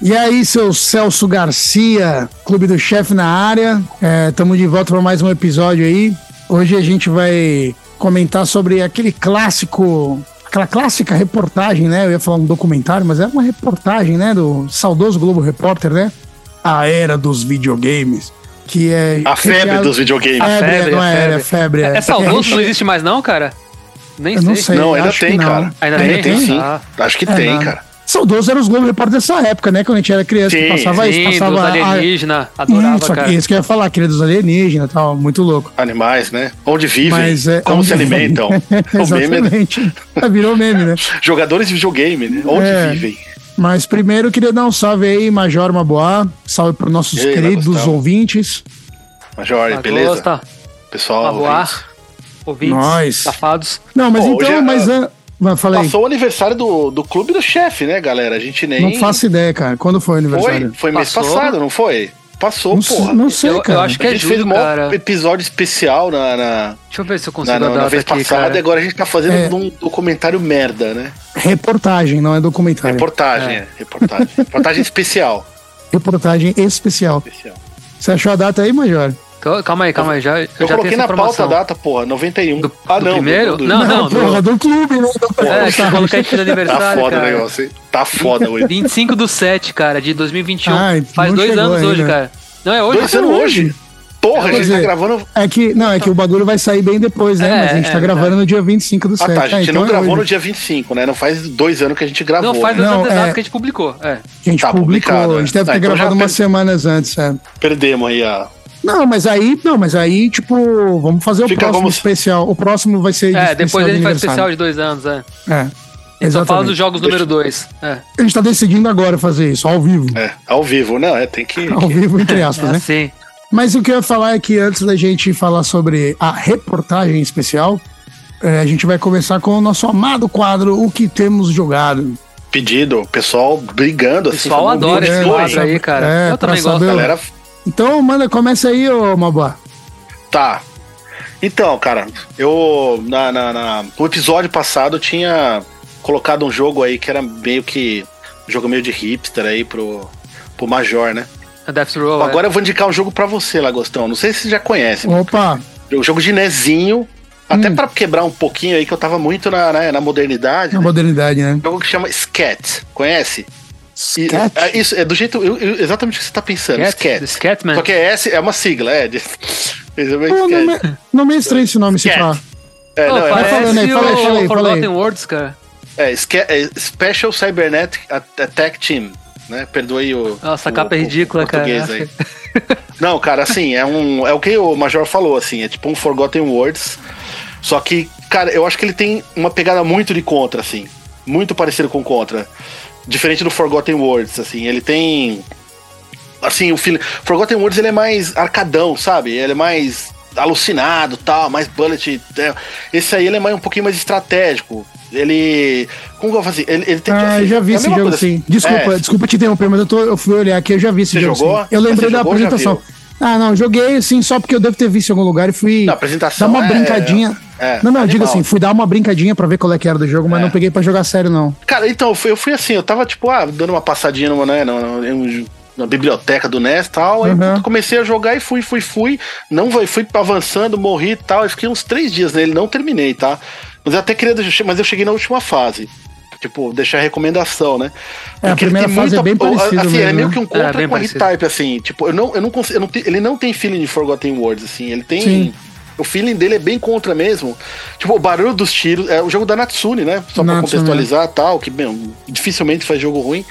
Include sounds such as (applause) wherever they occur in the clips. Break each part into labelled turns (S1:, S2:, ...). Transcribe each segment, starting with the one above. S1: E aí, seu Celso Garcia, Clube do Chefe na área. Estamos é, de volta para mais um episódio aí. Hoje a gente vai comentar sobre aquele clássico, aquela clássica reportagem, né? Eu ia falar um documentário, mas é uma reportagem, né? Do saudoso Globo Repórter, né? A era dos videogames. Que é.
S2: A febre é, dos videogames.
S1: A febre, a febre, não é, a febre.
S3: É,
S1: febre
S3: é, é saudoso, não existe mais, não, cara?
S1: Nem eu sei. Não, É, sei,
S2: não ainda tem, cara.
S3: Ainda, ainda tem?
S2: tem sim. Ah. Acho que tem, não. cara.
S1: Saudoso eram os Globo Repórter dessa época, né? Quando a gente era criança,
S3: sim,
S1: passava
S3: sim,
S1: isso, passava.
S3: Dos alienígena, a... adorava, isso, cara.
S1: Isso que eu ia falar, queria dos alienígenas e tal, muito louco.
S2: Animais, né? Onde vivem, Mas, é, como onde
S1: (laughs)
S2: se alimentam.
S1: um
S2: (laughs) É
S1: Exatamente. Meme, né? Virou meme, né?
S2: Jogadores de videogame, né? Onde é. vivem.
S1: Mas primeiro eu queria dar um salve aí, Major Maboá. Salve para os nossos aí, queridos Lagostão. ouvintes.
S2: Major, Lagosta. beleza? Pessoal, é
S3: Maboá, ouvintes, Nós. safados.
S1: Não, mas Bom, então, mas... É...
S2: Passou o aniversário do, do clube do chefe, né, galera? A gente nem.
S1: Não faço ideia, cara. Quando foi o aniversário?
S2: Foi, foi mês Passou. passado, não foi? Passou,
S1: não
S2: porra.
S1: Não sei, eu, cara.
S3: Eu, acho que
S2: a gente
S3: é
S2: fez
S3: um cara.
S2: episódio especial na, na,
S3: Deixa eu ver se eu consigo
S2: na,
S3: na,
S2: na vez
S3: aqui,
S2: passada
S3: cara.
S2: e agora a gente tá fazendo é. um documentário merda, né?
S1: Reportagem, não é documentário.
S2: Reportagem, é. Reportagem. reportagem especial.
S1: Reportagem especial. especial. Você achou a data aí, Major?
S3: Calma aí, calma aí. Já,
S2: eu
S3: já
S2: coloquei na pauta
S3: É,
S2: a data, porra, 91.
S3: Do, ah, não. Do primeiro?
S2: Do,
S3: não,
S1: não.
S3: não,
S1: Porra, do clube, né? Do
S3: porra, é, tá, coloquei de aniversário.
S2: (laughs) Tá foda
S3: cara.
S2: o negócio, hein? Tá foda hoje.
S3: 25 do 7, cara, de 2021.
S1: Ah,
S3: Ai, um. Faz dois anos aí, hoje, né? cara. Não, é hoje.
S2: Dois anos hoje? Porra, é, a gente dizer, tá gravando.
S1: É que, não, é que o bagulho vai sair bem depois, né? É, Mas a gente é, tá gravando é. no dia 25 do 7. Ah,
S2: tá, a gente
S1: ah,
S2: não então gravou hoje. no dia 25, né? Não faz dois anos que a gente gravou. né?
S3: Não, faz
S2: dois
S3: anos é... que a gente publicou. É.
S1: Que a gente
S2: tá
S1: publicou. A gente deve
S2: ah,
S1: ter
S2: então
S1: gravado
S2: já per-
S1: umas semanas antes, é.
S2: Perdemos aí a.
S1: Não, mas aí, não, mas aí, tipo, vamos fazer o
S2: Fica
S1: próximo
S2: vamos-
S1: especial. O próximo vai ser de
S3: É, depois
S1: de
S3: a gente faz especial
S1: aniversário.
S3: de dois anos, é.
S1: É.
S3: Eu só fala dos
S1: Exatamente.
S3: jogos número dois. É.
S1: A gente tá decidindo agora fazer isso, ao vivo.
S2: É, ao vivo, não, é, tem que.
S1: Ao vivo, entre aspas, né?
S3: Assim.
S1: Mas o que eu ia falar é que antes da gente falar sobre a reportagem especial, eh, a gente vai começar com o nosso amado quadro O que temos jogado.
S2: Pedido, pessoal brigando
S3: O
S2: assim.
S3: pessoal
S2: falando,
S3: adora esse
S2: "Oi,
S3: quadro aí, cara.
S1: É,
S3: Eu também
S1: pra
S3: gosto.
S1: saber-
S2: Galera,
S1: Então, manda, começa aí, ô Mabá.
S2: Tá. Então, cara, eu. Na, na, na- no episódio passado eu tinha colocado um jogo aí que era meio que. Um jogo meio de hipster aí pro, pro Major, né?
S3: Death Row. é.
S2: Agora eu vou indicar um jogo pra você, Lagostão. Não sei se você já
S1: Hum.
S2: conhece.
S1: Opa,
S2: É um jogo de Nezinho. Até
S1: Hum.
S2: pra quebrar um pouquinho aí, que eu tava muito na, né, na modernidade.
S1: na
S2: né?
S1: modernidade, né?
S2: Um jogo que chama Scat. Conhece? E-
S1: Sketch?
S2: é isso, é do jeito. eu- eu- exatamente o que você tá pensando.
S3: é. Scat,
S2: Scat.
S3: Scatman.
S2: Só que é S, é uma sigla, é. de- (laughs)
S1: Pô, não, me, não me estranho esse nome, se
S2: Sketch.
S1: falar.
S2: É,
S3: Pô,
S2: não, é-
S3: parece
S1: falando aí, fala aí,
S3: o
S1: fala aí, fala
S3: Forgotten
S1: aí.
S3: Words, cara.
S2: É, Sca- é, Special Cybernetic At- Attack Team, né? Perdoe o.
S3: Nossa, a
S2: o-
S3: capa é
S2: o- o
S3: ridícula, cara.
S2: português aí. Não, cara, assim, é um. É o que o Major falou, assim, é tipo um Forgotten Words. Só que, cara, eu acho que ele tem uma pegada muito de contra, assim. Muito parecido com contra. Diferente do Forgotten Words, assim, ele tem. Assim, o filme. Forgotten Words ele é mais arcadão, sabe? Ele é mais alucinado tal, mais bullet. né? Esse aí ele é mais, um pouquinho mais estratégico. Ele. Como que eu vou fazer? Ele, ele tem
S1: Ah,
S2: assim,
S1: eu já vi
S2: é a
S1: esse
S2: mesma
S1: jogo
S2: coisa,
S1: sim.
S2: assim.
S1: Desculpa,
S2: É,
S1: desculpa te interromper, mas eu, tô, eu fui olhar aqui, eu já vi esse
S2: Você
S1: jogo. sim.
S2: jogou?
S1: Eu lembrei
S2: Você
S1: da
S2: jogou ou já
S1: apresentação.
S2: viu?
S1: Ah, não, joguei assim só porque eu devo ter visto em algum lugar e fui
S2: Na apresentação,
S1: dar uma
S2: é,
S1: brincadinha.
S2: é,
S1: não, não, eu
S2: animal.
S1: digo assim, fui dar uma brincadinha pra ver qual é que era do jogo, mas
S2: É.
S1: não peguei pra jogar sério, não.
S2: Cara, então, eu fui, eu fui assim, eu tava, tipo, ah, dando uma passadinha numa, né, numa, numa- na biblioteca do NES e tal. Aí
S1: Uhum.
S2: puta, comecei a jogar e fui, fui, fui. Não vai, fui avançando, morri e tal. Eu fiquei uns três dias nele, não terminei, tá? Mas eu até queria. deixar- Mas eu cheguei na última fase. Tipo, deixar a recomendação, né?
S1: É, a
S2: Porque ele
S1: primeira
S2: tem
S1: fase é bem
S2: o- a-
S1: parecido
S2: Assim,
S1: mesmo,
S2: é meio
S1: né?
S2: que um
S3: É,
S2: contra
S3: bem
S2: com a
S3: parecido.
S2: R-Type, assim. Tipo, eu não, eu não consigo. eu não te- ele não tem feeling de Forgotten Words, assim. Ele tem.
S1: Sim.
S2: O feeling dele é bem contra mesmo. Tipo, o barulho dos tiros. É o jogo da Natsune, né? Só pra
S1: Natsune.
S2: contextualizar tal, que meu, dificilmente faz jogo ruim.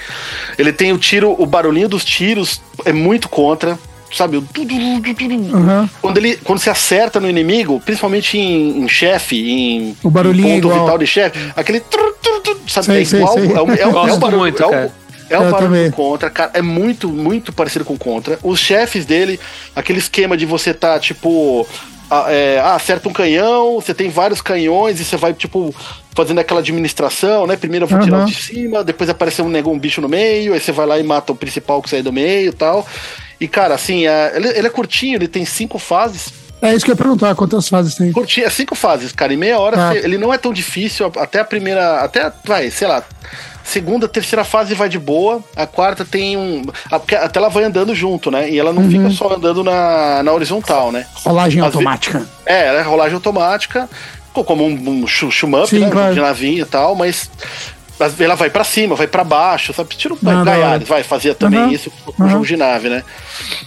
S2: Ele tem o tiro, o barulhinho dos tiros é muito contra. Sabe? O tu, tu, tu, tu, tu.
S1: Aham.
S2: Quando, ele, quando você acerta no inimigo, principalmente em, em chefe, em,
S1: O barulhinho
S2: em
S1: é
S2: ponto
S1: igual.
S2: vital de chefe, aquele. tru, tru, tru, sabe?
S1: Sei,
S2: é
S1: sei,
S2: igual.
S1: sei.
S2: É, o, é, o- é o
S3: Gosto
S2: barulho.
S3: muito,
S2: é o-
S3: cara.
S2: é o
S1: Eu
S2: barulho
S1: também.
S2: do Contra, cara, é muito, muito parecido com o Contra. Os chefes dele, aquele esquema de você tá, tipo, a- é, ah, acerta um canhão, você tem vários canhões e você vai, tipo, fazendo aquela administração, né? Primeiro eu vou tirar
S1: Aham.
S2: os de cima, depois aparece um negão, um bicho no meio, aí você vai lá e mata o principal que sai do meio e tal. E, cara, assim, é- ele, ele é curtinho, ele tem cinco fases.
S1: É isso que eu ia perguntar, quantas fases tem?
S2: Curtinho, é cinco fases, cara. Em meia hora,
S1: Tá.
S2: você- ele não é tão difícil, a- até a primeira. Até, vai, sei lá, Segunda, terceira fase vai de boa. A quarta tem um. A, porque a tela vai andando junto, né? E ela não uhum. fica só andando na, na horizontal, né?
S1: Rolagem Às automática. Vezes,
S2: é, ela é rolagem automática. Como um, um shoot-up, né? Claro. De navinha e tal, mas ela vai para cima, vai para baixo, sabe? Tira o ah, Gaiares, vai, fazia também uhum. isso com uhum. jogo de nave, né?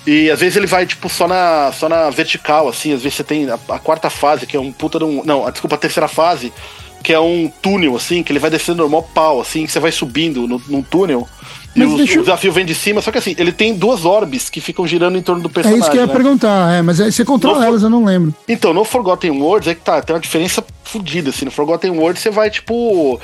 S2: E às vezes ele vai, tipo, só na, só na vertical, assim, às vezes você tem a, a quarta fase, que é um puta de um. Não, a, desculpa, a terceira fase, que é um túnel, assim, que ele vai descendo no maior pau, assim, que você vai subindo no, num túnel. Mas e o, eu... o, desafio vem de cima, só que assim, ele tem duas orbes que ficam girando em torno do personagem.
S1: É isso que eu ia
S2: né?
S1: perguntar, é, mas você controla no elas, For... eu não lembro.
S2: Então, no Forgotten Worlds é que tá, tem uma diferença fodida, assim. No Forgotten Worlds você vai, tipo,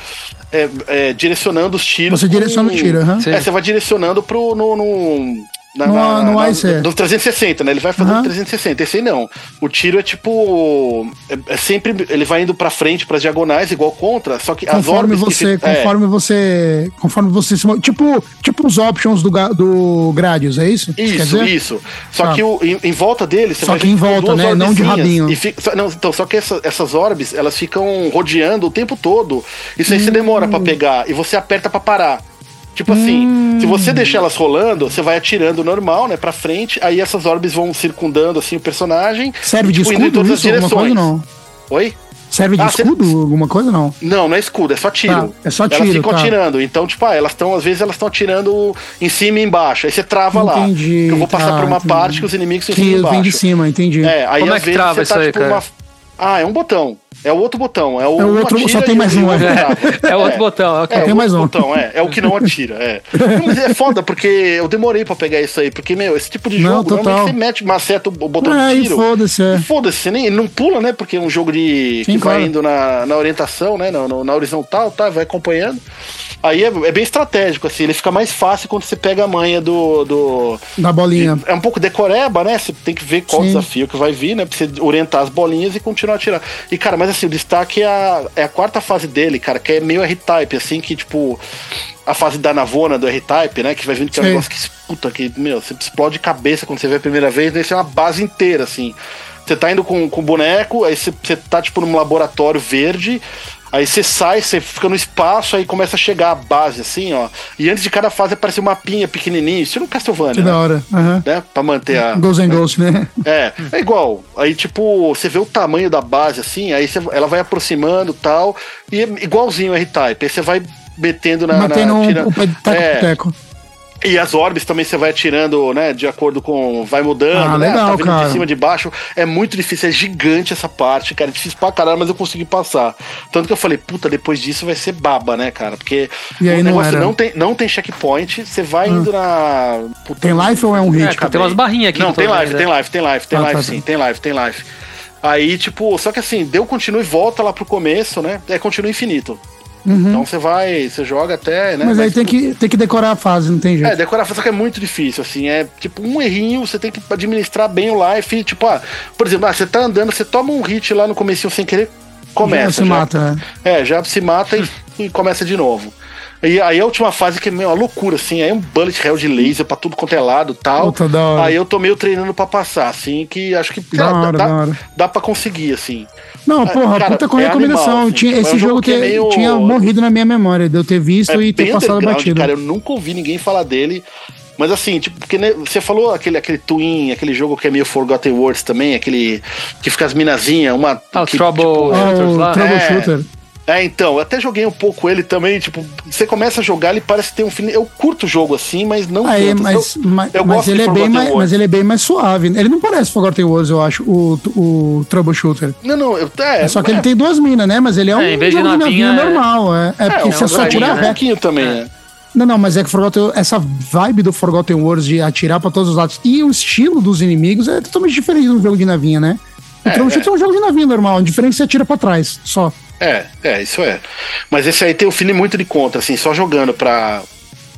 S2: é, é, direcionando os tiros.
S1: Você direciona o tiro, aham.
S2: Uhum. É, você vai direcionando pro. No, no,
S1: na, no, na, no na,
S2: na, do 360, né? Ele vai fazendo uhum. 360. Esse aí não. O tiro é tipo. É, é sempre. Ele vai indo pra frente, pras diagonais, igual contra, só que
S1: conforme
S2: É, as
S1: você,
S2: que, é,
S1: Conforme você. Conforme você. Tipo, tipo os options do, do Gradius, é isso?
S2: Isso, isso. Só ah. que o, em, em, volta dele. Você
S1: Tá. só
S2: vai
S1: que em volta, né? Não de rabinho.
S2: Fica, não, então, só que essa, essas orbes, elas ficam rodeando o tempo todo. Isso aí hum. você demora pra pegar. E você aperta pra parar. Tipo assim, hum. se você deixar elas rolando, você vai atirando normal, né, pra frente, aí essas orbes vão circundando, assim, o personagem. tipo,
S1: Serve de escudo todas isso? As direções. Alguma coisa, não?
S2: Oi?
S1: Serve de ah, escudo cê... alguma coisa, não?
S2: Não, não é escudo, é só tiro. Tá,
S1: é só tiro,
S2: Elas ficam
S1: tá.
S2: atirando, então, tipo, ah, elas estão, às vezes elas estão atirando em cima e embaixo, aí você trava
S1: entendi,
S2: lá. Eu vou passar
S1: tá,
S2: por uma
S1: entendi.
S2: parte que os inimigos estão em cima e embaixo.
S1: vem de cima, entendi.
S2: É, aí
S3: Como
S2: às
S3: é que
S2: vezes
S3: trava
S2: você tá,
S3: aí,
S2: tipo,
S3: cara?
S2: uma... Ah, é um botão. É o outro botão. É o,
S1: é o outro, só tem mais um.
S3: (laughs) É, (laughs) é o outro
S2: é.
S3: botão. Okay.
S2: É,
S1: tem mais um.
S2: Botão, é. é o que não atira. É. Não, mas é foda, porque eu demorei pra pegar isso aí. Porque, meu, esse tipo de
S1: Não,
S2: jogo,
S1: total.
S2: normalmente você mete, maceta o botão
S1: É,
S2: de
S1: e
S2: tiro.
S1: foda-se, é.
S2: E Foda-se, você nem, ele não pula, né? Porque é um jogo de
S1: Sim,
S2: que vai
S1: claro.
S2: indo na, na orientação, né? Na, na horizontal, tá? Vai acompanhando. Aí é, é bem estratégico, assim. Ele fica mais fácil quando você pega a manha do. do
S1: Da bolinha.
S2: é um pouco decoreba, né? Você tem que ver qual
S1: Sim.
S2: desafio que vai vir, né? Pra você orientar as bolinhas e continuar atirando. E, cara, mas assim, o destaque é a, é a quarta fase dele, cara, que é meio R-Type, assim, que tipo. A fase da Navona do R-Type, né? Que vai vindo que é um
S1: Sim.
S2: negócio que, puta, que, meu, você explode cabeça quando você vê a primeira vez, né? Isso é uma base inteira, assim. Você tá indo com o boneco, aí você, você tá, tipo, num laboratório verde, Aí você sai, você fica no espaço, aí começa a chegar a base, assim, ó. E antes de cada fase aparece um mapinha pequenininho, estilo Castlevania.
S1: Que da hora. Aham.
S2: Né? Pra manter a.
S1: Ghost and Ghost, né?
S2: É, é igual. Aí, tipo, você vê o tamanho da base, assim, aí você, ela vai aproximando tal. E é igualzinho o R-Type. Aí você vai metendo na.
S1: Mantendo
S2: na,
S1: um-
S2: tira-
S1: o pé de
S2: É.
S1: teco-teco.
S2: E as orbes também você vai atirando, né? De acordo com. Vai mudando,
S1: Ah,
S2: né?
S1: legal,
S2: tá vindo
S1: cara.
S2: de cima de baixo. É muito difícil, é gigante essa parte, cara. É difícil pra caralho, mas eu consegui passar. Tanto que eu falei, puta, depois disso vai ser baba, né, cara? Porque
S1: E aí
S2: o
S1: não
S2: negócio
S1: era. Ah.
S2: não, tem, não tem checkpoint, você vai indo na. Puta,
S1: Tem life ou é um hit?
S3: É, cara, tem umas barrinhas aqui.
S2: não,
S3: que eu
S2: tem
S3: tô
S2: live,
S3: vendo,
S2: tem
S3: né?
S2: live, tem live, tem
S1: Ah,
S2: live,
S1: tá,
S2: sim, tem live, tem live. Aí, tipo, só que assim, deu continua e volta lá pro começo, né? É continua infinito. Então você vai, você joga até, né?
S1: Uhum. Mas aí tem que, tem que decorar a fase, não tem jeito.
S2: É, decorar só que é muito difícil, assim. É tipo um errinho, você tem que administrar bem o life. e, Tipo, ah, por exemplo, ah, você tá andando, você toma um hit lá no comecinho sem querer, começa.
S1: Já se mata, né?
S2: É, já se
S1: (laughs)
S2: mata e, e começa de novo. E aí a última fase que é meio uma loucura, assim, aí um bullet hell de laser pra tudo quanto é lado e tal.
S1: Puta, da hora.
S2: Aí eu tô meio treinando pra passar, assim, que acho que sei
S1: Da
S2: lá,
S1: hora,
S2: dá,
S1: da hora.
S2: dá pra conseguir, assim.
S1: Não,
S2: É,
S1: porra,
S2: cara,
S1: puta com
S2: é
S1: recomendação.
S2: animal, assim.
S1: Tinha-
S2: É um
S1: esse
S2: jogo
S1: jogo
S2: que é
S1: te-
S2: meio-
S1: tinha morrido na minha memória, de eu ter visto e ter
S2: É bem
S1: passado
S2: underground,
S1: batido.
S2: Cara, eu nunca ouvi ninguém falar dele. Mas assim, tipo, porque né, você falou aquele, aquele Twin, aquele jogo que é meio Forgotten Words também, aquele que fica as minazinhas, uma.
S3: Ah, o
S2: que, tipo,
S3: Trouble
S1: Ah,
S3: Shooters lá.
S1: o Troubleshooter.
S2: é, então, eu até joguei um pouco ele também, tipo, você começa a jogar, ele parece ter um fim. Eu curto o jogo assim, mas não
S1: Aí,
S2: tanto.
S1: mas,
S2: Então,
S1: mas,
S2: eu
S1: mas
S2: gosto
S1: ele
S2: de
S1: é bem
S2: Forgotten
S1: mais,
S2: Words.
S1: mas ele é bem mais suave. Ele não parece Forgotten Worlds, eu acho, o, o Troubleshooter.
S2: Não, não, eu, é,
S1: É, só que ele tem duas minas, né? Mas ele é um
S3: É, em vez de
S1: jogo de
S3: navinha,
S1: navinha
S3: é-
S1: normal. É, é porque
S2: um
S1: você só
S3: joguinho,
S1: tira a
S2: um
S3: né?
S1: ré.
S2: pouquinho também, né?
S1: Não, não, mas é que Forgotten, essa vibe do Forgotten Worlds de atirar pra todos os lados e o estilo dos inimigos é totalmente diferente do jogo de navinha, né? O Troubleshooter é, um jogo de navinha normal, a diferença é que você atira pra trás, só.
S2: É, é, isso é. Mas esse aí tem o feeling muito de contra, assim, só jogando pra.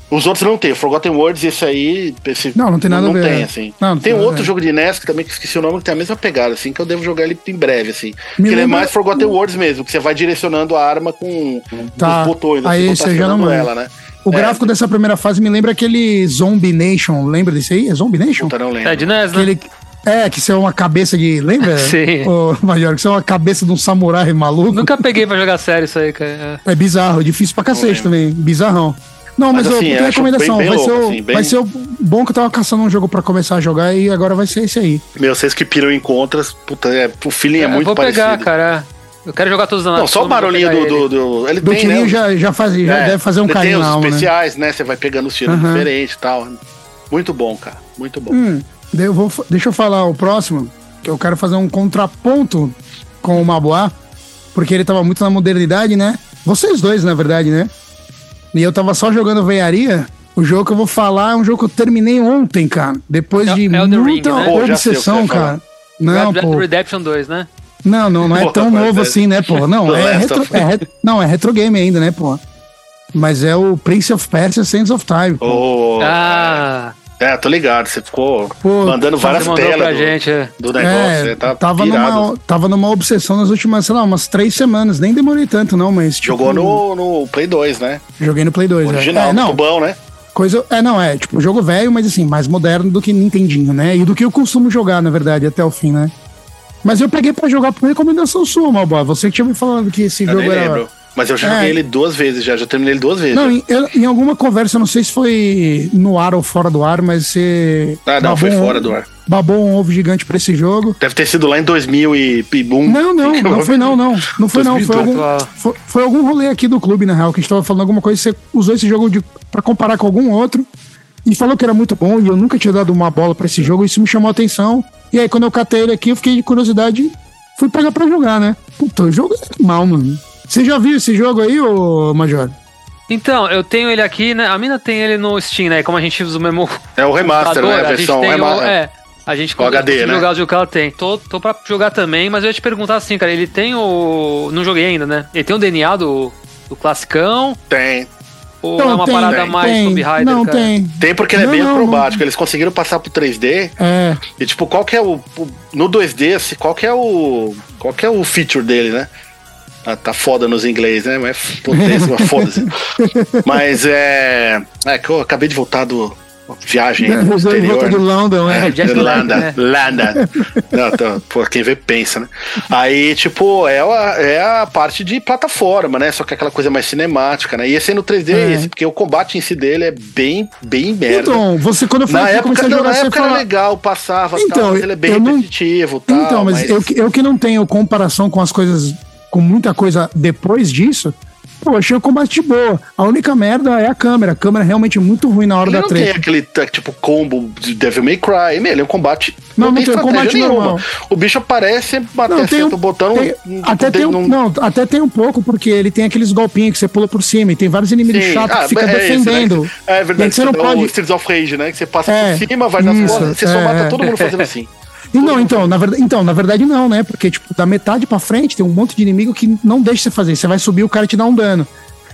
S2: Os outros não tem. O Forgotten Words, esse aí. Esse
S1: Não, não tem nada a ver,
S2: Não tem,
S1: é.
S2: assim.
S1: Não, não
S2: tem
S1: tem
S2: um
S1: nada a
S2: outro
S1: ver.
S2: jogo de NES que também que eu esqueci o nome, que tem a mesma pegada, assim, que eu devo jogar ele em breve, assim. Que
S1: Me
S2: ele é
S1: lembra-
S2: mais Forgotten Words mesmo, que você vai direcionando a arma com
S1: Tá.
S2: os botões, assim,
S1: Aí
S2: quando
S1: você
S2: tá
S1: já
S2: acionando
S1: não manja.
S2: ela, né?
S1: O
S2: É,
S1: gráfico dessa primeira fase me lembra aquele Zombie Nation, lembra desse aí? É Zombie Nation?
S2: Puta, não lembro.
S3: É de NES, né?
S1: Aquele, É, que você é uma cabeça de.
S2: (laughs)
S1: Lembra?
S3: Sim.
S1: Ô, Major, que você é uma cabeça de um samurai maluco.
S3: Nunca peguei pra jogar sério isso aí, cara.
S1: É bizarro, difícil pra cacete também. Bizarrão. Não, mas,
S2: Mas,
S1: eu
S2: assim,
S1: tenho
S2: eu acho
S1: recomendação.
S2: bem- bem
S1: vai, ser
S2: louco,
S1: o,
S2: assim, bem-
S1: vai ser o bom que eu tava caçando um jogo pra começar a jogar e agora vai ser esse aí.
S2: Meu, vocês que piram em contras, puta, é, o feeling é,
S3: eu
S2: muito
S3: vou
S2: parecido.
S3: pegar, cara. Eu quero jogar todos os
S2: Não, só o barulhinho do, do, do- Ele
S1: Do
S2: tem,
S1: tirinho
S2: né?
S1: já, já, faz, já
S2: É,
S1: deve fazer um
S2: ele
S1: carinho
S2: Tem
S1: na
S2: os
S1: alma, né?
S2: especiais, né? Você vai pegando os tiros
S1: Aham.
S2: diferentes e tal. Muito bom, cara. Muito bom.
S1: Hum, daí eu vou, fa- deixa eu falar o próximo, que eu quero fazer um contraponto com o Maboá, porque ele tava muito na modernidade, né? Vocês dois, na verdade, né? E eu tava só jogando veiaria. O jogo que eu vou falar é um jogo que eu terminei ontem, cara. Depois
S3: É-
S1: de
S3: é o The Ring,
S1: muita
S3: né?
S2: Pô, já sei o que você
S1: obsessão,
S2: vai falar.
S1: cara. Não,
S3: Red
S1: pô.
S3: Dead Redemption 2, né?
S1: Não, não, não é
S2: Porra,
S1: tão
S2: rapaz,
S1: novo
S2: é.
S1: assim, né, pô? Não,
S2: The
S1: é
S2: Last
S1: retro,
S2: of Us.
S1: é re- não, é retro game ainda, né, pô? Mas é o Prince of Persia Sands of Time. pô.
S2: Ô,
S3: ah,
S2: É, tô ligado. Você ficou
S1: Pô,
S2: mandando várias
S3: você mandou pra
S2: telas do,
S3: gente. é.
S2: do negócio. você tá
S1: tava,
S2: pirado.
S1: numa, tava numa obsessão nas últimas, sei lá, umas três semanas. Nem demorei tanto, não, mas. tipo,
S2: Jogou no, no Play 2, né?
S1: Joguei no Play 2,
S2: Original,
S1: é. É,
S2: no
S1: não,
S2: tubão, né?
S1: coisa. É, não, é, tipo, jogo velho, mas assim, mais moderno do que Nintendinho, né? E do que eu costumo jogar, na verdade, até o fim, né? Mas eu peguei pra jogar por recomendação sua, Malboy. Você que tinha me falado que esse
S2: Eu
S1: jogo
S2: nem
S1: era.
S2: lembro. Mas eu já
S1: É.
S2: joguei ele duas vezes, já, já terminei ele duas vezes.
S1: Não, em, eu- em alguma conversa, eu não sei se foi no ar ou fora do ar, mas você.
S2: Ah, não, foi
S1: babou um-
S2: fora do ar.
S1: Babou um ovo gigante pra esse jogo.
S2: Deve ter sido lá em 2000 e um. pibum.
S1: Não, não, não foi não, não. Não foi não. Foi
S2: 2002.
S1: algum, foi, foi algum rolê aqui do clube, na real, que a gente tava falando alguma coisa, você usou esse jogo de, pra comparar com algum outro e falou que era muito bom e eu nunca tinha dado uma bola pra esse jogo, isso me chamou a atenção. E aí, quando eu catei ele aqui, eu fiquei de curiosidade e fui pegar pra jogar, né? Puta, o jogo é mal, mano. Você já viu esse jogo aí, ô Major?
S3: Então, eu tenho ele aqui, né? A mina tem ele no Steam, né? Como a gente usa o mesmo
S2: É o remaster, né?
S3: computador,
S2: A versão
S3: gente tem o,
S2: remaster.
S3: é, a gente
S2: O HD,
S3: consegue
S2: né?
S3: jogar o que ela tem. Tô, tô pra jogar também, mas eu ia te perguntar assim, cara, ele tem o. Não joguei ainda, né? Ele tem o DNA do, do classicão?
S2: Tem.
S3: Ou é uma parada mais
S1: Então, tem,
S3: Tomb Raider,
S1: Não,
S3: cara?
S1: tem.
S2: Tem porque ele é
S1: Não,
S2: bem
S1: não,
S2: acrobático. Eles conseguiram passar pro 3D.
S1: É,
S2: E tipo, qual que é o. o- No 2D, assim, qual que é o. Qual que é o feature dele, né? Ah, tá foda nos inglês, né? Mas potência, mas foda-se.
S1: (laughs)
S2: Mas é. É que eu acabei de voltar do. Viagem
S1: é, o jogo
S2: exterior.
S1: (laughs) volta
S2: né?
S1: do London, é.
S3: Jeff Landa,
S2: Landa,
S3: né?
S2: Landa. Não, tá, pô, quem vê pensa, né? Aí, tipo, é a, é a parte de plataforma, né? Só que aquela coisa mais cinemática, né? E esse aí no 3D é
S1: É.
S2: esse, porque o combate em si dele é bem, bem merda.
S1: Então, você quando eu
S2: na
S1: falei que
S2: época,
S1: comecei a
S2: não,
S1: jogar,
S2: na
S1: você
S2: época era
S1: fala...
S2: legal, passava,
S1: Então,
S2: tal, mas ele é bem
S1: eu não-
S2: repetitivo, tal.
S1: então, mas, Eu, que- eu que não tenho comparação com as coisas, com muita coisa depois disso, pô, achei o combate de boa. A única merda é a câmera. A câmera é realmente muito ruim na hora
S2: Ele
S1: da
S2: não tem
S1: treta.
S2: aquele tá, tipo combo de Devil May Cry, meu, ele é um combate.
S1: Não, não tem, um
S2: estratégia
S1: combate normal.
S2: O bicho aparece, bate
S1: Não, tem,
S2: acerta
S1: um,
S2: o botão.
S1: tem-
S2: não-
S1: até tem um,
S2: não-
S1: não, até tem um pouco, porque ele tem aqueles golpinhos que você pula por cima e tem vários inimigos
S2: Sim.
S1: chatos
S2: Ah,
S1: que fica
S2: é esse, né?
S1: defendendo.
S2: É
S1: E
S2: verdade.
S1: você não
S2: é
S1: pode-
S2: O Streets of Rage, né? Que você passa
S1: É,
S2: por cima, vai nas
S1: isso,
S2: costas, você só
S1: é,
S2: mata
S1: é.
S2: todo
S1: (laughs)
S2: mundo fazendo assim.
S1: E não, então na, verdade, então, na verdade não, né? Porque, tipo, da metade pra frente tem um monte de inimigo que não deixa você fazer. Você vai subir, o cara te dá um dano.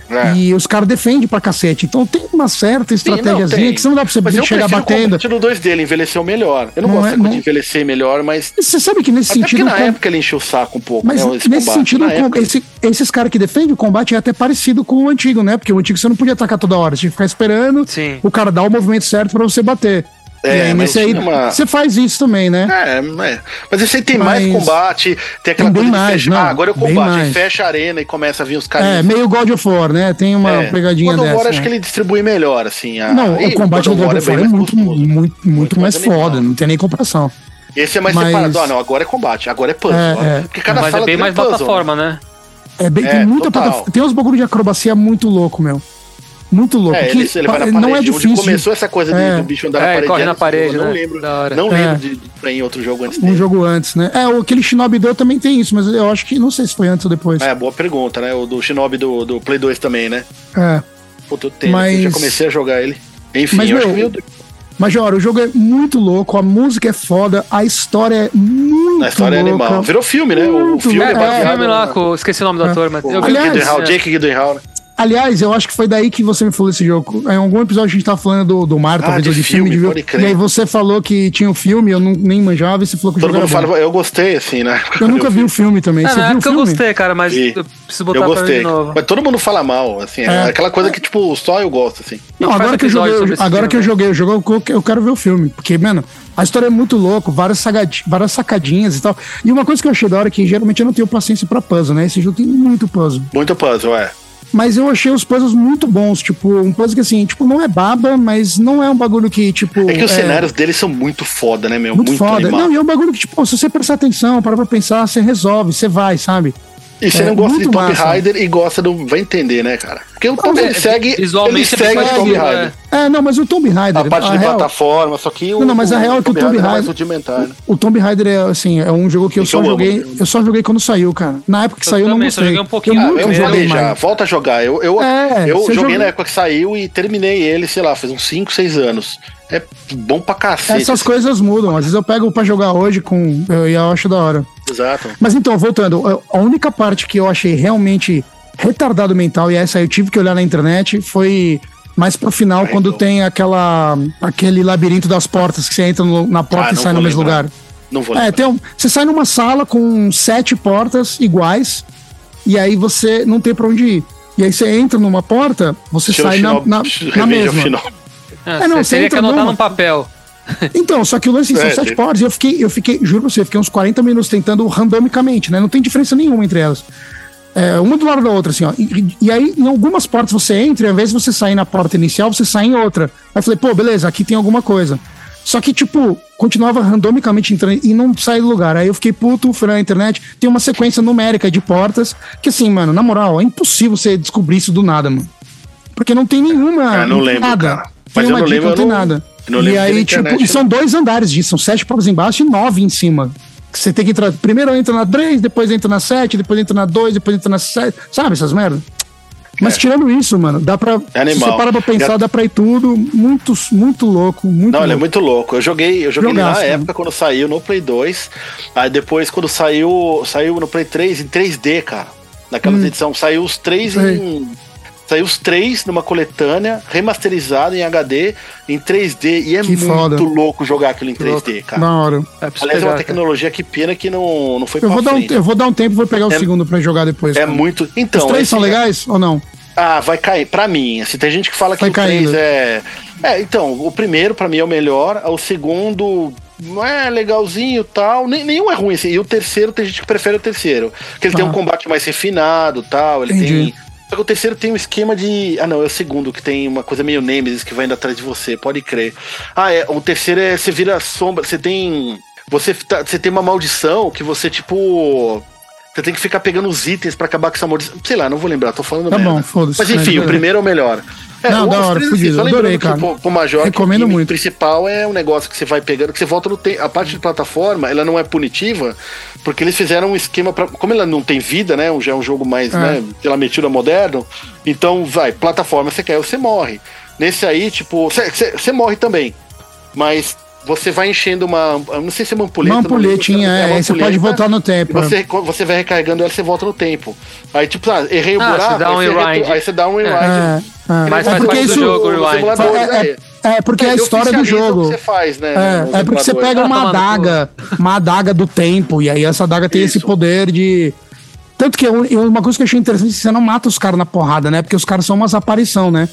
S2: É.
S1: E os caras defendem pra cacete. Então tem uma certa
S2: Sim,
S1: estratégiazinha
S2: tem.
S1: que você não dá pra você
S2: Mas eu
S1: chegar
S2: prefiro o
S1: batendo.
S2: combate do 2 dele, envelheceu melhor. Eu não,
S1: Não
S2: gosto
S1: é-
S2: dessa coisa
S1: não-
S2: de envelhecer melhor, mas.
S1: Você sabe que nesse
S2: Até porque
S1: sentido.
S2: na
S1: o com-
S2: época ele encheu o saco um pouco,
S1: Mas
S2: né? esse
S1: nesse
S2: combate.
S1: sentido,
S2: Na
S1: o com-
S2: época,
S1: esse- esses caras que defendem o combate é até parecido com o antigo, né? Porque o antigo você não podia atacar toda hora, você tinha que ficar esperando
S3: Sim.
S1: o cara dar o movimento certo pra você bater.
S2: É,
S1: e aí,
S2: mas
S1: nesse aí,
S2: tinha uma-
S1: você faz isso também, né?
S2: É, é. mas esse aí tem mais
S1: Mas-
S2: combate, tem aquela
S1: Tem bem
S2: coisa de
S1: mais,
S2: fechar.
S1: não,
S2: ah, agora eu
S1: bem
S2: combate, aí
S1: mais.
S2: fecha a arena e começa a vir os caras.
S1: É, meio God of War, né? Tem uma pegadinha
S2: É. God of
S1: dessa.
S2: War, acho
S1: né?
S2: que ele distribui melhor, assim. a-
S1: Não,
S2: Ih,
S1: o combate do
S2: God of
S1: God of War é
S2: bem mais
S1: muito,
S2: custoso.
S1: muito, muito, mais
S2: mais animal.
S1: foda, não tem nem comparação.
S2: Esse é mais
S1: Mas-
S2: separado. Ah, não, agora é combate, agora é puzzle.
S1: É,
S2: agora-
S1: é.
S2: Porque cada
S3: mas é
S2: sala
S3: bem
S2: tem
S3: mais
S2: puzzle, né?
S3: plataforma, né?
S1: É bem,
S2: É,
S1: tem muita
S2: total.
S1: plataforma. Tem uns bagulho de acrobacia muito louco, meu. Muito louco.
S2: É,
S1: que
S2: ele, ele
S1: pa-
S2: vai na parede.
S1: não é
S2: Onde
S1: difícil.
S2: começou essa coisa de-
S1: É.
S2: do bicho andar
S3: É,
S2: na parede.
S3: corre na
S2: antes, eu
S3: parede,
S2: não
S3: né?
S2: lembro.
S3: Da hora.
S2: Não
S1: É.
S2: lembro de, de pra ir em outro jogo antes
S1: Um
S2: dele.
S1: jogo antes, né? É, o- aquele Shinobi Do também tem isso, mas eu acho que não sei se foi antes ou depois. É,
S2: É, boa pergunta, né? O do Shinobi do, do Play 2 também, né?
S1: É.
S2: Puta, eu tenho.
S1: Mas-
S2: Eu já comecei a jogar ele. Enfim,
S1: Mas,
S2: eu acho que
S1: meu,
S2: veio do-
S1: Mas, olha, o jogo é muito louco, a música é foda, a história é muito
S2: a história é
S1: louca.
S2: animal. Virou filme, né? O, o
S1: Muito
S2: filme
S1: bem.
S2: é
S3: É,
S1: baseado
S3: filme lá
S2: na-
S3: com. Esqueci o nome do ator, mas.
S2: com
S3: Eu
S2: o
S3: vi o
S1: Aliás,
S2: Jake
S3: vídeo,
S2: Gyllenhaal,
S3: né?
S2: Jake Gyllenhaal, né?
S1: Aliás, eu acho que foi daí que você me falou esse jogo. Em algum episódio a gente tava falando do, do mar,
S2: Ah,
S1: talvez,
S2: de
S1: ou de filme.
S2: filme,
S1: de
S2: pode crer.
S1: E aí você falou que tinha um filme, eu não, nem manjava, e você falou que o
S2: Todo
S1: jogo
S2: mundo
S1: era bom.
S2: fala, eu gostei, assim, né?
S1: Eu nunca vi o filme também.
S3: É,
S1: você
S3: na
S1: viu o
S3: época eu
S1: filme?
S3: gostei, cara, mas
S2: Vi.
S3: eu preciso botar
S2: Eu
S3: pra ver de
S2: gostei.
S3: novo.
S2: Mas todo mundo fala mal, assim. É,
S1: É.
S2: aquela coisa que, tipo, só eu gosto, assim.
S1: Não,
S3: gente faz
S1: agora que eu
S3: episódio
S1: joguei,
S3: sobre esse
S1: agora
S3: filme,
S1: que eu
S3: né?
S1: joguei o jogo, eu- eu quero ver o filme, porque, mano, a história é muito louco, várias, sagad- várias sacadinhas e tal. E uma coisa que eu achei da hora é que geralmente eu não tenho paciência pra puzzle, né? Esse jogo tem muito puzzle.
S2: Muito puzzle, é.
S1: Mas eu achei os puzzles muito bons, tipo, um puzzle que assim, tipo, não é baba, mas não é um bagulho que, tipo,
S2: É que os cenários deles são muito foda, né, meu?
S1: muito,
S2: Muito,
S1: foda.
S2: animal.
S1: Não, e é um bagulho que, tipo, se você prestar atenção, parar pra pensar, você resolve, você vai, sabe?
S2: E você
S1: é
S2: não gosta de
S1: muito
S2: Tomb
S1: massa.
S2: Raider e gosta do. Vai entender, né, cara? Porque o Tomb
S1: é,
S2: ele segue. Ele
S3: Visualmente é
S2: segue o
S3: parecido,
S2: Tomb
S3: né?
S2: Raider.
S1: É, não, mas o Tomb Raider.
S2: A parte de
S1: real-
S2: plataforma, só que o.
S1: Não, não, mas a real é que o Tomb
S2: é mais
S1: Raider-
S2: rudimentar, né?
S1: O Tomb Raider é assim, é um jogo que eu
S2: Que
S1: só
S2: eu amo.
S1: joguei, eu só joguei quando saiu, cara. Na época que
S3: Eu
S1: saiu eu não
S3: também, só
S1: gostei.
S3: joguei um pouquinho.
S1: Eu
S3: Ah,
S2: Ah,
S1: nunca
S2: eu
S3: Primeiro,
S2: joguei
S1: joguei
S2: já,
S1: mais.
S2: volta a jogar. Eu, eu,
S1: É,
S2: eu
S1: você
S2: joguei
S1: joga-
S2: na época que saiu e terminei ele, sei lá, faz uns 5, 6 anos. É bom pra cacete. assim,
S1: Essas coisas mudam. Às vezes eu pego pra jogar hoje com eu, e eu acho da hora.
S2: Exato.
S1: Mas então, voltando, eu- a única parte que eu achei realmente retardado mental, e essa eu tive que olhar na internet, foi mais pro final,
S2: Ai,
S1: quando
S2: não.
S1: tem aquela aquele labirinto das portas, que você entra no- na porta
S2: Ah,
S1: e
S2: não
S1: sai no
S2: vou
S1: mesmo
S2: lembrar.
S1: lugar.
S2: Não vou
S1: É,
S2: lembrar.
S1: tem um- você sai numa sala com sete portas iguais, e aí você não tem pra onde ir. E aí você entra numa porta, você
S2: Estilo
S1: sai na,
S2: Shinobi-
S1: na, na
S2: Revenge of
S1: mesma.
S2: Shinobi.
S3: É,
S1: É, não,
S3: você
S1: você
S3: teria que
S1: entra
S3: anotar
S1: numa.
S3: num papel.
S1: Então, só que o lance são
S2: É,
S1: sete
S2: tem-
S1: portas e eu fiquei, eu fiquei, juro pra você, eu fiquei uns 40 minutos tentando randomicamente, né? Não tem diferença nenhuma entre elas. É, uma do lado da outra, assim, ó. E, e aí, em algumas portas você entra, e ao invés de você sair na porta inicial, você sai em outra. Aí eu falei, pô, beleza, aqui tem alguma coisa. Só que, tipo, continuava randomicamente entrando e não sai do lugar. Aí eu fiquei puto, fui na internet. Tem uma sequência numérica de portas que, assim, mano, na moral, é impossível você descobrir isso do nada, mano. Porque não tem nenhuma.
S2: Cara, não
S1: tem
S2: lembro,
S1: Nada.
S2: cara.
S1: Tem
S2: Mas eu
S1: uma
S2: não
S1: dica,
S2: lembro,
S1: não tem
S2: eu não-
S1: nada.
S2: não
S1: E
S2: lembro
S1: aí,
S2: da
S1: tipo,
S2: internet, né?
S1: e são dois andares disso, são sete provas embaixo e nove em cima. Que Você tem que entrar. Primeiro entra na três, depois entra na sete, depois entra na dois, depois entra na sete. Sabe essas merdas? Mas tirando isso, mano, dá pra.
S2: É animal.
S1: Se você para pra pensar,
S2: Já-
S1: dá pra ir tudo. Muito, muito louco. Muito
S2: Não,
S1: louco.
S2: ele é muito louco. Eu joguei, eu joguei ele
S1: Jogaço,
S2: na
S1: né?
S2: época quando saiu no Play 2. Aí depois quando saiu, saiu no Play 3 em 3D, cara. Naquela
S1: Hum.
S2: edição saiu os três em saiu os três numa coletânea remasterizado em HD em 3D e é
S1: Que
S2: muito
S1: foda.
S2: louco jogar aquilo em 3D, cara.
S1: Da hora.
S3: É,
S2: Aliás, é
S3: preciso
S2: uma
S3: pegar, cara.
S2: tecnologia que pena que não, não foi
S1: Eu
S2: pra
S1: vou, dar um,
S2: frente.
S1: eu vou dar um tempo e vou pegar o
S2: É-
S1: segundo pra jogar depois.
S2: É
S1: cara.
S2: muito. Então,
S1: Os três
S2: esse-
S1: são legais ou não?
S2: Ah, vai cair. Pra mim, assim, tem gente que fala que
S1: Vai
S2: o 3
S1: caindo.
S2: é. É, então, o primeiro pra mim é o melhor, o segundo não é legalzinho e tal. Nem, nenhum é ruim, assim. E o terceiro tem gente que prefere o terceiro. Porque ele
S1: Tá.
S2: tem um combate mais refinado e tal. Ele
S1: Entendi.
S2: tem. Só que o terceiro tem um esquema de. Ah, não, é o segundo, que tem uma coisa meio Nemesis que vai indo atrás de você, pode crer. Ah, é. O terceiro é você vira sombra, você tem. Você, tá- você tem uma maldição que você, tipo. Você tem que ficar pegando os itens pra acabar com essa maldição. Sei lá, não vou lembrar, tô falando
S1: Tá
S2: merda.
S1: bom, foda-se.
S2: Mas enfim, o primeiro é o melhor. É,
S1: Não,
S2: o-
S1: da
S2: os
S1: hora,
S2: três,
S1: fudido,
S2: só lembrando
S1: adorei,
S2: que
S1: cara.
S2: pro- pro Major,
S1: Recomendo
S2: que o
S1: muito.
S2: principal é um negócio que você vai pegando, que você volta no tempo. A parte de plataforma, ela não é punitiva, porque eles fizeram um esquema pra. Como ela não tem vida, né? Já é um jogo mais,
S1: É.
S2: né? Pela metida moderno. Então, vai, plataforma, você caiu, você morre. Nesse aí, tipo, você- você você morre também. Mas você vai enchendo uma. eu Não sei se é
S1: Uma
S2: ampulheta.
S1: ampulhetinha, é, aí você pode voltar no
S2: E
S1: tempo. é.
S2: você, você vai recarregando ela, você volta no tempo. Aí, tipo, ah, errei o
S3: Ah,
S2: buraco,
S3: você dá um
S2: aí, você
S3: rewind.
S2: retu- aí você dá um rewind.
S1: É, é.
S3: Mas
S1: É
S3: faz
S1: porque
S3: parte do
S1: isso-
S3: jogo, rewind.
S2: simulador,
S1: É,
S2: é.
S1: é, é porque é a
S2: Ele
S1: história do
S2: oficializa
S1: jogo.
S2: O que você faz, né? no
S1: É, é porque você
S2: simulador.
S1: pega
S3: Ah,
S1: uma
S3: tomar no cu.
S1: adaga, uma adaga do tempo, e aí essa adaga tem esse
S2: Isso.
S1: poder de. Tanto que eu- eu- uma coisa que eu achei interessante é que você não mata os caras na porrada, né? Porque os caras são umas aparição, né?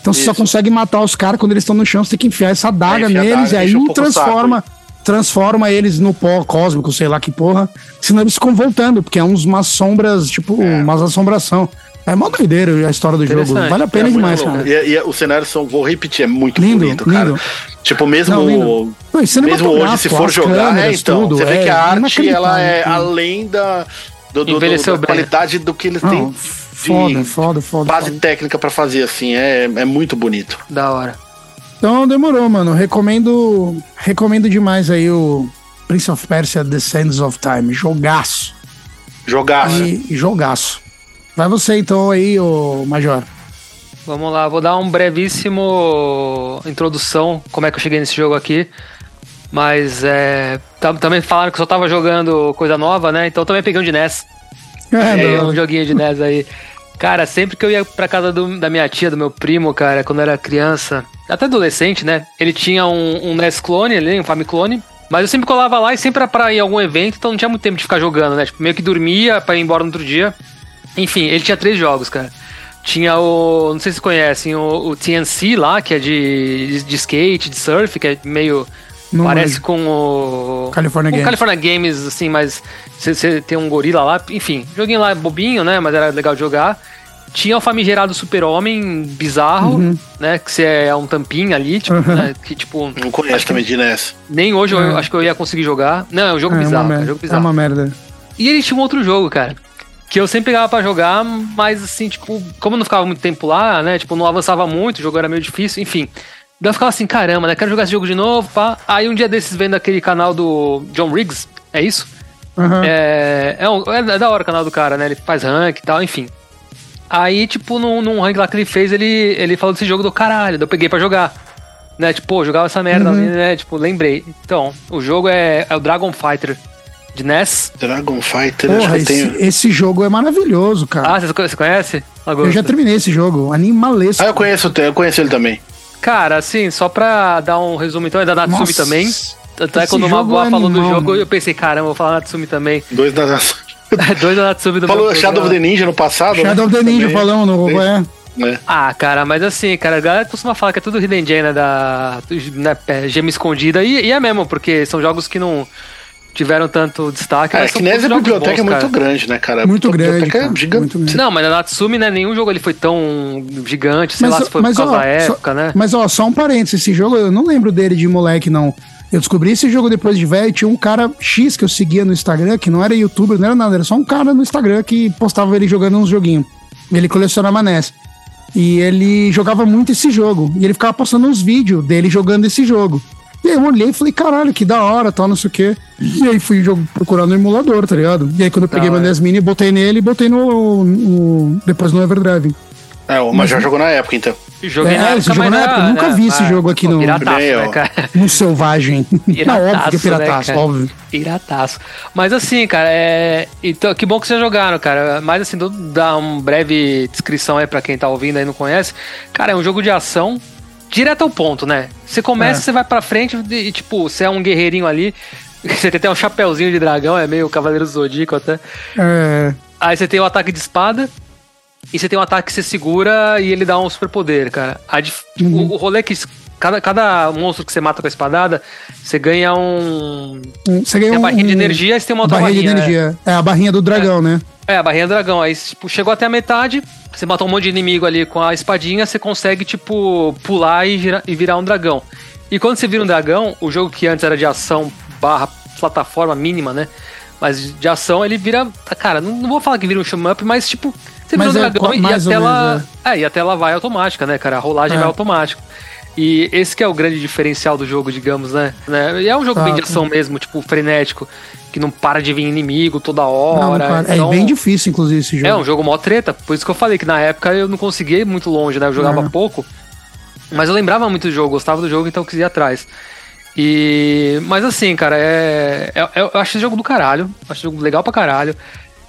S1: Então você só
S2: Isso.
S1: consegue matar os caras quando eles estão no chão, você tem que enfiar essa adaga
S2: É, enfia a
S1: neles
S2: adaga,
S1: e
S2: enche
S1: aí
S2: um pouco o saco,
S1: transforma, transforma eles no pó cósmico, sei lá que porra. Senão eles ficam voltando, porque é uns, umas sombras, tipo, umas assombração. É mó doideira a história do jogo.
S3: Interessante.
S1: Vale a pena
S2: É muito
S1: demais,
S2: louco.
S1: cara.
S2: E, e os cenários são, vou repetir, é muito
S1: Lindo,
S2: bonito, cara.
S1: lindo.
S2: Tipo, mesmo.
S1: Não, lindo. Não, e
S2: mesmo
S1: cinematográfico,
S2: hoje, se for
S1: as
S2: jogar,
S1: câmeras,
S2: é, então.
S1: tudo,
S2: você vê
S1: é
S2: que a arte, ela é
S1: inacreditável.
S2: além da. Do, do- do-
S3: Envelheceu
S2: da
S3: bem.
S2: qualidade do que eles
S1: Não,
S2: têm.
S1: foda, foda, foda,
S2: Base
S1: foda.
S2: técnica pra fazer, assim. É, é muito bonito.
S3: Da hora.
S1: Então demorou, mano. Recomendo, recomendo demais aí o Prince of Persia The Sands of Time. Jogaço.
S2: Jogaço.
S1: E e jogaço. Vai você então aí, ô Major.
S3: Vamos lá, vou dar um brevíssimo introdução, como é que eu cheguei nesse jogo aqui. Mas é, tam- também falaram que eu só tava jogando coisa nova, né? Então eu também peguei um de NES.
S1: (laughs) É,
S3: É,
S1: não.
S3: um joguinho de NES aí. Cara, sempre que eu ia pra casa do- da minha tia, do meu primo, cara, quando eu era criança, até adolescente, né? Ele tinha um, um NES clone ali, um Famiclone. Mas eu sempre colava lá e sempre era pra ir a algum evento, então não tinha muito tempo de ficar jogando, né? Tipo, meio que dormia pra ir embora no outro dia. Enfim, ele tinha três jogos, cara. Tinha o. Não sei se vocês conhecem, o, o TNC lá, que é de, de, de skate, de surf, que é meio.
S1: Não
S3: parece
S1: manjo.
S3: com o.
S2: um
S1: California
S3: com
S1: Games.
S3: o Um California Games, assim, mas você- você tem um gorila lá, enfim, joguinho lá bobinho, né? Mas era legal de jogar. Tinha o famigerado Super-Homem bizarro, né? Que você é um tampinha ali, tipo,
S1: Uhum.
S3: né, que tipo,
S2: Não conheço também de NES.
S3: nem hoje eu acho que eu ia conseguir jogar. Não, é um jogo
S1: É,
S3: bizarro,
S1: uma
S3: cara,
S1: merda.
S3: jogo bizarro.
S1: É uma merda.
S3: E ele tinha um outro jogo, cara. Que eu sempre pegava pra jogar, mas assim, tipo, como eu não ficava muito tempo lá, né? Tipo, não avançava muito, o jogo era meio difícil, enfim. Daí eu ficava assim, caramba, né? Quero jogar esse jogo de novo, pá. Aí um dia desses vendo aquele canal do John Riggs, é isso?
S1: Aham.
S3: É, é, um- é da hora o canal do cara, né? Ele faz rank e tal, enfim. Aí, tipo, num, num rank lá que ele fez, ele, ele falou desse jogo do caralho. Daí eu peguei pra jogar. Né? Tipo, pô, eu jogava essa merda
S1: Uhum.
S3: ali, né? Tipo, lembrei. Então, o jogo é, é o Dragon Fighter de NES.
S2: Dragon Fighter,
S1: Porra,
S2: acho que eu
S1: esse,
S2: tenho.
S1: esse jogo é maravilhoso, cara.
S3: Ah, você, você conhece? Lagosta?
S1: eu já terminei esse jogo. Animalesco.
S2: Ah, eu conheço, eu conheço ele também.
S3: Cara, assim, só pra dar um resumo então, é da Natsumi
S1: Nossa.
S3: também. Até
S1: Esse
S3: quando o
S1: jogo
S3: Magoa
S1: é
S3: falou do
S1: animal,
S3: jogo,
S1: mano.
S3: eu pensei, caramba, vou falar Natsumi também. (laughs) É
S2: Dois das.
S3: Dois da Natsumi do
S2: Falou
S3: meu
S2: Shadow of
S3: programa.
S2: the Ninja no passado. né?
S1: Shadow of the Ninja
S2: Também.
S1: falando no é.
S2: É.
S3: Ah, cara, mas assim, cara, a galera costuma falar que é tudo Hidden Gem, né, da né, é, gema escondida, e, e é mesmo, porque são jogos que não tiveram tanto destaque.
S2: É,
S3: mas
S2: que
S3: são
S2: nem essa
S3: todos jogos
S2: biblioteca é
S3: bons,
S2: muito
S3: cara.
S2: grande, né, cara?
S1: Muito
S2: A
S1: grande.
S2: biblioteca
S1: Cara,
S2: é gigante.
S1: muito grande.
S3: Não, mas a Natsumi, né, nenhum jogo ele foi tão gigante, sei lá se foi por causa
S1: ó,
S3: da época,
S1: só,
S3: né.
S1: Mas ó, só um parênteses, esse jogo eu não lembro dele de moleque, não. Eu descobri esse jogo depois de velho, tinha um cara X que eu seguia no Instagram, que não era youtuber, não era nada, era só um cara no Instagram que postava ele jogando uns joguinhos. Ele colecionava NES. E ele jogava muito esse jogo. E ele ficava postando uns vídeos dele jogando esse jogo. E aí eu olhei e falei, caralho, que da hora, tal, não sei o quê. E aí fui jogo, procurar no emulador, tá ligado? E aí quando eu peguei meu
S3: hora.
S1: NES Mini, botei nele e botei no, no- depois no Everdrive.
S2: É, o Major jogou na época, então.
S3: Joguei
S1: É, esse jogo na
S3: mas
S1: época, eu nunca vi esse jogo aqui
S3: pô,
S1: no-
S3: Pirataço,
S2: Nem
S3: né,
S2: eu.
S3: cara?
S1: Um selvagem.
S3: (laughs)
S1: não, óbvio que é
S3: Pirataço, né,
S1: pirataço,
S3: cara?
S1: óbvio.
S3: Pirataço. Mas assim, cara, é. Então, que bom que vocês jogaram, cara. Mas assim, dou- dá uma breve descrição aí pra quem tá ouvindo aí e não conhece. Cara, é um jogo de ação direto ao ponto, né? Você começa,
S1: É.
S3: você vai pra frente e, tipo, você é um guerreirinho ali. (laughs) Você tem até um chapéuzinho de dragão, é meio Cavaleiro do Zodíaco até.
S1: É,
S3: Aí você tem o ataque de espada. E você tem um ataque que você segura e ele dá um superpoder, cara. A dif- o, o rolê é que. Cada, cada monstro que você mata com a espadada, você ganha um.
S1: um- você ganha
S3: Tem a
S1: um-
S3: barrinha de energia e você tem uma outra
S1: barrinha de
S3: barrinha, né?
S1: energia. É a barrinha do dragão, né?
S3: É, a barrinha do dragão. Aí, tipo, chegou até a metade, você matou um monte de inimigo ali com a espadinha, você consegue, tipo, pular e, gira- e virar um dragão. E quando você vira um dragão, o jogo que antes era de ação barra plataforma mínima, né? Mas de ação ele vira. Cara, não, não vou falar que vira um shmup, mas tipo, você vira
S1: Mas
S3: um
S1: é
S3: dragão
S1: qua-
S3: e a
S1: mais ou
S3: tela.
S1: menos, né?
S3: É, e a tela vai automática, né, cara? A rolagem
S1: É.
S3: vai automática. E esse que é o grande diferencial do jogo, digamos, né? né? E é um jogo
S1: Tá.
S3: bem de ação mesmo, tipo, frenético, que não para de vir inimigo toda hora.
S1: Não, cara,
S3: Então-
S1: É bem difícil, inclusive, esse jogo.
S3: é um jogo mó treta, por isso que eu falei que na época eu não conseguia ir muito longe, né? Eu jogava
S1: É.
S3: pouco, mas eu lembrava muito do jogo, gostava do jogo, então eu quis ir atrás. E. Mas assim, cara, é. é- é- eu acho esse jogo do caralho. Acho esse jogo legal pra caralho.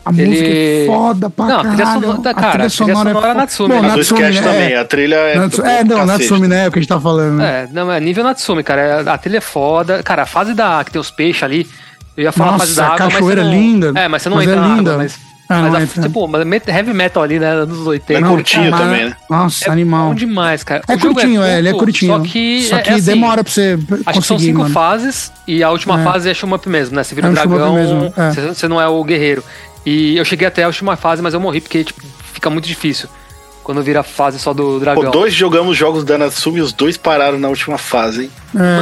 S1: a música é
S3: ele-
S1: foda pra
S3: Não, a
S1: caralho.
S3: trilha sonora- cara, a trilha sonora é
S1: fo-
S3: Natsumi,
S1: Bom,
S3: né?
S2: Mas o
S1: Natsumi,
S2: sketch
S1: é,
S2: também. A trilha é.
S1: Nats- É, não,
S2: Cacete.
S1: Natsumi, né? É o que a gente tá falando. né?
S3: um É, não, é nível Natsumi, cara. é- A trilha é foda. Cara, a fase da. que tem os peixes ali. Eu ia falar a fase
S1: Nossa,
S3: da
S1: a
S3: água, mas
S1: cachoeira
S3: você não-
S1: linda.
S3: É, mas você não
S1: Mas
S3: entra
S1: é
S3: na
S1: linda.
S3: água, mas.
S1: Ah, não
S3: mas a-
S1: entra.
S3: tipo, mas met- heavy metal ali, né? Anos 80.
S2: Não, curtinho
S1: mas- é
S2: também, né?
S1: Nossa,
S3: Bom
S1: animal.
S3: demais, cara.
S1: É
S3: É O jogo
S1: curtinho, é, ele é
S3: curto,
S1: curtinho.
S3: Só que, é- é assim,
S1: demora pra você p-
S3: Acho que são
S1: conseguir,
S3: cinco
S1: mano.
S3: fases e a última
S1: É.
S3: fase é shmup mesmo, né? Você vira
S1: É
S3: um
S1: um shmup
S3: dragão,
S1: mesmo, é.
S3: você, você não é o guerreiro. E eu cheguei até a última fase, mas eu morri porque tipo, fica muito difícil quando vira a fase só do
S2: Pô,
S3: dragão.
S2: dois jogamos jogos da Natsumi e os dois pararam na última fase, hein?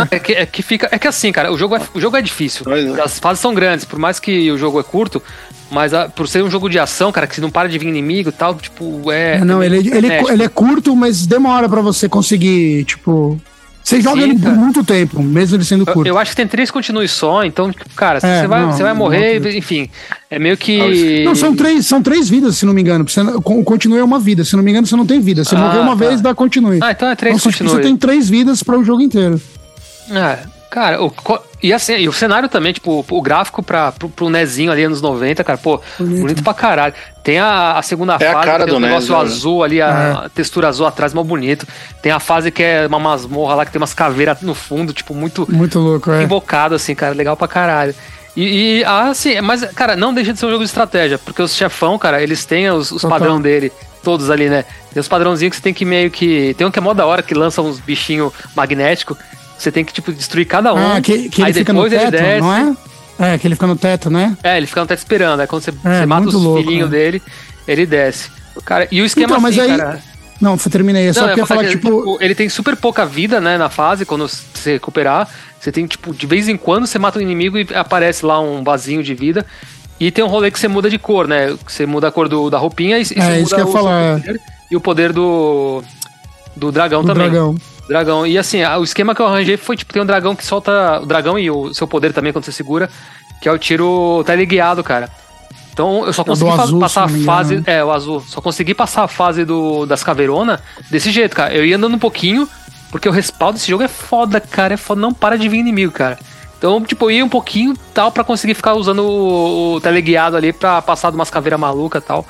S1: É.
S3: É que, é que fica, é que assim, cara, o jogo é, o jogo é difícil.
S2: Pois é.
S3: As fases são grandes, por mais que o jogo é curto, mas ah, por ser um jogo de ação, cara, que você não para de vir inimigo e tal, tipo, é.
S1: É, não,
S3: é
S1: ele,
S3: meio
S1: ele,
S3: frenético.
S1: ele é curto, mas demora pra você conseguir, tipo. Você joga ele por
S3: cara.
S1: muito tempo, mesmo ele sendo
S3: tá. Eu-
S1: curto.
S3: Eu acho que tem três continues só, então, tipo, cara,
S1: É,
S3: você, vai,
S1: não,
S3: você vai
S1: não
S3: morrer,
S1: acredito.
S3: enfim. É meio
S2: Ah,
S3: que.
S2: isso-
S1: Não, são três, são três vidas, se não me engano. Você, não- con- continue é uma vida. Se não me engano, você não tem vida. Você
S3: Ah,
S1: morreu uma
S3: tá.
S1: vez, dá continue.
S3: Ah, então é três
S1: Então, você-
S3: continues.
S1: Você tem três vidas para o jogo inteiro.
S3: É, cara, o, co- E, assim, e o cenário também, tipo, o gráfico pra, pro, pro Nezinho ali anos 90, cara, pô, bonito, bonito pra caralho. Tem a, a
S2: É
S3: segunda
S2: a
S3: fase,
S2: cara
S3: tem
S2: do
S3: o negócio
S2: Nez, né?
S3: azul ali,
S1: É.
S3: a, a textura azul atrás, mal bonito. Tem a fase que é uma masmorra lá, que tem umas caveiras no fundo, tipo, muito
S1: Muito louco, é.
S3: invocado, assim, cara, legal pra caralho. E, e, ah, assim, mas, cara, não deixa de ser um jogo de estratégia, porque os chefão, cara, eles têm os, os
S1: Total.
S3: padrão dele, todos ali, né? Tem os padrãozinhos que você tem que meio que. Tem um que é mó da hora, que lança uns bichinhos magnéticos, você tem que, tipo, destruir cada um.
S1: Ah, que, que
S3: aí
S1: ele fica no
S3: depois ele
S1: teto,
S3: desce.
S1: não é? É, que ele fica no teto, né?
S3: É, ele fica no teto esperando, aí quando você, você mata
S1: É, muito
S3: os
S1: louco,
S3: filhinhos
S1: né?
S3: dele, ele desce. Cara, e o esquema
S1: Então, mas
S3: assim,
S1: aí-
S3: cara.
S1: Não, eu terminei. Eu só
S3: Não, eu
S1: queria
S3: ia falar
S1: falar,
S3: que,
S1: tipo,
S3: tipo, ele tem super pouca vida, né, na fase, quando você recuperar. Você tem, tipo, de vez em quando você mata um inimigo e aparece lá um vasinho de vida. E tem um rolê que você muda de cor, né? que Você muda a cor do- da roupinha e, e você
S1: É,
S3: muda
S1: isso que eu ia
S3: o,
S1: falar. é.
S3: seu poder e o poder do. Do dragão
S1: o
S3: também.
S1: dragão.
S3: Dragão. E assim, a- o esquema que eu arranjei foi, tipo, tem um dragão que solta. O dragão e o seu poder também quando você segura, que é o tiro teleguiado, cara. Então eu só consegui fa-
S1: azul,
S3: passar a
S1: se não me
S3: fase.
S1: engano,
S3: É, o azul. Só consegui passar a fase do, das caveirona desse jeito, cara. Eu ia andando um pouquinho, porque o respaldo desse jogo é foda, cara. É foda, não para de vir inimigo, cara. Então, tipo, eu ia um pouquinho tal pra conseguir ficar usando o, o teleguiado ali pra passar de umas caveiras malucas e tal.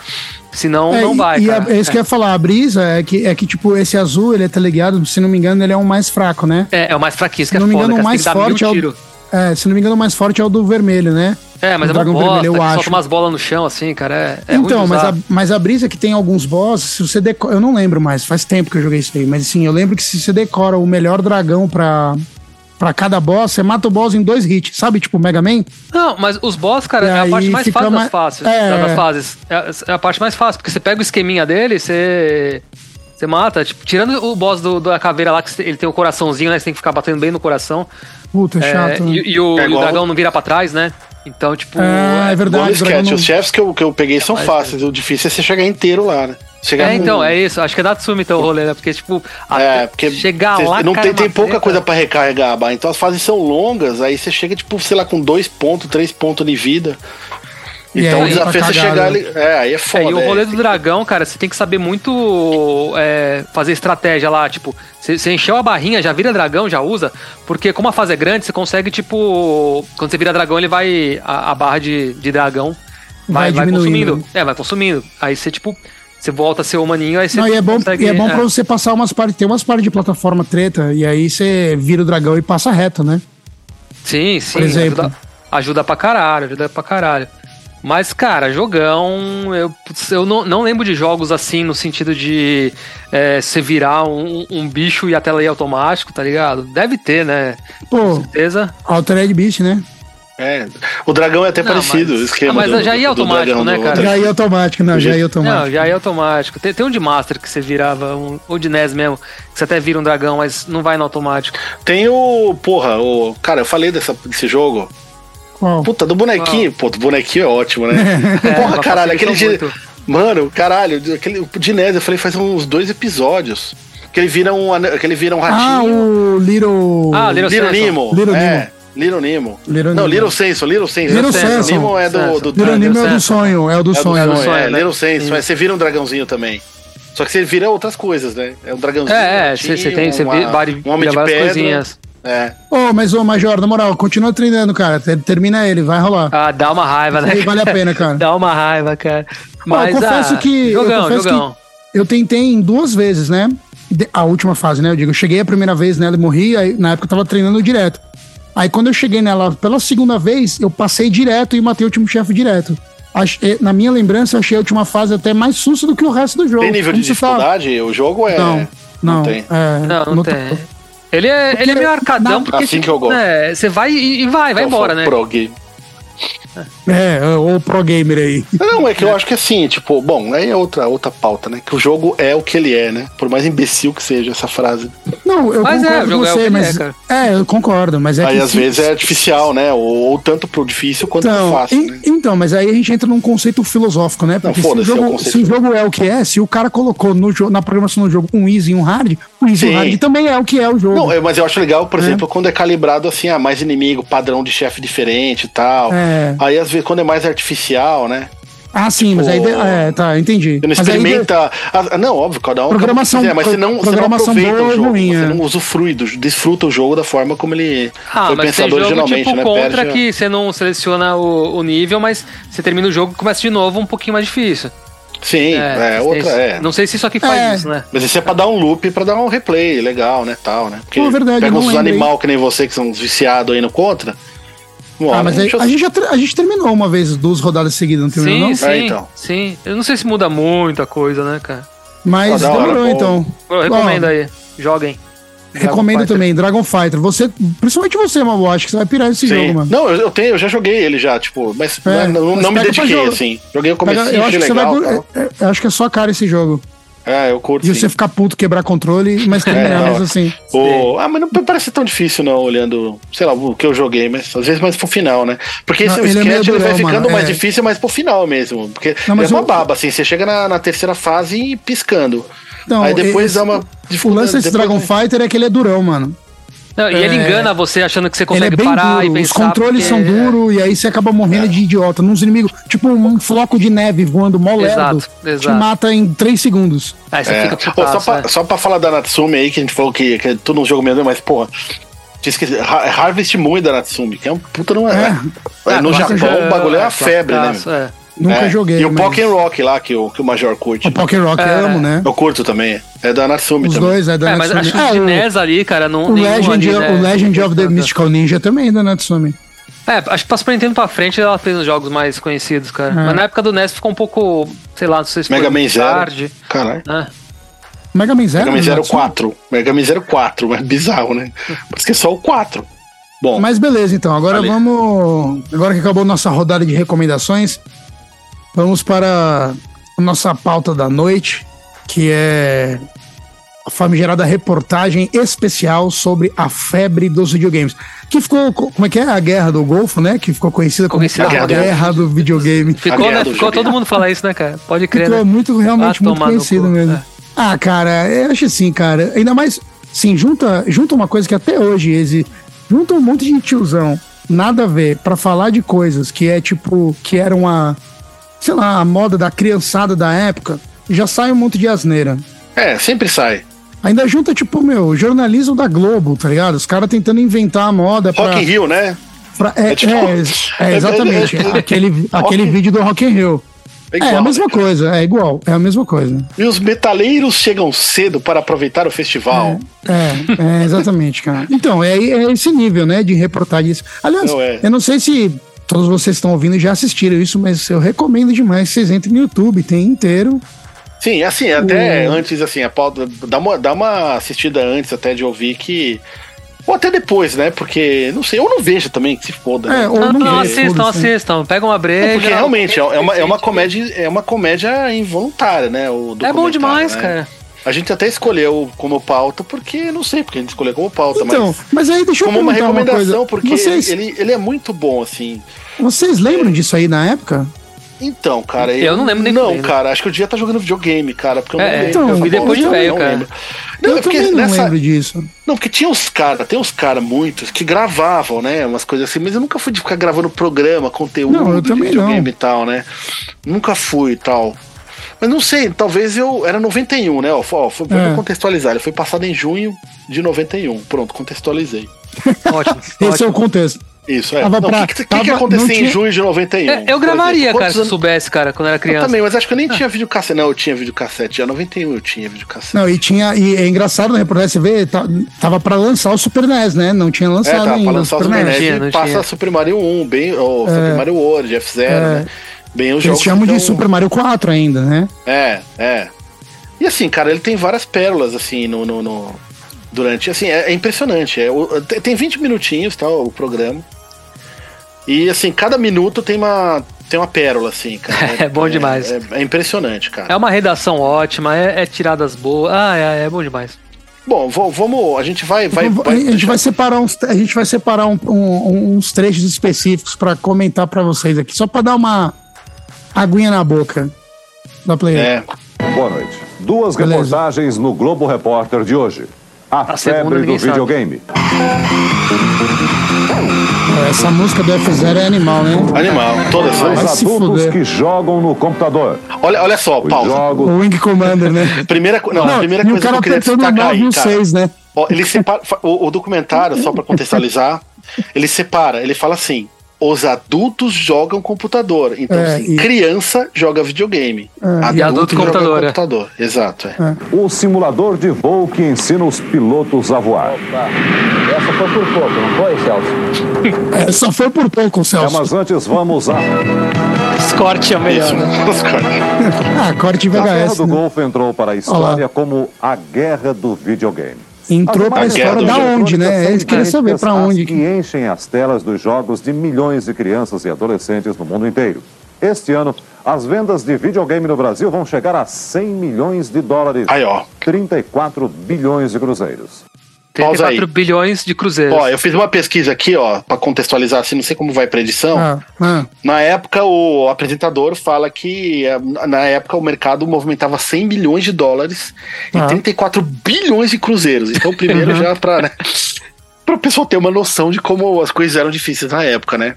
S3: Senão
S1: É,
S3: não
S1: e-
S3: vai.
S1: e
S3: cara.
S1: é, é isso que eu ia falar, a brisa é que, é que, tipo, esse azul, ele é teleguiado, se não me engano, ele é o mais fraco, né?
S3: É, é o mais fraquinho, isso que
S1: Se não
S3: é
S1: me
S3: foda,
S1: engano,
S3: cara.
S1: o mais
S3: Você tem que dar mil
S1: forte é o-
S3: tiro.
S1: É, se não me engano, o mais forte é o do vermelho, né?
S3: É, mas
S1: O
S3: é uma
S1: dragão
S3: bosta,
S1: vermelho, eu
S3: que
S1: acho.
S3: solta umas bolas no chão, assim, cara. É, é ruim
S1: então,
S3: de
S1: mas
S3: usar.
S1: a, mas a brisa é que tem alguns bosses, se você decora. Eu não lembro mais, faz tempo que eu joguei isso aí, mas assim, eu lembro que se você decora o melhor dragão pra, pra cada boss, você mata o boss em dois hits, sabe? Tipo Mega Man?
S3: Não, mas os boss, cara,
S1: E
S3: é a
S1: aí
S3: parte mais
S1: fica
S3: fácil
S1: mais-
S3: das fases.
S1: É.
S3: da- Das fases. É, é a parte mais fácil, porque você pega o esqueminha dele, você. Você mata, tipo, tirando o boss do- da caveira lá, que você- ele tem o coraçãozinho, né? Você tem que ficar batendo bem no coração.
S1: Puta, é
S3: É,
S1: chato. né?
S3: e, e o,
S2: É
S3: e o
S2: igual-
S3: dragão não vira pra trás, né? Então, tipo.
S1: Ah, é
S2: Igual
S1: verdade.
S2: no
S1: o dragão
S2: sketch,
S1: não-
S2: os chefes que eu, que eu peguei são
S3: mas-
S2: fáceis, o difícil é você chegar inteiro lá, né? Chegar
S3: É,
S2: num-
S3: então, é isso. Acho que é Natsumi então o rolê, né? Porque, tipo,
S2: É,
S3: até
S2: porque
S3: chegar
S2: cê-
S3: lá.
S2: não
S3: cara, é
S2: tem, tem
S3: uma
S2: pouca
S3: treta.
S2: coisa pra recarregar, bah. então as fases são longas, aí você chega, tipo, sei lá, com dois pontos, três pontos de vida.
S3: assim.
S1: E
S2: Então
S1: aí,
S2: o desafio é
S1: tá
S2: você
S1: cagado.
S2: chegar ali. É, aí é
S3: É,
S2: foda.
S3: e o
S2: é.
S3: rolê do dragão, cara, você tem que saber muito é, fazer estratégia lá. Tipo, você você encheu a barrinha, já vira dragão, já usa. Porque como a fase é grande, você consegue, tipo. Quando você vira dragão, ele vai. A, a barra de, de dragão
S1: Vai
S3: vai, vai
S1: diminuindo,
S3: consumindo.
S1: né?
S3: É, vai consumindo. Aí você, tipo. Você volta a ser humaninho, aí você.
S1: Não, e é bom,
S3: consegue-
S1: e é bom pra você passar umas partes. Tem umas partes de plataforma treta, e aí você vira o dragão e passa reto, né?
S3: Sim, sim.
S1: exemplo.
S3: Ajuda, ajuda pra caralho, ajuda pra caralho. Mas, cara, jogão. Eu, putz, eu não, não lembro de jogos assim no sentido de é, você virar um, um bicho e a tela ir automático, tá ligado? Deve ter, né?
S1: Pô,
S3: Com certeza.
S1: Altered Beast, né?
S2: É, o dragão é até
S3: Não,
S2: parecido,
S3: mas-
S2: o esquema.
S3: Ah, mas
S2: do-
S3: já ia
S2: do- do
S3: automático,
S2: dragão
S3: né,
S2: do-
S3: cara?
S1: Já ia automático, não, já ia
S3: Não,
S1: automático.
S3: já é automático. Tem, tem um de Master que você virava, um, ou de NES mesmo, que você até vira um dragão, mas não vai no automático.
S2: Tem o. Porra, o. Cara, eu falei dessa- desse jogo.
S1: Qual?
S2: Puta, do bonequinho. Pô, do bonequinho é
S1: (laughs)
S2: ótimo, né?
S3: É,
S2: porra,
S3: Ah. mas
S2: caralho,
S3: facilitou
S2: aquele de.
S3: muito.
S2: Mano, caralho, aquele o de NES, eu falei faz uns dois episódios. Que ele vira um, ane- que ele vira um
S1: Ah,
S2: ratinho.
S1: o Little.
S3: Ah, Little
S2: Little
S3: Samson.
S2: Nemo.
S1: Little
S2: é, Little Nemo.
S1: Little
S2: Não,
S1: Nemo.
S2: Little Senso, Little Senso.
S1: Little
S2: Little
S1: Samson.
S2: Nemo é do.
S3: Samson.
S2: do
S1: Little
S3: Ah,
S1: Nemo é o
S3: Little
S1: do
S3: Samson.
S1: sonho, é o do
S2: É do
S1: sonho.
S2: sonho,
S3: do sonho,
S2: é,
S3: né?
S2: Little Senso,
S3: Sim.
S2: mas você vira um dragãozinho também. Só que você vira outras coisas, né? É um dragãozinho.
S3: É, é,
S2: um
S3: você você
S2: ratinho,
S3: tem, você
S2: uma-
S3: vê vari-
S2: um homem
S3: vira
S2: de
S3: várias
S2: pedra.
S3: coisinhas.
S2: É.
S1: Ô, mas ô, Major, na moral, continua treinando, cara. Ter- Termina ele, vai rolar.
S3: Ah, dá uma raiva, né?
S1: Aí vale a pena, cara.
S3: (laughs) Dá uma raiva, cara.
S1: Ó,
S3: Mas,
S1: eu confesso
S3: ah,
S1: que.
S3: Jogão,
S1: eu confesso
S3: jogão.
S1: que eu tentei em duas vezes, né? De- A última fase, né? Eu digo, eu cheguei a primeira vez nela e morri, aí na época eu tava treinando direto. Aí quando eu cheguei nela pela segunda vez, eu passei direto e matei o último chefe direto. Ach- eh, Na minha lembrança, eu achei a última fase até mais sussa do que o resto do jogo.
S2: Tem nível de
S1: Como se fala-
S2: dificuldade? O jogo é.
S1: Não, não.
S2: tem.
S1: é,
S3: Não, não,
S1: não
S3: tem.
S1: tá-
S3: Ele é, ele é meio arcadão,
S1: na-
S3: porque.
S2: Assim que eu gosto.
S3: né, Você vai e e vai, vai
S2: É o
S3: embora, né?
S2: Prog.
S1: É, ou pro gamer aí.
S2: Não, é que eu acho que assim, tipo, bom, aí é outra, outra pauta, né? Que o jogo é o que ele é, né? Por mais imbecil que seja essa frase.
S1: Não, eu
S3: Mas é, o
S1: concordo
S3: jogo
S1: com
S3: é o
S1: você,
S3: que ele é,
S1: mas.
S3: cara.
S1: É, eu concordo, mas é
S2: aí
S1: que.
S2: às
S1: se-
S2: vezes é artificial, né? Ou, ou tanto pro difícil quanto
S1: Então,
S2: pro fácil,
S1: en-
S2: né?
S1: então, mas aí a gente entra num conceito filosófico, né? Porque se, o
S2: foda-se, é o
S1: jogo,
S2: conceito.
S1: se o jogo é o que é, se o cara colocou no jo- na programação do jogo um easy e um hard, o easy e o
S2: Sim.
S1: hard também é o que é o jogo.
S2: Não, é, mas eu acho legal, por exemplo, quando é calibrado assim, ah, mais inimigo, padrão de chefe diferente e tal.
S1: É.
S2: Aí às vezes quando é mais artificial, né?
S1: Ah, sim, mas aí. de- É, tá, entendi.
S2: Você não
S1: mas aí de- tá,
S2: experimenta. Ah, não, óbvio, cada um.
S1: Programação-
S2: é, mas você não, você não
S1: programação
S2: aproveita
S1: boa
S2: o
S1: é
S2: jogo.
S1: ruim,
S2: você
S1: é.
S2: não usufrui, do, desfruta o jogo da forma como ele
S3: Ah,
S2: foi
S3: mas tem
S2: pensado
S3: jogo
S2: originalmente,
S3: tipo
S2: né?
S3: contra
S2: Perde-
S3: que você não seleciona o, o nível, mas você termina o jogo e começa de novo um pouquinho mais difícil.
S2: Sim, é, outra
S3: esse-
S2: é.
S3: Não sei se isso aqui faz
S1: É.
S3: isso, né?
S2: Mas isso é pra dar um loop, pra dar um replay legal, né? Tal, né? Porque
S1: Pô, verdade,
S2: pega
S1: não
S2: uns
S1: lembro,
S2: animal que nem você, que são uns viciados aí no contra. Bom,
S1: Ah, mas aí-
S2: deixa eu-
S1: a gente já ter- a gente terminou uma vez duas rodadas seguidas, não terminou,
S3: Sim,
S1: não?
S3: sim,
S2: É, então.
S3: sim. Eu não sei se muda muita coisa, né, cara?
S1: Mas
S2: Ah, da hora,
S1: demorou,
S2: bom.
S1: então.
S3: Eu recomendo aí. Joguem.
S1: Recomendo
S3: Dragon
S1: também, Dragon Fighter. Você, principalmente você, Mabu, acho que você vai pirar esse
S2: Sim.
S1: jogo, mano.
S2: Não, eu, eu tenho, eu já joguei ele já, tipo, mas
S1: É,
S2: não, não-
S1: mas
S2: não me
S1: pega pra
S2: dediquei,
S1: jogo.
S2: assim. Joguei o
S1: Pega-
S2: comecinho,
S1: eu acho
S2: achei
S1: que você vai.
S2: legal.
S1: dur-
S2: tal.
S1: é- é- Eu acho que é só a cara esse jogo.
S2: É, eu
S1: E
S2: curto. sim.
S1: você ficar puto, quebrar controle, mas
S2: É,
S1: terminar
S2: não.
S1: mesmo assim.
S2: O- Ah, mas não parece tão difícil, não, olhando, sei lá, o que eu joguei, mas às vezes mais pro final, né? Porque
S1: Não,
S2: esse
S1: ele é
S2: sketch
S1: meio
S2: ele vai
S1: durão,
S2: ficando
S1: mano,
S2: mais
S1: é.
S2: difícil, mas pro final mesmo. Porque
S1: Não, mas
S2: é uma
S1: o-
S2: baba, assim, você chega na, na terceira fase e piscando.
S1: Não,
S2: Aí depois
S1: Então, esse-
S2: dá uma
S1: O lance desse
S2: depois-
S1: Dragon Fighter é que ele é durão, mano.
S3: Não, e
S1: É.
S3: ele engana você achando que você
S1: Ele é
S3: consegue
S1: bem
S3: parar e
S1: duro, os
S3: pensar.
S1: controles
S3: porque- é.
S1: são duros e aí você acaba morrendo de idiota. Nos inimigos, tipo um floco de neve voando mó
S3: Exato,
S1: lerdo, te
S3: exato.
S1: mata em 3 segundos.
S3: Aí você
S2: É.
S3: Ah, fica
S2: Ô,
S3: putaço,
S2: só, pra,
S3: né?
S2: só pra falar da Natsumi aí, que a gente falou que, que é tudo um jogo mesmo, mas porra. tinha esquecido, Har- Harvest Moon da Natsumi, que é um puta não é.
S3: Ah,
S2: no
S3: classicaço,
S2: Japão o bagulho é
S3: é,
S2: uma febre, né?
S3: classicaço, é.
S2: meu?
S1: Nunca
S2: É.
S1: joguei.
S2: E o
S1: mas-
S2: Pokémon Rock lá, que o, que o Major curte.
S1: O Poker Rock
S3: É.
S1: eu amo, né?
S2: Eu curto também. É da Natsumi
S1: Os
S2: também.
S1: dois, é da
S3: É, mas
S1: Natsumi.
S3: acho que
S1: Ah,
S3: os de
S1: o-
S3: NES ali, cara, não.
S1: o
S3: nenhum
S1: Legend,
S3: ali, né,
S1: o Legend of the
S3: tanta-
S1: Mystical Ninja também é da Natsumi.
S3: É, acho que pra Super Nintendo pra frente ela fez uns jogos mais conhecidos, cara.
S1: É.
S3: Mas na época do NES ficou um pouco, sei lá, não sei se
S2: Mega Man
S3: muito
S2: Zero.
S3: tarde.
S2: Caralho.
S3: né?
S1: Mega Man Zero?
S2: Mega Man
S1: da
S2: Zero
S1: É, Natsumi?
S2: 4. Mega Man Zero 4. É bizarro, né? Parece que é só o 4. Bom,
S1: Mas beleza, então. Agora
S2: Valeu.
S1: vamos. Agora que acabou nossa rodada de recomendações, vamos para a nossa pauta da noite, que é a famigerada reportagem especial sobre a febre dos videogames. Que ficou. co- Como é que é? A guerra do Golfo, né? Que ficou conhecida como
S3: Conhecida
S1: a
S2: como
S1: guerra,
S2: a guerra
S1: do videogame.
S3: Ficou, né?
S2: Aliado,
S3: Ficou
S2: joguei.
S3: todo mundo falar isso, né, cara? Pode crer,
S1: Ficou
S3: né?
S1: é muito, realmente muito
S3: Ah, tomar no
S1: conhecido
S3: cu,
S1: mesmo.
S3: é.
S1: Ah, cara, eu acho assim, cara. Ainda mais, sim, junta, junta uma coisa que até hoje existe. Junta um monte de tiozão, nada a ver, pra falar de coisas que é tipo, que era uma, sei lá, a moda da criançada da época, já sai um monte de asneira.
S2: é, sempre sai.
S1: Ainda junta, tipo, meu, jornalismo da Globo, tá ligado? Os caras tentando inventar a moda pra.
S2: Rock in Rio, né?
S1: pra- é,
S2: É tipo-
S1: é, é, exatamente.
S2: é- é-
S1: aquele aquele
S2: Rock-
S1: vídeo do Rock in Rio. é a
S2: igual,
S1: mesma
S2: né?
S1: coisa, é igual, é a mesma coisa.
S2: E os metaleiros chegam cedo para aproveitar o festival.
S1: É, é, exatamente, cara. Então, é, é esse nível, né, de reportagem. isso. Aliás,
S2: Não é.
S1: eu não sei se todos vocês que estão ouvindo já assistiram isso, mas eu recomendo demais que vocês entrem no YouTube, tem inteiro.
S2: Sim, assim, até
S1: O-
S2: antes, assim, a pauta, dá, uma, dá uma assistida antes até de ouvir que. Ou até depois, né? Porque, não sei, eu não vejo também, que se foda.
S1: É,
S2: né?
S1: ou
S3: Não,
S1: não,
S3: não,
S1: vê,
S3: assistam,
S1: foda-se.
S3: assistam. Pega uma breja.
S2: Porque realmente é uma, é uma comédia é uma comédia involuntária, né? O
S3: É bom
S2: documentário,
S3: demais,
S2: né?
S3: cara.
S2: A gente até escolheu como pauta, porque não sei porque a gente escolheu como pauta,
S1: Então, mas
S2: mas
S1: aí deixa eu
S2: como uma
S1: perguntar uma
S2: recomendação,
S1: coisa.
S2: porque
S1: vocês,
S2: ele, ele é muito bom, assim.
S1: vocês lembram disso aí na época?
S2: Então, cara,
S3: Eu não lembro nem
S2: Não,
S3: fudendo.
S2: cara, acho que eu devia estar jogando videogame, cara, porque eu não
S3: É,
S2: lembro.
S1: então,
S2: dessa
S1: e depois
S2: porra,
S1: de
S2: eu
S3: velho,
S2: não
S3: cara.
S2: lembro. Não,
S1: Eu
S2: é porque
S1: também não
S2: nessa-
S1: lembro disso.
S2: Não, porque tinha uns caras, tem uns caras muitos que gravavam, né? Umas coisas assim, mas eu nunca fui de ficar gravando programa, conteúdo,
S1: Não, eu também não.
S2: e tal, né? Nunca fui e tal. Mas não sei, talvez eu. Era 91, né? Ó, ó, foi,
S1: É.
S2: Vou contextualizar. Ele foi passado em junho de 91. Pronto, contextualizei. (laughs)
S3: Ótimo.
S1: Esse é
S2: um
S3: ótimo.
S1: o contexto.
S2: Isso, é.
S1: Tava
S2: Não, O
S1: Ah, pra-
S2: que, que,
S1: tava-
S2: que aconteceu
S1: não tinha-
S2: em junho de 91?
S3: É, Eu
S2: Por
S3: gravaria,
S2: exemplo,
S3: cara,
S2: quantos
S3: se eu
S2: anos-
S3: soubesse, cara, quando eu era
S2: Eu
S3: criança.
S2: também, mas acho que eu nem tinha videocassete. Não, eu tinha videocassete. Já 91 eu tinha videocassete.
S1: Não, e tinha. E é engraçado na reportagem, você vê, tá- tava pra lançar o Super NES, né? Não tinha
S2: É,
S1: lançado
S2: tá,
S1: ainda.
S2: pra lançar os
S3: NES.
S2: Super
S3: Não tinha, não
S2: NES, passa
S3: tinha.
S2: Super Mario 1, bem, ou Super Mario World, F-Zero, né? Bem
S1: É. Eles
S2: os jogos.
S1: chamam
S2: que
S1: de
S2: são-
S1: Super Mario 4 ainda, né?
S2: É, é. E assim, cara, ele tem várias pérolas, assim, no. no- no- durante. Assim, é, é impressionante. É, o- tem- tem 20 minutinhos, tá? O programa. E assim, cada minuto tem uma. Tem uma pérola, assim,
S1: (laughs)
S2: cara.
S3: É bom demais.
S2: É, é impressionante,
S1: um
S2: cara.
S3: É uma redação ótima, é, é tiradas boas. Ah, é, é bom demais.
S2: Bom, vo- vamos. A gente vai. vai,
S1: Então,
S2: vai
S1: a gente vai separar uns, a gente vai separar um- um- uns trechos específicos pra comentar pra vocês aqui, só pra dar uma aguinha na boca da player.
S2: É.
S4: Boa noite. Duas
S1: Beleza.
S4: reportagens no Globo Repórter de hoje.
S3: segunda
S4: A, febre do
S3: ninguém sabe.
S4: videogame.
S2: É,
S1: Essa música do F0 é animal, né?
S2: Animal, todas
S1: Vai
S4: Os
S2: elas.
S1: se
S4: adultos
S1: fuder.
S4: que jogam no computador.
S2: Olha, olha só,
S4: Os
S2: pausa.
S1: O
S4: jogos.
S1: Wing Commander, né?
S2: Primeira, co- não, a primeira
S1: e o
S2: coisa que
S1: cara
S2: eu queria
S1: apertando o
S2: destacar
S1: 9 e
S2: aí,
S1: o
S2: cara.
S1: 6, né?
S2: Ó, ele separa, fa- o, o documentário, só
S1: (laughs)
S2: pra contextualizar, ele separa, ele fala assim: os adultos jogam computador. Então,
S1: É,
S2: assim,
S1: e-
S2: criança joga videogame.
S3: e adulto
S2: joga
S3: computador, é.
S2: computador. Exato. é.
S4: O simulador de voo que ensina os pilotos a voar. Essa foi por pouco, não foi, Celso?
S1: É, só foi por pouco,
S4: É,
S1: Celso.
S4: mas antes vamos à
S3: Escorte é o melhor.
S2: Isso.
S3: né?
S2: (laughs)
S1: Ah, corte
S2: Tá
S4: A Guerra
S1: VHS.
S4: do
S1: né?
S4: Golfo entrou para a história como a Guerra do Videogame.
S1: Entrou
S4: As
S1: pra
S4: imagens
S1: história
S2: do
S1: da
S4: eletrônicas
S1: onde, né?
S4: são
S1: Eles queriam saber
S4: idênticas
S1: pra
S4: às
S1: onde.
S4: Que enchem as telas dos jogos de milhões de crianças e adolescentes no mundo inteiro. Este ano, as vendas de videogame no Brasil vão chegar a 100 milhões de dólares.
S2: Aí, ó.
S4: 34 bilhões de cruzeiros.
S2: Pausa aí.
S3: 34 bilhões de cruzeiros.
S2: Ó, eu fiz uma pesquisa aqui, ó, pra contextualizar, assim, não sei como vai pra edição.
S1: Ah, ah.
S2: Na época, o apresentador fala que eh, na época o mercado movimentava 100 milhões de dólares
S1: Ah. Uhum.
S2: e 34 bilhões de cruzeiros.
S1: (laughs)
S2: Então, primeiro já para né, o pessoal ter uma noção de como as coisas eram difíceis na época, né?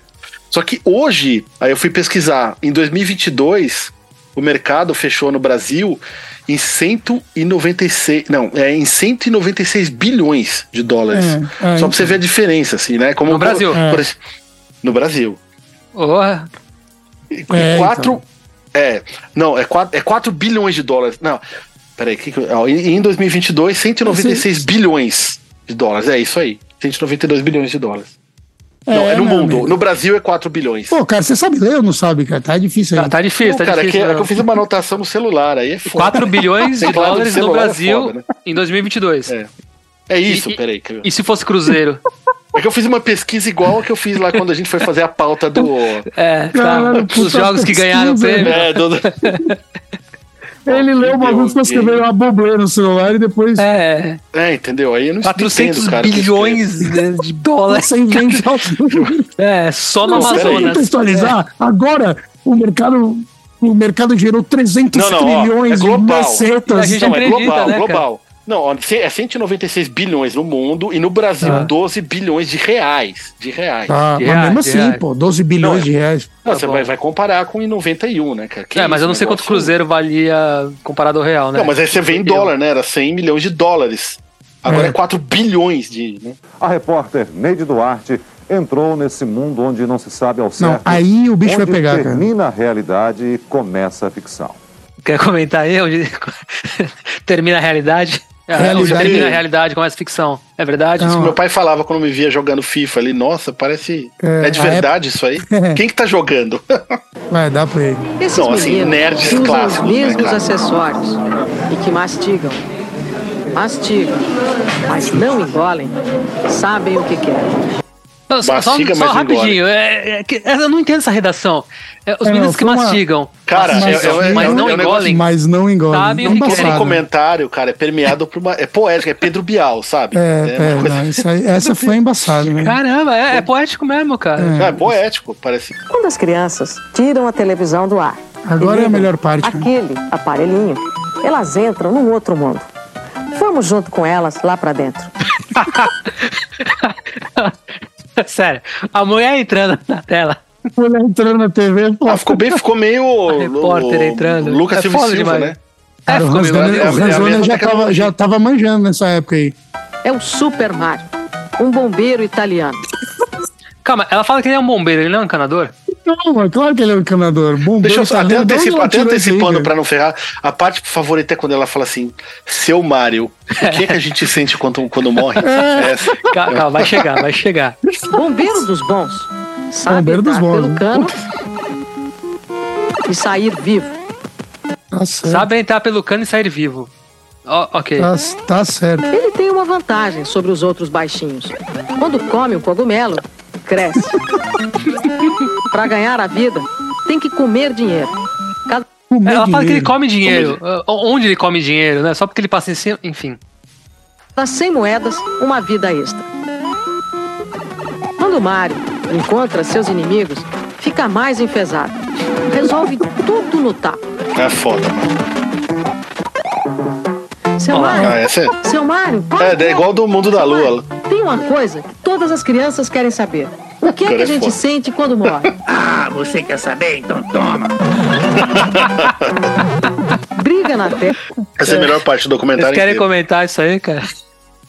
S2: Só que hoje, aí eu fui pesquisar, em 2022, o mercado fechou no Brasil em 196, não, é em 196 bilhões de dólares.
S1: É, é,
S2: Só pra você ver a diferença, assim, né? Como
S3: No Brasil.
S2: por ex- no Brasil.
S3: Porra.
S1: É,
S2: 4. É. Não, é 4, é 4 bilhões de dólares. Não. Peraí, que que, eu- ó, em em 2022, 196 bilhões de dólares. É isso aí. 192 bilhões de dólares. não, é no
S1: né,
S2: mundo.
S1: amigo?
S2: No Brasil é 4 bilhões.
S1: Pô, cara, você sabe ler ou não sabe, cara? Tá difícil
S3: Tá,
S1: aí.
S3: tá difícil,
S2: Não,
S3: tá
S2: cara, é que,
S3: difícil.
S2: é que eu
S3: (laughs)
S2: fiz uma anotação no celular, aí é foda.
S3: 4 bilhões de
S2: Teclado de
S3: dólares no
S2: celular é
S3: Brasil
S2: foda, né?
S3: em 2022.
S2: É. É isso,
S3: E- e-
S2: peraí. que eu-
S3: E se fosse cruzeiro?
S2: É que eu fiz uma pesquisa igual a que eu fiz lá quando a gente foi fazer a pauta do.
S3: É,
S1: Caralho,
S3: tá. Os
S1: puta
S3: jogos que
S1: pesquisa,
S3: ganharam o prêmio.
S2: É, do...
S1: Ele leu uma
S2: Entendeu?
S1: música pra escrever uma boblê no celular e depois.
S3: É, é.
S2: É, entendeu? Aí eu não
S3: 400
S2: entendo, cara, o que eu
S3: bilhões né, de
S2: (laughs)
S3: dólares.
S1: Você inventa
S3: É, só no
S1: Não, só pra
S3: Amazonas.
S1: contextualizar, agora o mercado, o mercado gerou 300
S2: Não, não, ó,
S1: trilhões
S2: é global.
S1: de
S3: E a
S1: macetas.
S3: gente
S2: Não,
S3: acredita,
S2: é global,
S3: né,
S2: global. Não, ó, cê- é 196 bilhões no mundo e no Brasil
S3: Ah.
S1: Tá.
S2: 12 bilhões de reais. De reais.
S1: Tá,
S3: reais,
S1: mas mesmo assim,
S3: reais.
S1: pô, 12 bilhões
S2: Não, é-
S1: de reais.
S2: Não,
S3: Ah, tá
S2: você
S3: bom.
S2: vai, vai comparar com em 91, né, cara? Que
S3: É, mas
S2: isso,
S3: eu não sei quanto
S2: negócio-
S3: cruzeiro valia comparado ao real, né?
S2: Não, mas aí você vê em dólar, né? Era 100 milhões de dólares. Agora
S1: É.
S2: é, 4 bilhões de. né?
S4: A repórter Neide Duarte entrou nesse mundo onde não se sabe ao certo.
S1: Não, aí o bicho
S4: onde
S1: vai pegar, cara.
S4: termina a realidade e começa a ficção.
S3: Quer comentar aí onde (laughs) termina a realidade? É, Onde
S1: Realidade.
S3: termina a realidade, começa a ficção. É verdade?
S1: Não.
S2: Meu pai falava quando me via jogando FIFA ali, nossa, parece.
S1: É,
S2: É, de
S1: a
S2: verdade isso
S3: (laughs)
S2: aí? Quem que tá jogando?
S1: Vai, dá pra ele.
S5: Esses
S2: Não, assim,
S5: meninos
S2: nerds
S5: que usam
S2: clássicos,
S5: os
S2: né,
S5: mesmos
S2: cara?
S5: acessórios e que mastigam, mastigam, mas não engolem, sabem o que é. querem.
S3: Não, só, só-
S2: Mastiga,
S3: só
S2: mas
S3: rapidinho. é- é que- é, eu não entendo essa redação. É, os
S1: É,
S3: meninos
S1: não,
S3: que
S1: foi uma-
S3: mastigam.
S2: Cara, é-
S3: mastigam,
S2: é- é-
S3: mas
S2: é um-
S3: não
S2: é um negócio-
S3: engolem.
S1: Mas não engole.
S3: Sabe
S1: não
S3: o que
S1: dá
S2: (laughs)
S3: que é?
S2: Aquele
S1: certo.
S2: comentário, cara, é permeado por uma. É poético, é Pedro Bial, sabe?
S1: É,
S2: uma
S1: é,
S2: coisa-
S1: não, isso aí- essa foi embaçada, né?
S3: Caramba, é, é poético mesmo, cara.
S2: Ah, é poético, parece.
S5: Quando as crianças tiram a televisão do ar,
S1: Agora é a
S5: ligam
S1: melhor parte, né?
S5: Aquele aparelhinho, elas entram num outro mundo. Vamos junto com elas lá pra dentro.
S3: (laughs) Sério, a mulher entrando na tela.
S1: Ele entrando na TV e
S2: Ah,
S1: falou,
S2: ficou bem, ficou meio.
S3: A repórter
S2: o-
S3: entrando.
S2: Lucas
S3: É
S2: Silva
S3: foda
S2: Silva,
S3: demais.
S2: né?
S3: É,
S1: Cara, o
S3: ficou
S1: Hans
S3: meio- né?
S1: Donner-
S2: é a
S1: o Hans
S2: mesma
S1: Donner já
S2: tecnologia.
S1: tava, já tava manjando nessa época aí.
S5: É o Super Mario, um bombeiro italiano.
S3: Calma, ela fala que ele é um bombeiro, ele não é um encanador?
S1: Não, é claro que ele é um encanador. tá Bombeiro
S2: Deixa eu só, até,
S1: italiano, de onde
S2: antecipa,
S1: ela
S2: até
S1: tirou isso aí,
S2: antecipando
S1: cara?
S2: pra não ferrar, a parte favorita é quando ela fala assim: seu Mário, o que, que a gente sente quando, quando morre? É Essa.
S3: Calma, calma, vai chegar, vai
S1: (laughs)
S3: chegar.
S5: Bombeiro dos bons. Sabe
S1: Bombeiro dos
S5: entrar
S1: bons,
S5: pelo
S1: né?
S5: cano e sair vivo.
S1: Tá certo.
S3: Sabe entrar pelo cano e sair vivo. Ó, ok.
S1: Tá, tá certo.
S5: Ele tem uma vantagem sobre os outros baixinhos. Quando come um cogumelo, cresce. Para ganhar a vida, tem que comer dinheiro. Cada
S1: Comer
S3: Ela fala que ele
S1: dinheiro.
S3: come dinheiro. O- Onde ele come dinheiro, né? Só porque ele passa em cima. Enfim.
S5: 100 moedas, uma vida extra. Quando Mário encontra seus inimigos, fica mais enfesado. Resolve tudo no tapa.
S2: É foda, mano.
S5: Seu Mário,
S2: Ah, essa é,
S5: seu Mário, para
S2: é, é igual do mundo da
S5: Seu
S2: lua.
S5: Mário, Tem uma coisa que todas as crianças querem saber. O que é que
S2: Cara,
S5: a
S2: é
S5: gente
S2: foda.
S5: sente quando morre?
S6: (laughs) Ah, você quer saber? Então toma.
S5: (laughs) Briga na terra.
S2: Essa é a melhor parte do documentário.
S3: Vocês querem
S2: inteiro.
S3: comentar isso aí, cara?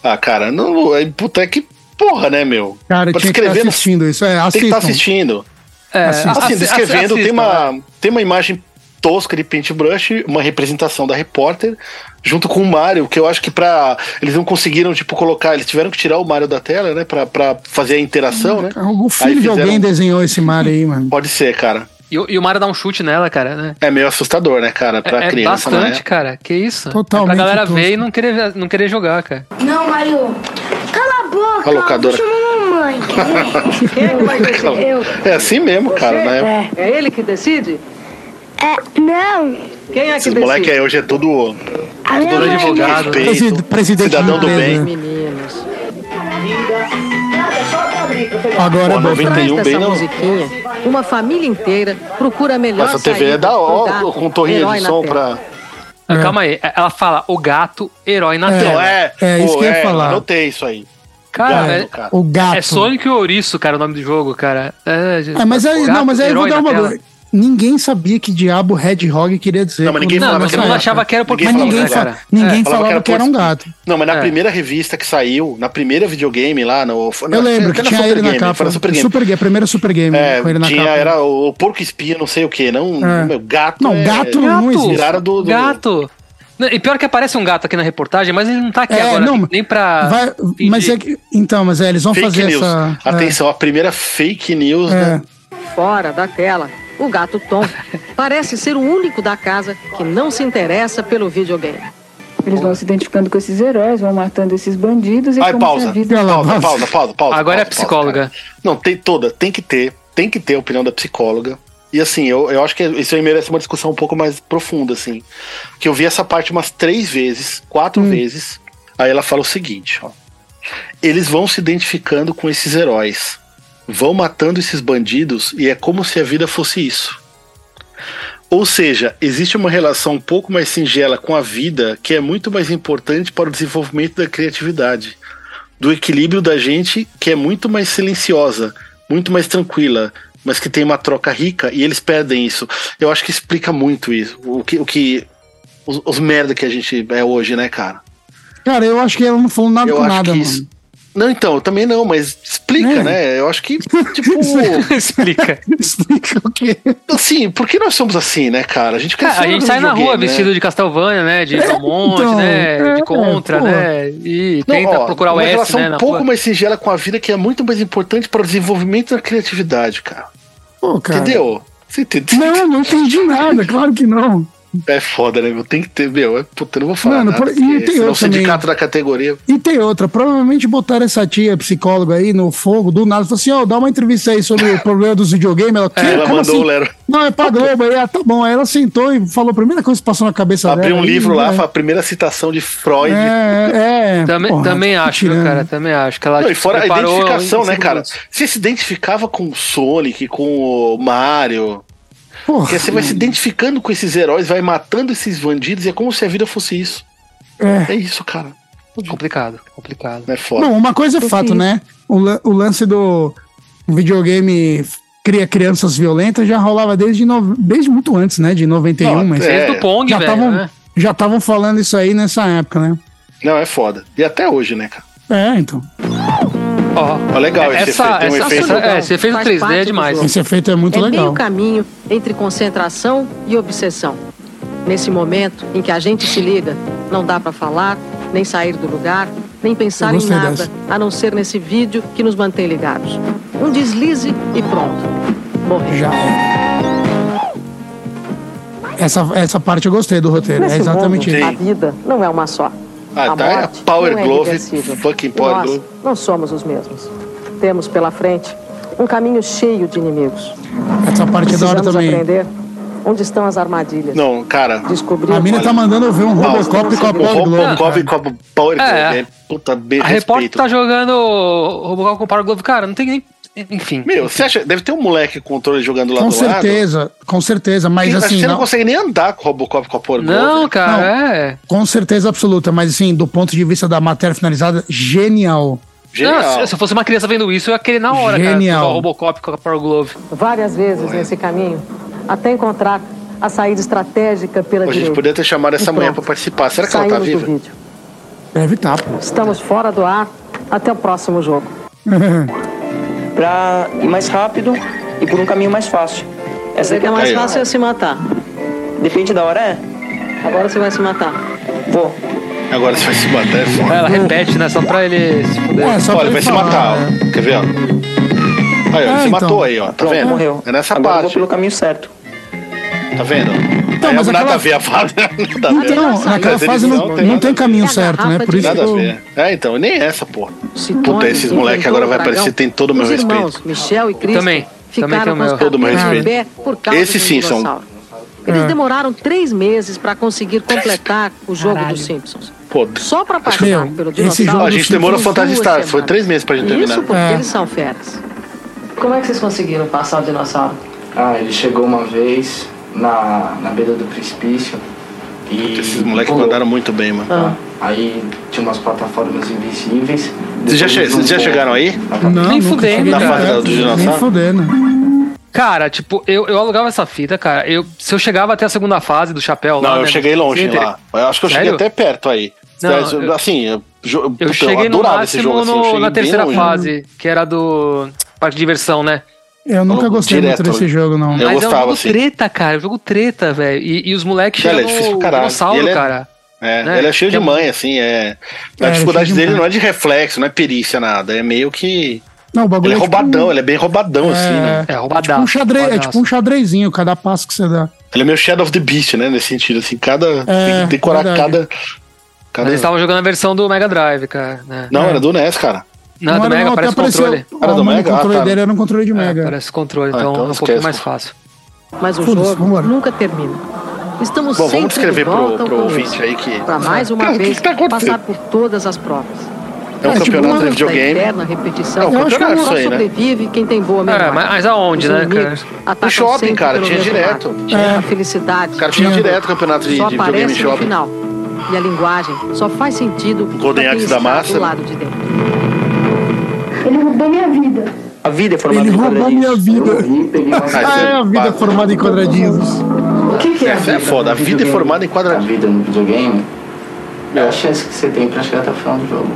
S2: Ah, cara, não, é- puta, é que porra, né, meu?
S1: Cara,
S2: Pra
S1: tinha que estar
S2: descrever, não-
S1: assistindo isso. É,
S2: tem que
S1: assistam.
S2: estar assistindo.
S3: É,
S1: Assista.
S2: Assim,
S3: assi-
S2: descrevendo,
S3: assi-
S2: tem,
S3: assistam, né?
S2: uma, tem uma imagem tosca de paintbrush, uma representação da repórter, junto com o Mario, que eu acho que pra. Eles não conseguiram, tipo, colocar. Eles tiveram que tirar o Mario da tela, né? Pra, pra fazer a interação, né?
S1: Algum filho
S2: Aí
S1: de
S2: fizeram-
S1: alguém desenhou esse Mario aí,
S2: (laughs)
S1: mano.
S2: Pode ser, cara.
S3: E, o- e o Mario dá um chute nela, cara, né?
S2: É meio assustador, né, cara? Pra
S3: É, é
S2: criança, né? (laughs)
S3: bastante, cara. Que isso? É
S1: Totalmente
S3: Pra galera
S1: tosco.
S3: ver e não querer, não querer jogar, cara.
S7: Não, Mario. Cala a boca.
S2: A locadora.
S7: Chama a mamãe.
S5: Quem é que vai decidir? Eu.
S2: É assim mesmo, cara, né?
S5: É ele que decide?
S7: É, não.
S5: Quem é que
S2: Esses
S5: decide?
S2: moleque aí hoje é tudo
S7: A
S2: É,
S7: minha
S3: Doutor
S7: mãe.
S3: advogado. né?
S2: respeito,
S1: Presi- presidente
S2: então, cidadão
S1: da
S2: do
S1: empresa.
S2: bem.
S5: Meninos.
S1: Agora
S2: Pô,
S1: é bom.
S2: noventa-
S5: Atrás
S2: 91
S5: dessa
S2: bem, não.
S5: musiquinha, uma família inteira procura a melhor
S2: Essa TV
S5: saída
S2: é da
S5: pro
S2: ó,
S5: gato,
S2: com torrinha
S5: herói
S2: de
S5: na
S2: som
S5: terra.
S2: pra.
S3: Ah, Calma aí. Ela fala o gato herói na
S2: Não,
S3: tela.
S2: é.
S1: É, isso que eu ia falar.
S2: Anotei isso aí.
S3: Cara,
S2: gato,
S3: é-
S2: cara.
S1: O gato.
S3: É Sonic e Ouriço, cara, o nome do jogo, cara. É,
S1: É, mas aí,
S3: gato
S1: não, mas aí eu vou
S3: herói
S1: dar
S3: na
S1: uma.
S3: tela.
S1: Ninguém sabia que diabo Hedgehog queria dizer.
S2: Não, mas ninguém
S1: quando-
S3: Não,
S2: falava
S3: mas
S2: que
S3: todo
S2: era
S3: mundo
S2: um
S3: achava que era
S1: é.
S2: Ninguém
S1: Mas
S3: Pokémon,
S1: ninguém,
S3: né,
S2: falava,
S1: fa-
S3: cara?
S1: ninguém
S2: É,
S1: falava, que era um gato.
S2: Não, mas na
S3: É.
S2: primeira revista que saiu, na primeira videogame lá, no, foi-
S1: Eu
S2: na-
S1: lembro
S2: até
S1: que tinha
S2: Super
S1: ele na
S2: Game, foi
S1: capa.
S2: na Super Game.
S1: Super Game, primeiro Super Game
S2: É,
S1: com ele na
S2: tinha,
S1: capa.
S2: era o, o porco espia, não sei o que, não,
S1: É.
S2: meu, gato.
S1: Não,
S2: é-
S1: gato
S3: É.
S1: não
S3: Gato.
S1: existe.
S2: Tiraram do, do-
S3: Gato. Não, E pior que aparece um gato aqui na reportagem, mas ele não tá aqui agora. nem pra.
S1: É, vai-
S3: fingir.
S1: mas é que- então, mas é, eles vão
S2: Fake
S1: fazer
S2: news.
S1: essa. é,
S2: Atenção, a primeira fake news,
S1: é.
S2: né?
S5: Fora da tela, o gato
S2: (laughs)
S5: Tom parece ser o único da casa que não se interessa pelo videogame.
S8: Eles vão se identificando com esses heróis, vão matando esses bandidos e
S2: Ai,
S8: como se
S2: pausa.
S8: a vida
S1: Ela-
S2: Pausa, pausa, pausa, pausa.
S3: Agora é
S2: pausa,
S3: psicóloga.
S2: pausa, cara. não, tem toda, tem que ter, tem que ter a opinião da psicóloga. E assim, eu, eu acho que isso aí merece uma discussão um pouco mais profunda, assim. Que eu vi essa parte umas três vezes, quatro vezes. Aí ela fala o seguinte, ó. Eles vão se identificando com esses heróis. Vão matando esses bandidos e é como se a vida fosse isso. Ou seja, existe uma relação um pouco mais singela com a vida que é muito mais importante para o desenvolvimento da criatividade do equilíbrio da gente que é muito mais silenciosa, muito mais tranquila, mas que tem uma troca rica e eles perdem isso. Eu acho que explica muito isso, o que, o que os, os merda que a gente é hoje, né, cara?
S1: Cara, eu acho que ela não falou nada
S2: Eu
S1: com
S2: acho
S1: nada,
S2: que
S1: mano.
S2: isso. Não, então, eu também não, mas explica,
S1: É.
S2: né? Eu acho que,
S1: (laughs)
S2: tipo,
S3: (laughs) Explica.
S1: Explica o quê?
S2: assim, por que nós somos assim, né, cara? A gente cresceu
S3: a gente
S2: no
S3: sai na
S2: videogame,
S3: rua
S2: né?
S3: vestido de Castlevania, né? De Belmonte,
S1: então,
S3: né?
S1: é,
S3: De Contra,
S1: pô.
S3: né? E
S2: Não,
S3: tenta
S2: ó,
S3: procurar o
S2: uma
S3: S,
S2: relação
S3: né? na
S2: um pouco
S3: rua.
S2: mais singela com a vida que é muito mais importante para o desenvolvimento da criatividade, cara.
S1: Pô, cara.
S2: Entendeu? Você entende?
S1: Não, não entendi nada, claro que não.
S2: (laughs) É foda, né, meu? Tem que ter, meu. É, puta, eu não vou falar.
S1: Mano,
S2: nada,
S1: por- e
S2: porque
S1: tem
S2: senão
S1: outro
S2: o sindicato da categoria.
S1: E tem outra, provavelmente botaram essa tia psicóloga aí no fogo, do nada, falou assim, ó, dá uma entrevista aí sobre o problema dos videogames.
S2: (laughs)
S1: Ela, "Quê?
S2: É, ela
S1: Como
S2: mandou
S1: assim?
S2: o Lero.
S1: Não, é pra Globo aí, ah, tá bom. Aí ela sentou e falou a primeira coisa que passou na cabeça
S2: Abriu
S1: dela.
S2: um
S1: aí,
S2: livro lá,
S1: né?
S2: foi a primeira citação de Freud.
S1: É, é.
S3: Também,
S1: porra,
S3: também
S1: tá
S3: acho, viu,
S1: tirando.
S3: cara? Também acho. Que ela
S2: Não, e fora a
S3: preparou um
S2: identificação,
S3: em
S2: né,
S3: cima
S2: cara?
S3: disso.
S2: Você se identificava com o Sonic, com o Mario.
S1: Porra,
S2: Porque você vai
S1: Hum.
S2: se identificando com esses heróis, vai matando esses bandidos, e é como se a vida fosse isso.
S1: É.
S2: É isso, cara.
S3: Complicado, complicado.
S2: Não é foda.
S1: Bom, uma coisa é fato, né? O, lan- o lance do videogame cria crianças violentas já rolava desde, no- desde muito antes, né? De 91,
S2: Não,
S1: mas
S2: é,
S3: Desde o Pong,
S1: já um
S3: velho,
S1: estavam
S3: né?
S1: já estavam falando isso aí nessa época, né?
S2: Não, é foda. E até hoje, né, cara?
S1: É, então.
S3: Ó,
S2: Ó, legal esse
S3: essa,
S2: efeito. Tem um
S3: essa,
S2: efeito.
S3: essa, é, esse efeito
S5: Faz
S3: 3D é
S5: parte do
S3: demais.
S5: jogo.
S1: Esse efeito é muito
S5: é meio
S1: legal.
S5: caminho entre concentração e obsessão. Nesse momento em que a gente se liga, não dá pra falar, nem sair do lugar, nem pensar
S1: Eu
S5: em
S1: gostei
S5: nada,
S1: dessa.
S5: a não ser nesse vídeo que nos mantém ligados. Um deslize e pronto. Morreu.
S1: Já é. Essa, essa parte eu gostei do roteiro.
S5: Nesse
S1: é exatamente
S5: mundo,
S1: isso.
S5: a vida não é uma só.
S2: Ah,
S5: a
S2: tá, é a
S5: morte
S2: Power
S5: não é
S2: Glove,
S5: reversível.
S2: fucking
S5: E
S2: Power
S5: nós
S2: Glove.
S5: Não somos os mesmos. Temos pela frente um caminho cheio de inimigos.
S1: Essa parte é da hora
S5: Precisamos
S1: também.
S5: aprender onde estão as armadilhas.
S2: Não, cara.
S5: Descobrir
S1: A mina tá mandando eu ver um
S2: Não,
S1: Robocop com a
S2: o
S1: Power Glove.
S2: Robocop
S1: cara.
S2: com a Power Glove.
S3: É.
S2: É, puta, bem
S3: A repórter
S2: respeito.
S3: tá jogando Robocop com o Power Glove. Cara, não tem nem Enfim.
S2: Meu, você acha. Deve ter um moleque com controle jogando lá
S1: Com
S2: do lado.
S1: certeza, com certeza, mas
S2: Acho que
S1: assim,
S2: você não,
S1: não-
S2: consegue nem andar com o Robocop com a né? porra.
S3: Não, cara, é.
S1: com certeza absoluta, mas assim, do ponto de vista da matéria finalizada, genial.
S2: Genial.
S3: Não, é se- se eu fosse uma criança vendo isso, eu ia querer na hora,
S1: Genial.
S3: cara. usar O Robocop com a Power Glove.
S5: Várias vezes nesse caminho, até encontrar a saída estratégica pela
S2: Pô, a gente
S5: direita.
S2: podia ter chamado essa
S5: E
S2: mulher pra
S5: pronto.
S2: participar. Será que ela tá
S5: Saímos do
S2: viva? É.
S5: vídeo.
S1: Deve
S2: tá,
S1: estar, pô.
S5: Estamos fora do ar. Até o próximo jogo.
S9: para ir mais rápido e por um caminho mais fácil. Essa daqui é mais...
S2: Aí, ó.
S5: é se matar.
S9: Depende da hora, é?
S5: Agora você vai se matar.
S9: Vou.
S2: Agora você vai se matar, é foda.
S3: Ela repete, né? Só pra ele se fuder.
S1: É, só pra
S2: Olha,
S1: ele
S2: vai se
S1: falar,
S2: matar,
S1: né?
S2: ó. Quer ver, ó? Aí, ó, ele
S1: Ah,
S2: se
S1: então.
S2: matou aí, ó. Tá
S9: Pronto,
S2: vendo?
S9: morreu.
S2: É nessa
S9: Agora eu vou
S2: parte.
S9: pelo caminho certo.
S2: Tá vendo?
S1: Então,
S2: Aí, é
S1: mas
S2: nada
S1: aquela-
S2: a ver a fase. (laughs) Nada a ver.
S1: Então, naquela
S2: Mas
S1: fase
S2: eles
S1: não,
S2: nada
S1: não
S2: a
S1: tem
S2: ver.
S1: caminho certo, né? Por isso que
S2: Nada a
S1: eu-
S2: ver. É, então, nem essa, porra.
S5: Se
S2: Puta,
S5: Tony
S2: esses
S5: inventou
S2: moleque agora
S5: o
S2: vai
S5: dragão,
S2: aparecer, tem todo o meu
S5: os
S2: respeito.
S5: Irmãos, Michel e Cristo
S3: Também,
S5: ficaram
S3: também tem o
S5: com os
S3: meu.
S2: Todo o meu
S5: cabelos em
S2: respeito.
S5: pé por causa
S2: Esse
S5: do
S2: sim são-
S5: dinossauro. Eles demoraram três meses para conseguir completar o jogo dos Simpsons.
S2: Pô,
S5: Só para passar
S1: Meu,
S5: pelo
S1: esse
S5: dinossauro.
S1: jogo
S2: a gente
S1: Simpsons
S2: demorou Phantasy
S5: duas
S2: Star. Foi
S5: semanas.
S2: três meses pra gente terminar.
S5: Isso porque
S1: É.
S5: eles são feras. Como é que vocês conseguiram passar o dinossauro?
S10: Ah, ele chegou uma vez na, na beira do precipício e.
S2: Esses moleques
S10: pulou.
S2: mandaram muito bem, mano.
S10: Tá? Aí tinha umas plataformas invisíveis.
S2: Vocês já,
S10: depois
S2: che-
S10: eles
S2: vocês já
S10: voltam.
S2: chegaram aí?
S1: Não,
S3: Nem
S1: nunca
S3: fudendo,
S1: cheguei
S2: Na
S1: nem
S2: fase
S1: perto,
S2: do dinossauro?
S1: Nem fudendo.
S3: Cara, tipo, eu, eu alugava essa fita, cara. Eu, se eu chegava até a segunda fase do chapéu lá.
S2: Não, eu
S3: né,
S2: cheguei
S3: do
S2: longe
S3: Center,
S2: lá. Eu acho que eu cheguei
S3: Sério?
S2: até perto aí.
S3: Não,
S2: Mas,
S3: eu-
S2: assim, eu, jo- puta,
S3: Eu cheguei no
S2: adorava esse
S3: máximo
S2: jogo, assim, eu
S3: no-
S2: cheguei
S3: na
S2: bem
S3: terceira
S2: longe.
S3: fase, que era do parte de diversão, né?
S1: Eu nunca
S2: Falou
S1: gostei muito
S2: direto.
S1: desse jogo, não.
S2: Eu
S3: Mas é um
S2: gostava,
S3: jogo
S2: assim.
S3: treta, cara. É um jogo treta, velho. E, e os moleques
S2: Cara, é
S3: chegam
S2: difícil pra
S3: no
S2: caralho. E
S3: dinossauro,
S2: ele é-
S3: cara.
S2: É,
S3: né?
S2: ele é cheio
S3: Que
S2: de
S3: é-
S2: mãe, assim, é. A
S1: É,
S2: dificuldade
S1: cheio de
S2: dele
S1: mãe.
S2: não é de reflexo, não é perícia, nada. É meio que.
S1: Não, o
S2: Ele
S1: bagulho
S2: é
S1: tipo
S2: roubadão,
S1: um-
S2: ele é bem roubadão, assim, né?
S3: É, roubadaço.
S1: tipo um xadrez, é
S3: roubadaço.
S1: tipo um xadrezinho, cada passo que você dá.
S2: Ele é meio Shadow of the Beast, né? Nesse sentido, assim, cada.
S1: É,
S2: tem que decorar
S1: verdade.
S2: cada.
S3: Mas tá-
S2: cada...
S3: eles estavam jogando a versão do Mega Drive, cara. Né?
S2: Não, era do NES, cara.
S3: Não, é
S1: Uma
S3: do
S1: hora
S3: Mega,
S1: não,
S3: parece um
S1: até apareceu-
S3: controle.
S1: Ah,
S2: Era do
S1: mas
S2: Mega?
S1: O controle
S2: Ah, tá.
S1: dele era um controle de
S3: É,
S1: Mega.
S3: parece controle,
S2: Ah,
S3: então,
S2: então
S3: é um
S2: esquece,
S3: pouquinho mais
S2: pô.
S3: fácil.
S5: Mas o
S1: Foda-se,
S5: jogo
S1: vambora.
S5: nunca termina. Estamos
S2: Bom,
S5: sempre
S2: vamos escrever
S5: de
S2: pro-
S5: volta
S2: pro ouvinte aí que-
S5: Para mais uma
S2: Cara, o que
S5: vez
S2: que tá acontecendo?
S5: passar por todas as provas.
S2: É
S3: Ah,
S2: um
S1: É, tipo,
S2: campeonato
S1: uma
S2: de videogame.
S5: Eterna repetição.
S2: É, o
S5: Eu acho que
S2: campeonato
S5: só
S2: isso aí, né?
S5: sobrevive quem tem boa memória.
S3: É, mas- mas aonde,
S5: Os
S3: né,
S5: inimigos
S3: cara?
S5: atacam
S2: No shopping,
S5: sempre
S2: cara,
S5: pelo
S2: tinha
S5: mesmo
S2: direto.
S1: É.
S5: lado. Tinha a felicidade.
S2: Cara, tinha direto campeonato de, de
S5: só
S2: videogame
S5: aparece no
S2: shopping.
S5: final. E a linguagem só faz sentido
S2: Golden
S5: pra quem
S2: Axe da
S5: está
S2: massa.
S5: do lado de dentro.
S7: Ele roubou minha vida.
S9: A vida é formada
S1: Ele
S9: de
S1: roubou
S9: quadradinhos.
S1: minha vida.
S10: Eu vi, peguei umas-
S2: Ah,
S1: Ah, é a vida
S2: Básico.
S1: formada em quadradinhos.
S10: O que, que
S2: Essa é foda, a vida é formada em
S10: A
S2: quadradinhos.
S10: vida no videogame é a chance que você tem pra chegar até o final do jogo.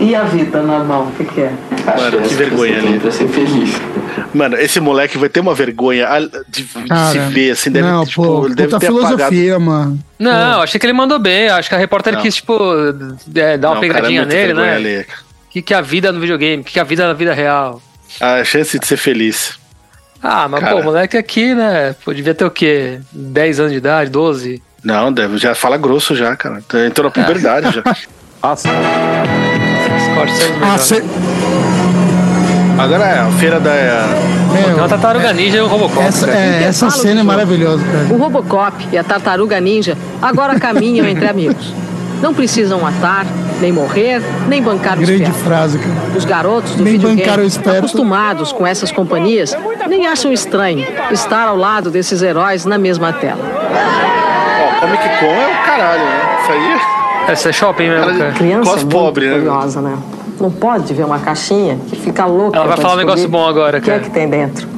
S5: E a vida normal, o que, que é?
S10: A
S2: Mano,
S10: chance
S2: que vergonha
S10: você tem
S2: ali.
S10: Pra ser feliz.
S2: Mano, esse moleque vai ter uma vergonha al- de, de se
S1: Cara,
S2: ver, assim, deve,
S1: não,
S2: tipo,
S1: pô,
S2: ele deve
S1: puta
S2: ter apagado.
S1: filosofia, mano.
S3: Não, achei que ele mandou bem. Acho que a repórter
S2: Não.
S3: quis, tipo, é, dar uma
S2: Não, o cara é
S3: pegadinha
S2: muito
S3: nele,
S2: vergonha
S3: né?
S2: ali.
S3: O que, que é a vida no videogame? O que, que é a vida na vida real?
S2: A chance de ser feliz.
S3: Ah, mas
S2: Cara.
S3: pô, o moleque aqui, né? Pô, devia ter o quê? 10 anos de idade, 12?
S2: Não, deve, já fala grosso já, cara. Entrou na puberdade
S1: (laughs)
S2: já.
S4: As...
S3: Escorte saindo melhor.
S1: Ah, cê-
S2: Agora é a feira da. é,
S3: Tem uma
S1: meu,
S3: tartaruga ninja e um Robocop.
S1: é- essa,
S3: cara.
S1: é, essa cena é maravilhosa, cara.
S5: O Robocop e a Tartaruga Ninja agora caminham entre amigos. Não precisam matar, nem morrer, nem bancar o
S1: Grande
S5: esperto.
S1: frase, cara.
S5: Os garotos do
S1: Nem bancar o
S5: videogame,
S1: esperto.
S5: acostumados com essas companhias, nem acham estranho estar ao lado desses heróis na mesma tela.
S2: Ó, Comic Con é o caralho, né? Isso aí é
S3: Essa é shopping mesmo, cara.
S5: Criança é
S2: Quase
S5: muito
S2: pobre, né?
S5: curiosa, né? Não pode ver uma caixinha que fica louca.
S3: Ela vai
S5: pra
S3: falar um
S5: descobrir
S3: negócio bom agora,
S5: O que é
S3: cara.
S5: que tem dentro?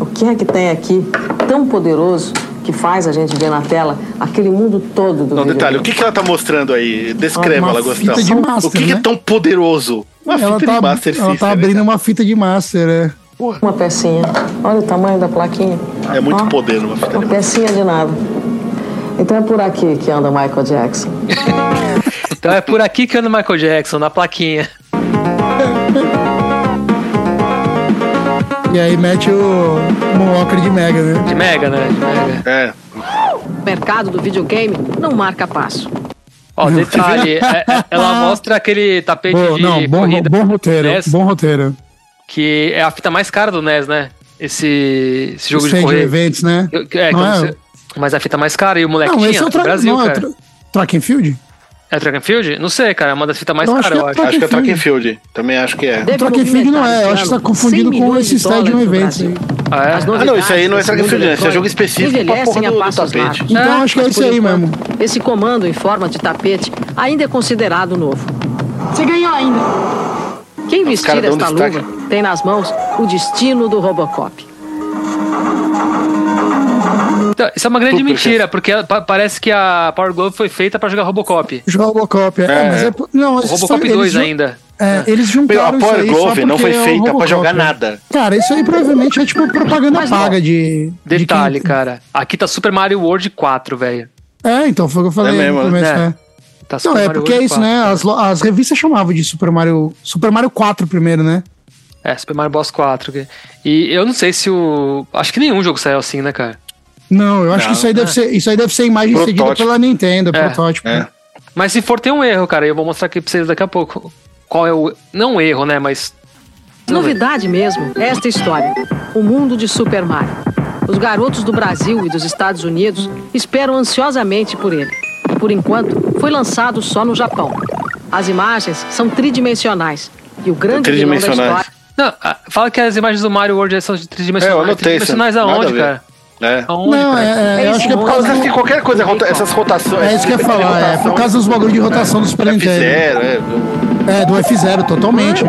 S5: O que é que tem aqui tão poderoso que faz a gente ver na tela aquele mundo todo do
S2: Não,
S5: videogame?
S2: detalhe, o que, que ela tá mostrando aí? Descreva
S1: Ah, Uma
S2: ela,
S1: fita
S2: Gustavo.
S1: de master,
S2: o que, que é
S1: né?
S2: tão poderoso? Uma
S1: Ela
S2: fita
S1: tá,
S2: de Master
S1: ela
S2: System,
S1: tá
S2: né,
S1: abrindo uma fita de Master, é.
S5: Uma pecinha. Olha o tamanho da plaquinha.
S2: cara? É muito
S5: Ó,
S2: poder uma fita de
S5: Uma
S2: Master.
S5: pecinha de nada. Então é por aqui que anda Michael Jackson.
S3: Então é por aqui que anda o Michael Jackson, na plaquinha.
S1: E aí mete o Moonwalker de Mega, né?
S3: De Mega, né? De Mega.
S2: É.
S5: O mercado do videogame não marca passo.
S1: (laughs)
S3: Ó, detalhe, é- é- ela mostra aquele tapete
S1: Boa,
S3: de
S1: não, bom,
S3: corrida
S1: bom roteiro,
S3: NES,
S1: bom roteiro.
S3: que é a fita mais cara do NES, né? Esse, esse jogo de
S1: Stage
S3: correr.
S1: Events, né?
S3: Eu- É,
S1: Não
S3: quando
S1: é?
S3: você- Mas a fita mais cara e o moleque
S1: Não,
S3: tinha
S1: esse é o
S3: no
S1: tra...
S3: Brasil,
S1: não, é o
S3: cara.
S1: tra... Track and Field?
S3: É Track and Field? Não sei, cara. É uma das fitas mais
S1: Eu acho
S3: caras, eu
S1: que é
S3: acho.
S1: Track
S2: Acho que é
S1: and Field.
S2: Track and Field. Também acho que é.
S5: Deve
S1: O Track and Field não é, eu acho que tá
S5: movimentar,
S1: confundido
S5: claro, 100
S1: com
S5: milhões
S1: esse
S5: de
S1: estádio de um
S5: dólares no
S1: evento.
S5: Brasil.
S1: aí.
S3: Ah, é?
S5: As
S2: Ah, não, isso aí não é
S5: novidades
S2: Track and
S5: desse
S2: Field,
S5: mundo
S2: né? Esse é jogo
S5: eletrônico
S2: específico pra
S5: envelhecem
S2: porra
S5: a
S2: do- do
S5: passos
S2: tapete.
S5: largos.
S1: Então
S3: É,
S1: acho que é
S5: Mas,
S1: isso
S5: por
S1: aí
S5: enquanto,
S1: mesmo.
S5: então, Esse comando em forma de tapete ainda é considerado novo.
S7: Você ganhou ainda.
S5: Quem
S2: Os
S5: vestir
S2: caras dão
S5: esta
S2: destaque.
S5: luva tem nas mãos o destino do Robocop.
S3: Então, isso é uma grande
S2: Super
S3: mentira,
S2: chance.
S3: porque ela- pa- parece que a Power Glove foi feita pra jogar Robocop.
S1: Jogar o Robocop. É,
S2: É.
S1: mas é, por- não,
S3: O
S1: mas
S3: Robocop
S1: eles
S3: 2
S1: ju-
S3: ainda.
S1: É, eles
S2: Meu, a
S1: juntaram isso
S2: Power
S1: aí só
S2: Glove não
S1: porque
S2: foi
S1: é o
S2: feita pra
S1: Robocop,
S2: jogar
S1: né?
S2: nada.
S1: Cara, isso aí provavelmente é tipo propaganda
S5: Mas, ó,
S1: paga de. de
S3: Detalhe,
S1: quem-
S3: cara. Aqui tá Super Mario World 4, velho.
S1: É, então foi o que eu falei
S2: É mesmo,
S1: no começo,
S3: né?
S1: né?
S3: Tá
S1: Não, é porque é isso, né? As, lo- as revistas chamavam de Super Mario. Super Mario 4 primeiro, né?
S3: É, Super Mario Bros 4. que- E eu não sei se o. Acho que nenhum jogo saiu assim, né, cara?
S1: Não, eu acho
S2: Não,
S1: que isso aí deve ser. Isso aí deve ser imagem cedida
S2: Protótipo.
S1: pela Nintendo,
S3: É,
S1: protótipo.
S2: é.
S3: Mas se for, tem um erro, cara. E eu vou mostrar aqui pra vocês daqui a pouco. Qual é o. Não um erro, né? Mas.
S5: Novidade mesmo, esta história. O mundo de Super Mario. Os garotos do Brasil e dos Estados Unidos esperam ansiosamente por ele. E por enquanto, foi lançado só no Japão. As imagens são tridimensionais. E o grande vilão da
S2: Tridimensionais.
S5: história
S3: Não, ah, fala que as imagens do Mario World são de
S2: É,
S3: tridimensionais.
S2: eu anotei isso.
S3: tridimensionais
S2: Nada
S3: aonde,
S2: a ver.
S3: cara?
S2: É.
S3: Aonde,
S1: Não,
S3: cara?
S1: é, é, eu
S5: Eles
S1: acho que é por
S5: vão-
S1: causa.
S2: Mas que qualquer coisa, rota- essas rotações.
S1: É isso que eu ia falar, é por causa dos bagulho de rotação do Super Nintendo.
S2: Fizeram, é. do-
S1: É, do F0, totalmente.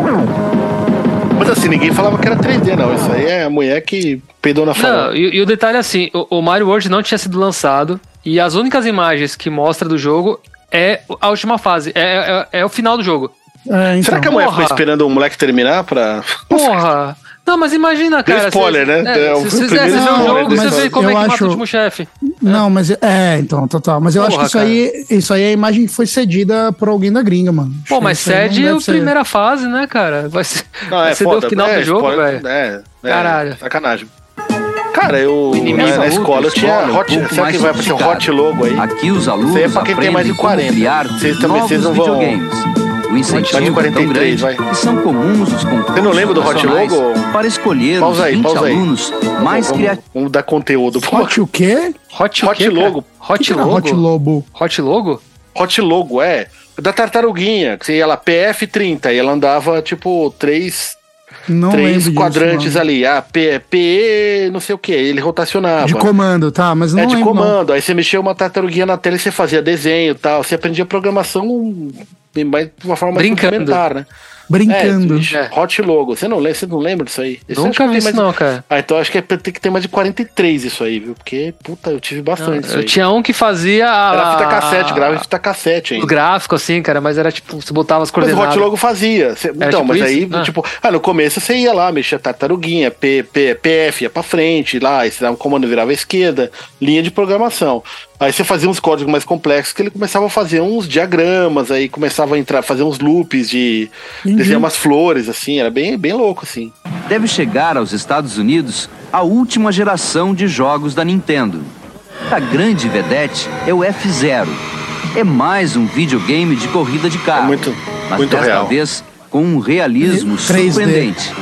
S2: Mas assim, ninguém falava que era 3D, não. Isso aí é a mulher que peidou na
S3: Não,
S2: fala.
S3: e, e o detalhe é assim: o, o Mario World não tinha sido lançado. E as únicas imagens que mostra do jogo é a última fase. É, é, é o final do jogo.
S1: É, então.
S2: Será que a mulher
S3: Porra.
S2: ficou esperando o moleque terminar pra.
S3: Porra! Não, mas imagina,
S2: Deu
S3: cara.
S2: spoiler,
S3: você-
S2: né? É, o
S3: você- você-
S2: primeiro
S3: você vê o
S1: spoiler
S3: jogo,
S1: desse
S3: você vê
S1: jogo.
S3: como é que
S1: Eu
S3: mata
S1: acho-
S3: o último chefe.
S1: Não, mas é, então, total. Mas eu acho
S3: Porra,
S1: que isso aí, isso aí é a imagem que foi cedida por alguém da gringa, mano. Acho
S3: Pô,
S1: que
S3: mas
S1: isso aí não
S3: cede
S1: deve
S3: a
S1: ser-
S3: primeira fase, né, cara? Vai ser,
S2: Não,
S3: vai ser do final
S2: é,
S3: do jogo,
S2: spoiler-
S3: velho.
S2: É, é,
S3: Caralho.
S2: Sacanagem. Cara, eu
S11: Inimigo
S2: na, na
S11: luta,
S2: escola eu tinha
S11: escola,
S2: Hot.
S11: um pouco
S2: Será que
S11: mais
S2: vai aparecer
S11: sofisticado.
S2: Hot logo aí?
S11: Aqui os alunos
S2: é pra quem tem
S11: aprendem
S2: mais de
S11: como
S2: 40.
S11: criar
S2: Vocês também- vocês não
S11: novos
S2: vão-
S11: videogames. O
S2: Mais de
S11: incentivo é tão
S2: 43,
S11: grande
S2: vai.
S11: que são comuns os concursos
S2: Você não lembra do Hot
S11: nacionais
S2: Logo?
S11: Para escolher
S2: Pausa
S11: os
S2: aí,
S11: 20
S2: pausa aí.
S11: alunos mais
S2: vamos,
S11: criativos.
S2: vamos dar Um conteúdo. pro-
S1: Hot o quê?
S2: Hot
S3: Hot, o quê, cara?
S2: logo.
S1: Que
S3: Hot
S1: que era
S3: logo?
S1: Hot Lobo.
S3: Hot logo?
S2: Hot logo, é. Da tartaruguinha, que você ia lá, PF30, e ela andava, tipo, três,
S1: Não
S2: três
S1: lembro
S2: quadrantes
S1: disso, mano.
S2: ali. Ah, P, PE, não sei o que, ele rotacionava.
S1: De comando, tá? Mas não
S2: é de
S1: lembro, não.
S2: comando. Aí você mexia uma tartaruguinha na tela e você fazia desenho e tal. Você aprendia programação bem mais- de uma forma mais
S3: Brincando.
S2: rudimentar, né?
S1: Brincando.
S2: É, bicho,
S3: É.
S2: Hot logo. Você não lembra, você não lembra disso aí? Isso acho que
S3: Nunca vi
S2: tem
S3: isso,
S2: mais-
S3: não, cara.
S2: Ah, então acho que é- tem que ter mais de 43 isso aí, viu? Porque, puta, eu tive
S1: Ah,
S2: bastante isso
S3: Eu
S2: aí.
S3: tinha um que fazia. A,
S2: Era fita cassete, grava em fita cassete ainda.
S3: O gráfico, assim, cara, mas era tipo, você botava
S2: Mas
S3: as
S2: o
S3: coordenadas.
S2: Hot Logo fazia. Cê- então,
S3: tipo
S2: mas
S3: isso?
S2: aí,
S3: Ah.
S2: tipo, ah, no começo você ia lá, mexia tartaruguinha, P, P, PF, ia pra frente, lá, aí você dava um comando, virava à esquerda, linha de programação. Aí você fazia uns códigos mais complexos que ele começava a fazer uns diagramas, aí começava a entrar, fazer uns loops de
S3: Uhum.
S2: desenhar umas flores, assim, era bem, bem louco, assim.
S11: Deve chegar aos Estados Unidos a última geração de jogos da Nintendo. A grande vedete é o F-Zero. É mais um videogame de corrida de carro.
S2: É muito-
S11: mas
S2: muito
S11: desta
S2: real.
S11: vez com um realismo
S1: 3D.
S11: surpreendente.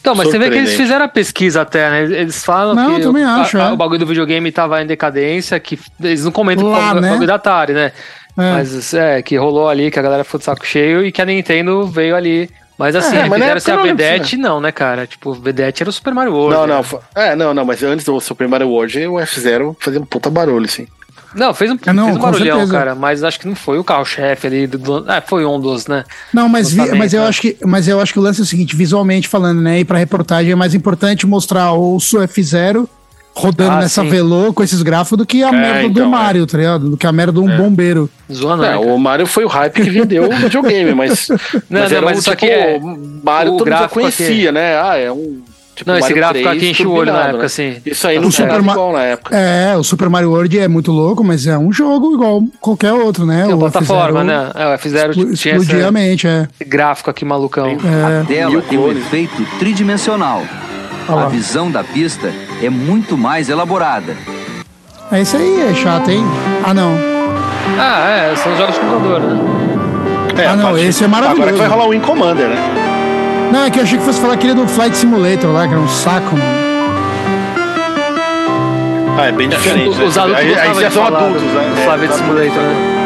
S3: Então, mas você vê que eles
S2: Surpreendente.
S3: fizeram a pesquisa até, né? Eles- Eles falam
S1: Não,
S3: que
S1: eu também
S3: o,
S1: acho,
S3: a- a-
S1: é.
S3: o bagulho do videogame tava em decadência, que eles não comentam
S1: Lá,
S3: que foi o
S1: né?
S3: bagulho da Atari, né?
S1: É.
S3: Mas é, que rolou ali, que a galera ficou de saco cheio e que a Nintendo veio ali. Mas assim,
S2: É,
S3: é,
S2: mas na
S3: fizeram
S2: época
S3: ser a
S2: não,
S3: Vedete, não, né, cara? Tipo, Vedete era o Super Mario World.
S2: Não,
S3: né?
S2: não, fa- é, não, não, mas antes do Super Mario World, o F-Zero fazia um puta barulho, assim.
S3: Não, fez um,
S1: É, não,
S3: fez um
S1: com
S3: barulhão,
S1: certeza.
S3: cara, mas acho que não foi o carro-chefe ali. Do, do- ah, foi um dos, né?
S1: Não, mas, vi-
S3: Lançamento,
S1: mas, eu
S3: né?
S1: acho que, mas eu acho que o lance é o seguinte, visualmente falando, né? E pra reportagem é mais importante mostrar o seu F0 rodando
S3: Ah,
S1: nessa
S3: sim.
S1: velô com esses gráficos do que a merda
S2: então,
S1: do Mario, tá ligado? Do que a merda de um bombeiro.
S3: Zoando, né?
S2: É, o Mario foi o hype que vendeu o videogame, mas.
S3: (laughs) Não, não,
S2: era
S3: mas
S2: um,
S3: isso
S2: tipo,
S3: aqui é-
S2: Mario
S3: o
S2: todo mundo já
S3: gráfico aqui-
S2: conhecia, né? Ah, é um. Tipo,
S3: Não, esse
S2: Mario
S3: gráfico
S2: 3
S3: aqui enche o olho na
S2: turbinado,
S3: época,
S2: né?
S3: assim.
S2: Isso aí
S1: O
S2: não
S1: Super
S2: era
S1: Ma-
S2: igual na época.
S1: É, o Super Mario World é muito louco, mas é um jogo igual qualquer outro, né?
S3: Tem
S1: O
S3: a plataforma,
S1: F0
S3: né? É, fizeram,
S1: expl-
S3: tinha esse
S1: Explodia a É. mente, é.
S3: gráfico aqui malucão.
S11: A tela
S2: Mil
S11: tem um
S2: cores.
S11: efeito tridimensional.
S1: Olha lá.
S11: A visão da pista é muito mais elaborada.
S1: É isso aí, é chato, hein? Ah, não.
S3: Ah, é, são jogos de computador, né?
S2: É,
S1: Ah, não,
S2: a parte-
S1: esse é maravilhoso.
S2: Agora que vai rolar o Win Commander, né?
S1: Não, é que eu achei que fosse falar aquele do Flight Simulator lá, que era um saco, mano.
S2: Ah, é bem diferente.
S3: Os
S2: né?
S3: adultos
S2: aí, aí
S3: gostavam
S2: já
S3: de
S2: são
S3: falar
S2: adultos,
S3: do
S2: né?
S3: Flight
S2: É,
S3: Simulator, né?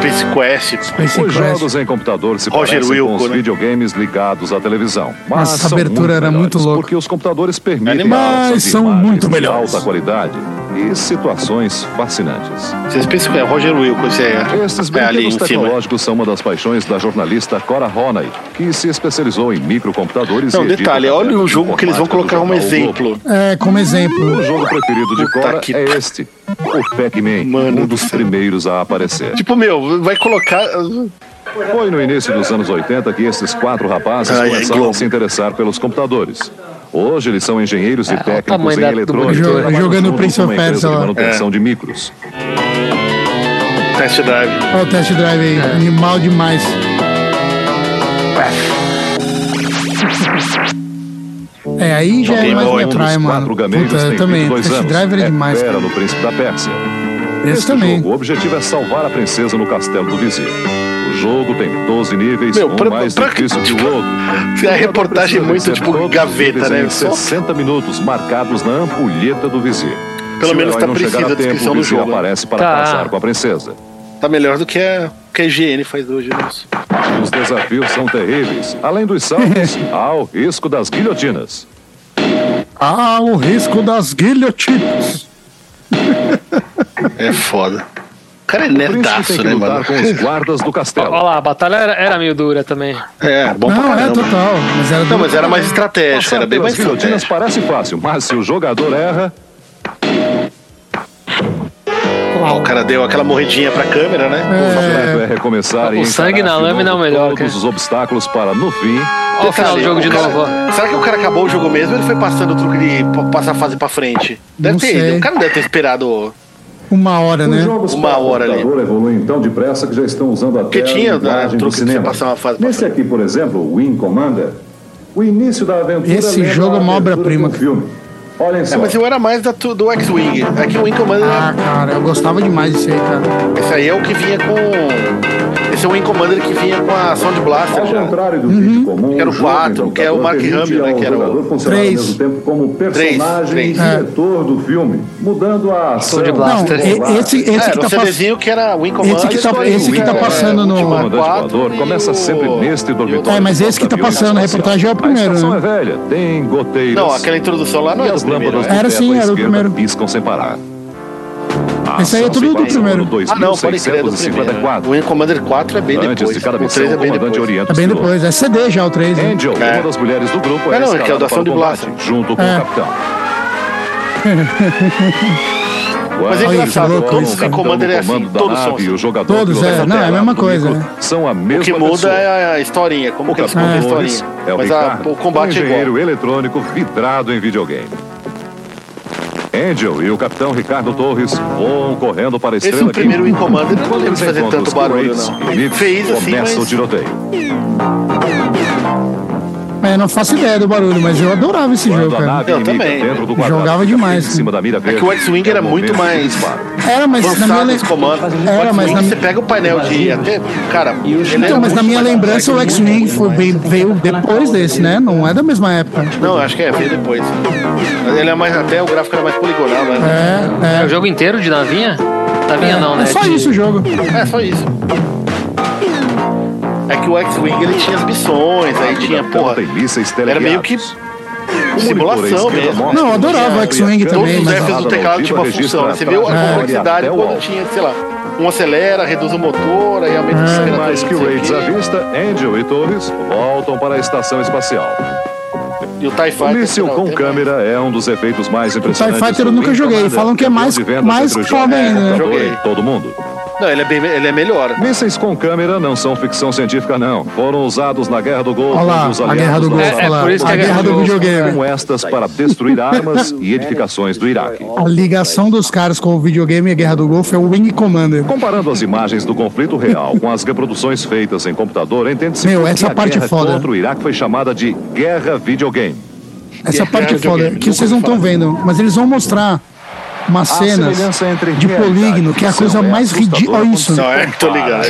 S2: Space Quest. Space
S4: os jogos em computador se
S2: Roger
S4: parecem
S2: Wilco,
S4: com os
S2: né?
S4: videogames ligados à televisão. Mas
S1: Nossa, essa
S4: são
S1: abertura
S4: muito
S1: era
S4: melhores,
S1: muito louca.
S4: Porque os computadores permitem
S1: Animais
S4: altas
S1: são
S4: imagens
S1: muito
S4: de
S1: melhores.
S4: alta qualidade e situações fascinantes.
S2: Vocês pensam que é Roger Wilco, esse é,
S4: Esses
S2: é ali
S4: brinquedos
S2: em cima.
S4: tecnológicos são uma das paixões da jornalista Cora Ronay, que se especializou em microcomputadores
S2: Não,
S4: e edita
S2: detalhe, olha o
S4: tabelas
S2: jogo que eles vão
S4: informáticas
S2: colocar
S4: do
S2: um
S4: jornal O Globo.
S2: exemplo.
S1: É, como exemplo.
S4: O jogo preferido de
S2: Puta
S4: Cora
S2: que-
S4: é este, o Pac-Man, um dos primeiros a aparecer.
S2: Tipo, meu, vai colocar. uh,
S4: Foi no início dos anos 80 que esses quatro rapazes
S2: Ai, ai,
S4: começaram a
S2: Globo.
S4: se interessar pelos computadores. Hoje eles são
S2: É,
S4: engenheiros e técnicos
S3: tamanho
S4: em
S3: da- do
S4: eletrônica.
S1: monitor.
S4: e trabalham
S1: Jogando
S4: junto
S1: Prince
S4: com
S1: of
S4: uma empresa
S1: Persia
S4: de
S1: lá.
S4: manutenção
S2: É.
S4: de micros.
S2: Test Drive.
S1: Olha o test drive aí, animal demais. É, aí já é
S2: Game
S1: mais
S2: Boy,
S1: minha
S4: Um dos
S1: praia, mano.
S4: quatro gameiros
S1: Puta, eu
S4: tem
S1: também.
S4: 22
S1: Test
S4: anos.
S1: drive era
S4: é
S1: demais.
S4: fera
S1: cara.
S4: no Príncipe da Pérsia.
S1: Esse
S4: Neste
S1: também.
S4: jogo, o objetivo é salvar a princesa no castelo do vizir. O jogo tem 12 níveis,
S2: Meu,
S4: um
S2: pra-
S4: mais
S2: pra-
S4: difícil que
S2: tipo,
S4: o outro.
S2: É a reportagem muito, tipo, gaveta, né?
S4: Em 60 minutos marcados na ampulheta do vizir.
S2: Pelo
S4: Se o
S2: menos
S4: herói
S2: tá
S4: não chegar
S2: precisa
S4: a
S2: da
S4: tempo,
S2: descrição
S4: o
S2: do
S4: vizir
S2: jogo. né?
S4: aparece para
S3: Tá.
S4: casar com a princesa.
S2: Tá melhor do que a, que a IGN faz hoje, né? nossa.
S4: Os desafios são terríveis. Além
S2: (laughs)
S4: dos saltos, há o risco das guilhotinas.
S1: Ah, o risco das guilhotinas.
S2: É foda. O cara é
S4: O príncipe tem
S2: nerdaço,
S4: que
S2: né,
S4: lutar
S2: mano?
S4: com os guardas do castelo.
S3: Olha
S2: (laughs)
S3: lá, a batalha era, era meio dura também.
S2: É, bom pra
S1: Não, é
S2: caramba.
S1: total. Mas era
S2: Não, mas era mais
S4: Passar
S2: estratégia, era bem
S4: pelas
S2: mais
S4: guilhotinas
S2: estratégia.
S4: parece fácil, mas se o jogador erra,
S2: Ó, o cara deu aquela morridinha pra câmera, né?
S4: o completo é recomeçar
S3: O
S4: e encarar
S3: sangue na
S4: de
S3: lâmina
S4: novo
S3: é o melhor,
S4: todos
S3: cara.
S4: os obstáculos para, no fim,
S3: Olha o final do jogo de
S2: cara-
S3: novo, ó.
S2: Será que o cara acabou o jogo mesmo ou ele foi passando o truque de p- passar a fase pra frente? Deve
S1: Não
S2: ter
S1: sei.
S2: ido. O cara não deve ter esperado.
S1: uma
S4: um
S1: hora, né?
S4: jogos
S2: Uma
S4: para
S2: hora ali.
S4: computador evoluem tão depressa que já estão usando até
S2: Porque tinha,
S4: a
S2: né,
S4: linguagem do
S2: truque de você
S4: cinema.
S2: passar uma fase pra
S4: Nesse aqui, por exemplo, o Wing Commander, o início da aventura
S1: Esse
S4: lembra
S1: jogo é
S4: a
S1: uma
S4: abertura
S1: obra-prima.
S4: de um filme. Olha só.
S2: É, mas eu era mais da tu- do X-Wing. Aqui o Wing Commander.
S1: Ah, cara, eu gostava demais disso aí, cara.
S2: Esse aí é o que vinha com. Esse é o Wing Commander que vinha com a Sound Blaster
S4: Ao
S2: já.
S4: contrário
S1: Uhum.
S4: do vídeo comum,
S2: Que era o
S4: jogo em
S2: quatro, que é o
S4: computador
S2: Mark
S4: permite
S2: Hamill, né,
S4: ao
S2: que era o-
S4: jogador funcionar ao
S1: Três.
S4: mesmo tempo como personagem
S2: três.
S4: e diretor do filme, mudando a ação.
S3: de
S1: Não,
S3: Blaster.
S1: e- esse, esse
S2: é,
S1: que
S2: o
S1: tá passando.
S2: CDzinho que era Wing Commander.
S1: esse que tá-
S2: isso aí,
S1: esse que
S2: Wing
S1: tá
S2: Commander,
S1: passando no-
S2: Ultima
S4: Comandante
S2: quatro
S4: Voador
S2: e
S4: começa
S2: o-
S4: sempre neste dormitório.
S1: É, mas esse que tá passando na reportagem é o primeiro,
S4: A estação
S1: né?
S4: é velha, tem goteiras.
S2: Não, aquela introdução lá não
S4: E
S2: é do
S4: as
S2: primeiro.
S4: lâmpadas
S2: né?
S4: do
S1: Era
S4: teto
S1: sim,
S4: à
S1: era o
S4: esquerda
S1: primeiro.
S4: piscam sem parar. A
S1: Esse aí é
S4: ação
S1: tudo
S4: se
S1: do
S4: passa
S1: primeiro.
S4: no
S2: Ah, não, pode crer, é do primeiro.
S4: 2654.
S2: O Wing Commander 4 é bem
S4: Antes
S2: depois.
S4: de cada
S2: o 3
S4: missão,
S2: é
S4: o
S2: bem
S4: comandante
S2: depois.
S1: É
S4: orienta os
S1: bem
S4: pilotos.
S1: depois. É CD já, o 3. Né?
S4: Angel,
S2: É.
S4: uma das mulheres do grupo,
S2: É,
S4: é
S2: não, que é o
S4: escalada
S2: da
S4: para o
S2: Sound
S4: combate,
S2: Blaster.
S4: junto com
S1: É.
S4: o
S1: (laughs)
S4: capitão.
S2: Mas é
S4: Quando
S2: engraçado,
S4: o
S1: todos
S4: capitão
S1: em
S2: Commander é
S4: no comando
S2: assim,
S4: da
S2: todos são
S4: nave e
S2: assim.
S4: o jogador
S1: Todos,
S4: pilotando
S1: é,
S4: a
S1: não, é a
S4: tela
S1: mesma
S4: do
S1: coisa,
S4: micro,
S1: é.
S4: São a
S2: O
S4: mesma
S2: que muda
S4: pessoa.
S2: é a historinha, como
S4: O
S1: Ah,
S2: que eles
S4: capitão
S2: contam a
S4: Torres
S2: historinha.
S4: é o
S2: Mas a-
S4: Ricardo,
S2: o combate
S4: um
S2: é igual.
S4: engenheiro eletrônico vidrado em videogame. Angel e o capitão Ricardo Torres voam correndo para a
S2: Esse
S4: estrela
S2: é o primeiro
S4: que-
S2: Wing Commander, não
S4: Quando
S2: lembro
S4: eles
S2: de fazer
S4: encontram
S2: tanto
S4: os
S2: barulho,
S4: Kuwaits
S2: não.
S4: unidos,
S2: Fez assim,
S4: começa o
S2: mas...
S4: tiroteio.
S1: É, não faço ideia do barulho, mas eu adorava esse jogo,
S4: Quando a
S1: cara.
S4: nave
S2: Eu
S4: inimiga
S2: também.
S4: dentro do quadrado
S1: Jogava
S4: fica
S1: demais.
S4: Em cima da mira verde,
S2: que o X-Wing era
S4: é o
S2: muito
S4: momento
S2: mais-
S4: que dispara.
S1: Era, É, mas na minha,
S2: Lançado
S1: le-
S2: os comandos.
S1: Era, mas na-
S2: Você pega o painel de... Até, cara, ele era
S1: então, mas na
S2: muito
S1: minha
S2: mais-
S1: lembrança o X-Wing foi bem- veio depois desse, né? Não é da mesma época.
S2: Não, acho que é, veio depois. Mas Ele é mais... Até o gráfico era mais poligonal, né?
S1: É,
S3: É o
S1: é.
S3: jogo inteiro de navinha? Navinha não, né?
S1: É só
S3: De-
S1: isso o jogo.
S2: É só isso. É que o X-Wing ele tinha as missões, aí tinha,
S4: Capitão
S2: porra,
S4: tem mísseis
S2: era meio
S4: teleguiados.
S2: que
S4: O
S2: simulação
S4: monitor à esquerda
S2: mesmo.
S4: mostra
S1: Não, eu
S4: que
S1: adorava
S4: a
S1: X-Wing
S4: câmera
S1: também,
S2: todos os
S1: mas-
S2: Fs do teclado tinham uma função. né? Você viu a
S4: É.
S2: complexidade
S4: Até o
S2: quando
S4: alto.
S2: tinha, sei lá, uma acelera, reduz o motor, aí aumenta
S1: Ah,
S2: o acelerador,
S4: Mais que
S2: não sei o
S4: Raids
S2: quê.
S4: à vista, Angel e Torres voltam para a estação espacial.
S2: E o TIE
S4: O
S2: Fighter. sei
S4: Um míssil
S2: lá,
S4: com
S2: tem-
S4: câmera é um dos efeitos mais impressionantes.
S1: Fighter eu
S4: do
S1: nunca
S4: Wing
S1: joguei,
S4: Commander,
S1: falam que é
S4: campeão
S1: mais-
S4: de vendas
S1: mais
S4: entre os
S1: foda
S4: jovens,
S1: ainda, né?
S4: jogador
S2: Joguei.
S4: e Todo mundo.
S2: Não, ele é, bem, ele é melhor.
S4: Mísseis com câmera não são ficção científica, não. Foram usados na Guerra do Golfo.
S1: Olha lá,
S4: dos
S1: a guerra do
S4: aliados
S1: Golfo,
S4: da
S1: olha
S3: É,
S1: lá.
S3: é por isso que
S1: A
S3: é
S1: guerra do videogame.
S4: Com estas para destruir armas
S2: (laughs)
S4: e edificações do Iraque.
S1: A ligação dos caras com o videogame e a guerra do Golfo é o Wing Commander.
S4: Comparando as imagens do conflito real com as reproduções feitas em computador, entende-se
S1: Meu,
S4: que
S1: essa
S4: a
S1: parte é
S4: guerra
S1: foda.
S4: contra o Iraque foi chamada de Guerra Videogame.
S1: Essa parte é foda,
S2: videogame,
S1: que vocês não estão vendo, mas eles vão mostrar umas
S4: Ah,
S1: a cenas de polígno, que é a coisa mais ridícula. Olha isso.
S2: Não, é, tô ligado.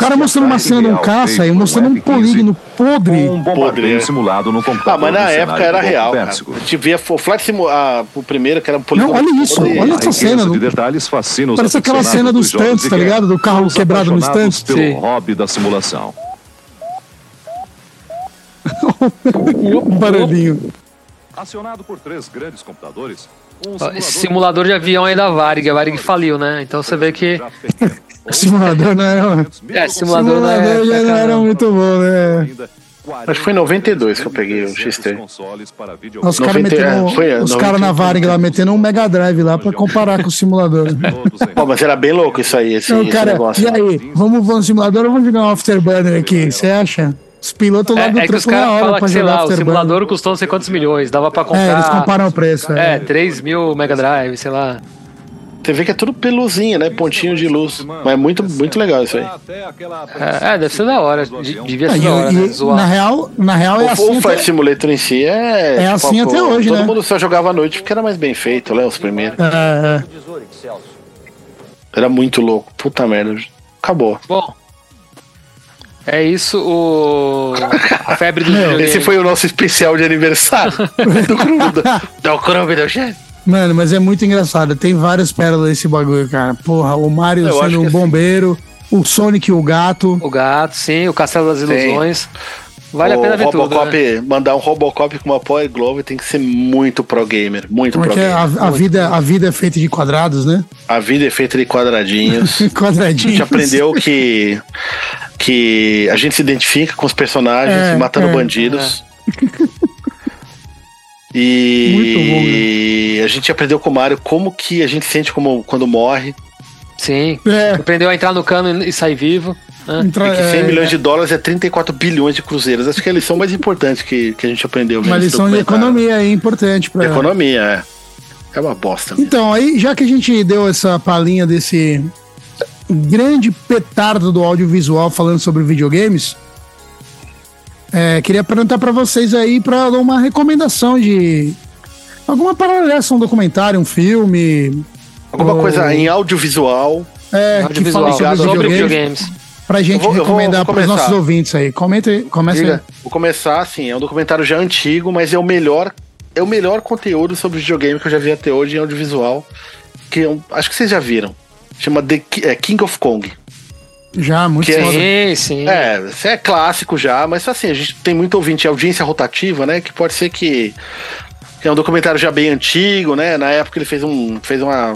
S1: É o cara mostrando uma cena de um caça e mostrando um polígno podre. Um
S2: podre. simulado no computador. Ah, mas na época era real. Cara. A gente via o Flight Simulator, o primeiro, que era um polígono.
S1: Não, olha isso. Olha essa cena.
S12: De detalhes fascina
S1: Parece aquela cena dos tantos, tá ligado? Do carro quebrado nos tantos.
S12: pelo hobby da simulação.
S1: um barulhinho.
S12: Acionado por três grandes computadores,
S3: um simulador, simulador de avião aí da Varig, a Varig faliu, né? Então você vê que.
S1: simulador né? não era.
S3: (laughs) É, simulador,
S2: um
S3: simulador
S1: já não era muito bom, né?
S2: Acho que foi em 92 que eu peguei o XT.
S1: Os caras metendo, os cara na Varig lá metendo um Mega Drive lá pra comparar com o simulador.
S2: Pô, mas era bem louco isso aí, esse, então,
S1: cara,
S2: esse
S1: E aí, vamos voar no simulador ou vamos jogar um Afterburner aqui? Você acha? Os pilotos lá
S3: é,
S1: do
S3: é que os caras falam que, sei lá, o simulador custou não sei quantos milhões, dava pra comprar...
S1: É, eles comparam o preço.
S3: É, é 3 mil Mega Drive, sei lá.
S2: Você vê que é tudo peluzinha, né? Pontinho de luz. Mas é muito, muito legal isso aí.
S3: É, é deve ser da hora. De,
S1: Ah,
S3: devia
S1: É,
S3: ser da hora, né?
S1: Zoar. Na real, na real é
S2: o,
S1: assim.
S2: O Flight até... Simulator em si é.
S1: É assim pô, até hoje,
S2: todo
S1: né?
S2: Todo mundo só jogava à noite porque era mais bem feito, né? Os primeiros.
S1: É,
S2: Era muito louco. Puta merda. Acabou.
S3: Bom. É isso, o. A febre do Meu,
S2: Esse foi o nosso especial
S1: (laughs)
S2: de aniversário do clube. Do clube do chefe.
S1: Mano, mas é muito engraçado. Tem várias pérolas desse bagulho, cara. Porra, o Mario Eu sendo um é bombeiro, assim. o Sonic o gato.
S3: O gato, sim, o Castelo das Ilusões. Sim. Vale
S2: o
S3: a pena ver
S2: Robocop,
S3: tudo, né?
S2: Mandar um Robocop com uma Power Glove tem que ser muito pro gamer. Muito Porque pro gamer.
S1: A, é a
S2: muito.
S1: vida, a vida é feita de quadrados, né? (laughs)
S2: A vida é feita de quadradinhos.
S1: quadradinhos. A gente
S2: aprendeu que, que a gente se identifica com os personagens é, matando é, bandidos. (laughs) E bom, né? a gente aprendeu com o Mario como que a gente sente como, quando morre.
S3: Sim. É. Aprendeu a entrar no cano e sair vivo.
S2: Né? Entra, e que 100 é, milhões é. de dólares é 34 bilhões de cruzeiros. Acho que é a lição mais importante que, que a gente aprendeu.
S1: Uma lição de economia aí, importante.
S2: né?
S1: Pra...
S2: Economia, é. É uma bosta.
S1: Mesmo. Então, aí, já que a gente deu essa palhinha desse grande petardo do audiovisual falando sobre videogames, é, queria perguntar para vocês aí para uma recomendação de alguma parada dessa, um documentário, um filme,
S2: alguma ou... coisa em audiovisual.
S1: É, audiovisual. que fala sobre, sobre videogames. videogames. Pra gente eu vou, recomendar para os nossos ouvintes aí. Comenta, começa Diga. aí.
S2: Vou começar assim, é um documentário já antigo, mas é o melhor é o melhor conteúdo sobre videogame que eu já vi até hoje em audiovisual, que eu, acho que vocês já viram. Chama The é, King of Kong.
S1: Já, muito
S2: que é, sim, É, é clássico já, mas assim, a gente tem muito ouvinte, audiência rotativa, né? Que pode ser que, que. É um documentário já bem antigo, né? Na época ele fez um. fez uma.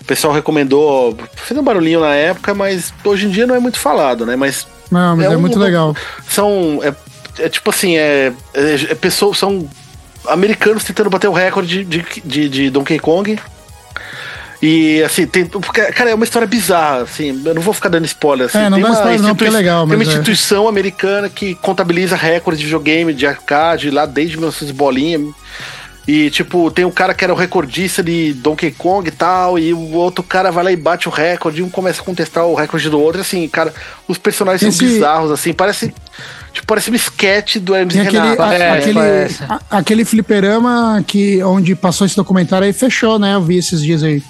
S2: O pessoal recomendou. Fez um barulhinho na época, mas hoje em dia não é muito falado, né? Mas.
S1: Não, mas é, é um, muito legal.
S2: São. É, é tipo assim, é. é, pessoas. São americanos tentando bater o recorde de, de, de, de Donkey Kong. E assim, tem. Cara, é uma história bizarra, assim. Eu não vou ficar dando spoiler. Assim,
S1: é, não dá spoiler, não, porque é legal,
S2: Tem uma instituição é. americana que contabiliza recordes de videogame, de arcade, lá desde 1900 bolinha. E, tipo, tem um cara que era o recordista de Donkey Kong e tal, e o outro cara vai lá e bate o recorde, e um começa a contestar o recorde do outro, assim, cara, os personagens Esse... são bizarros, assim, parece. Tipo, parece um esquete do Hermes
S1: aquele, Renato. A, é, aquele, a, aquele fliperama que, onde passou esse documentário aí fechou, né? Eu vi esses dias aí.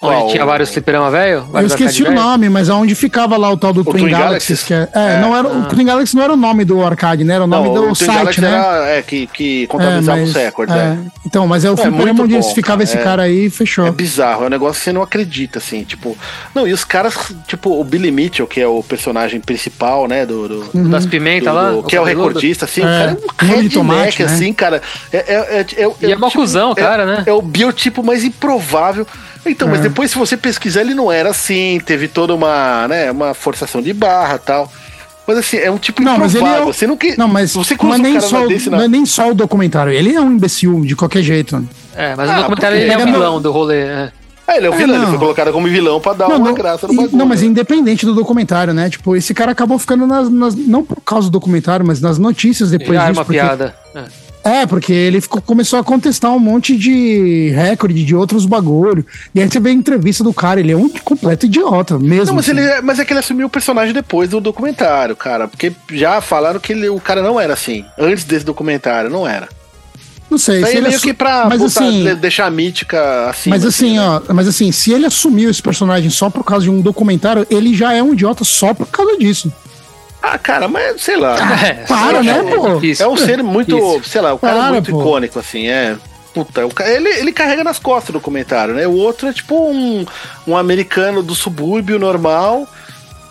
S3: Qual? Onde tinha vários fliperama velho?
S1: Eu esqueci o nome, véio? mas aonde ficava lá o tal do o Twin, Twin Galaxies, Galaxies? que é, é, é, não era, ah. O Twin Galaxy não era o nome do arcade, né? Era o nome não, do o site, Galaxy né? Era,
S2: é, que, que contabilizava é, mas, os recordes, né?
S1: Então, mas é o é, fliperama onde bom, ficava cara, esse cara aí e fechou.
S2: É bizarro, é um negócio que você não acredita, assim, tipo... Não, e os caras, tipo, o Billy Mitchell, que é o personagem principal, né? Do, do
S3: uhum. Das pimentas lá.
S2: que é o recordista, assim, o cara é um redneck,
S1: né?
S2: assim, cara. É,
S3: e é mocuzão, cara, né?
S2: É o biotipo mais improvável... Então, é. mas depois, se você pesquisar, ele não era assim, teve toda uma, né, uma forçação de barra tal. Mas assim, é um tipo
S1: não, mas ele é
S2: o... Você não que...
S1: Não, mas
S2: você
S1: mas nem um só, desse, não. não é nem só o documentário. Ele é um imbecil de qualquer jeito.
S3: É, mas ah, o documentário ele é, é um vilão do rolê. É.
S2: Ah, ele é o vilão, é, ele foi colocado como vilão pra dar não, uma não, graça no bagulho. né?
S1: Não, mas independente do documentário, né? Tipo, esse cara acabou ficando nas, nas não por causa do documentário, mas nas notícias depois
S3: Já
S1: disso.
S3: É uma
S1: porque... (laughs)
S3: piada.
S1: É, porque ele ficou, começou a contestar um monte de recorde de outros bagulho. E aí você vê a entrevista do cara, ele é um completo idiota mesmo. Não,
S2: mas, assim. ele, mas é que ele assumiu o personagem depois do documentário, cara. Porque já falaram que ele, o cara não era assim. Antes desse documentário, não era.
S1: Não sei.
S2: Daí
S1: se ele
S2: meio
S1: assu-
S2: que pra
S1: mas,
S2: botar-
S1: assim,
S2: deixar a mítica assim.
S1: mas assim, ó, mas assim, se ele assumiu esse personagem só por causa de um documentário, ele já é um idiota só por causa disso.
S2: Ah, cara, mas sei lá.
S1: para, né, pô?
S2: (laughs) É um ser muito,
S1: Difícil.
S2: sei lá, o cara é
S1: Para,
S2: muito
S1: pô.
S2: icônico, assim, é. Puta, o ca- ele, ele carrega nas costas do comentário, né? O outro é tipo um, um americano do subúrbio normal,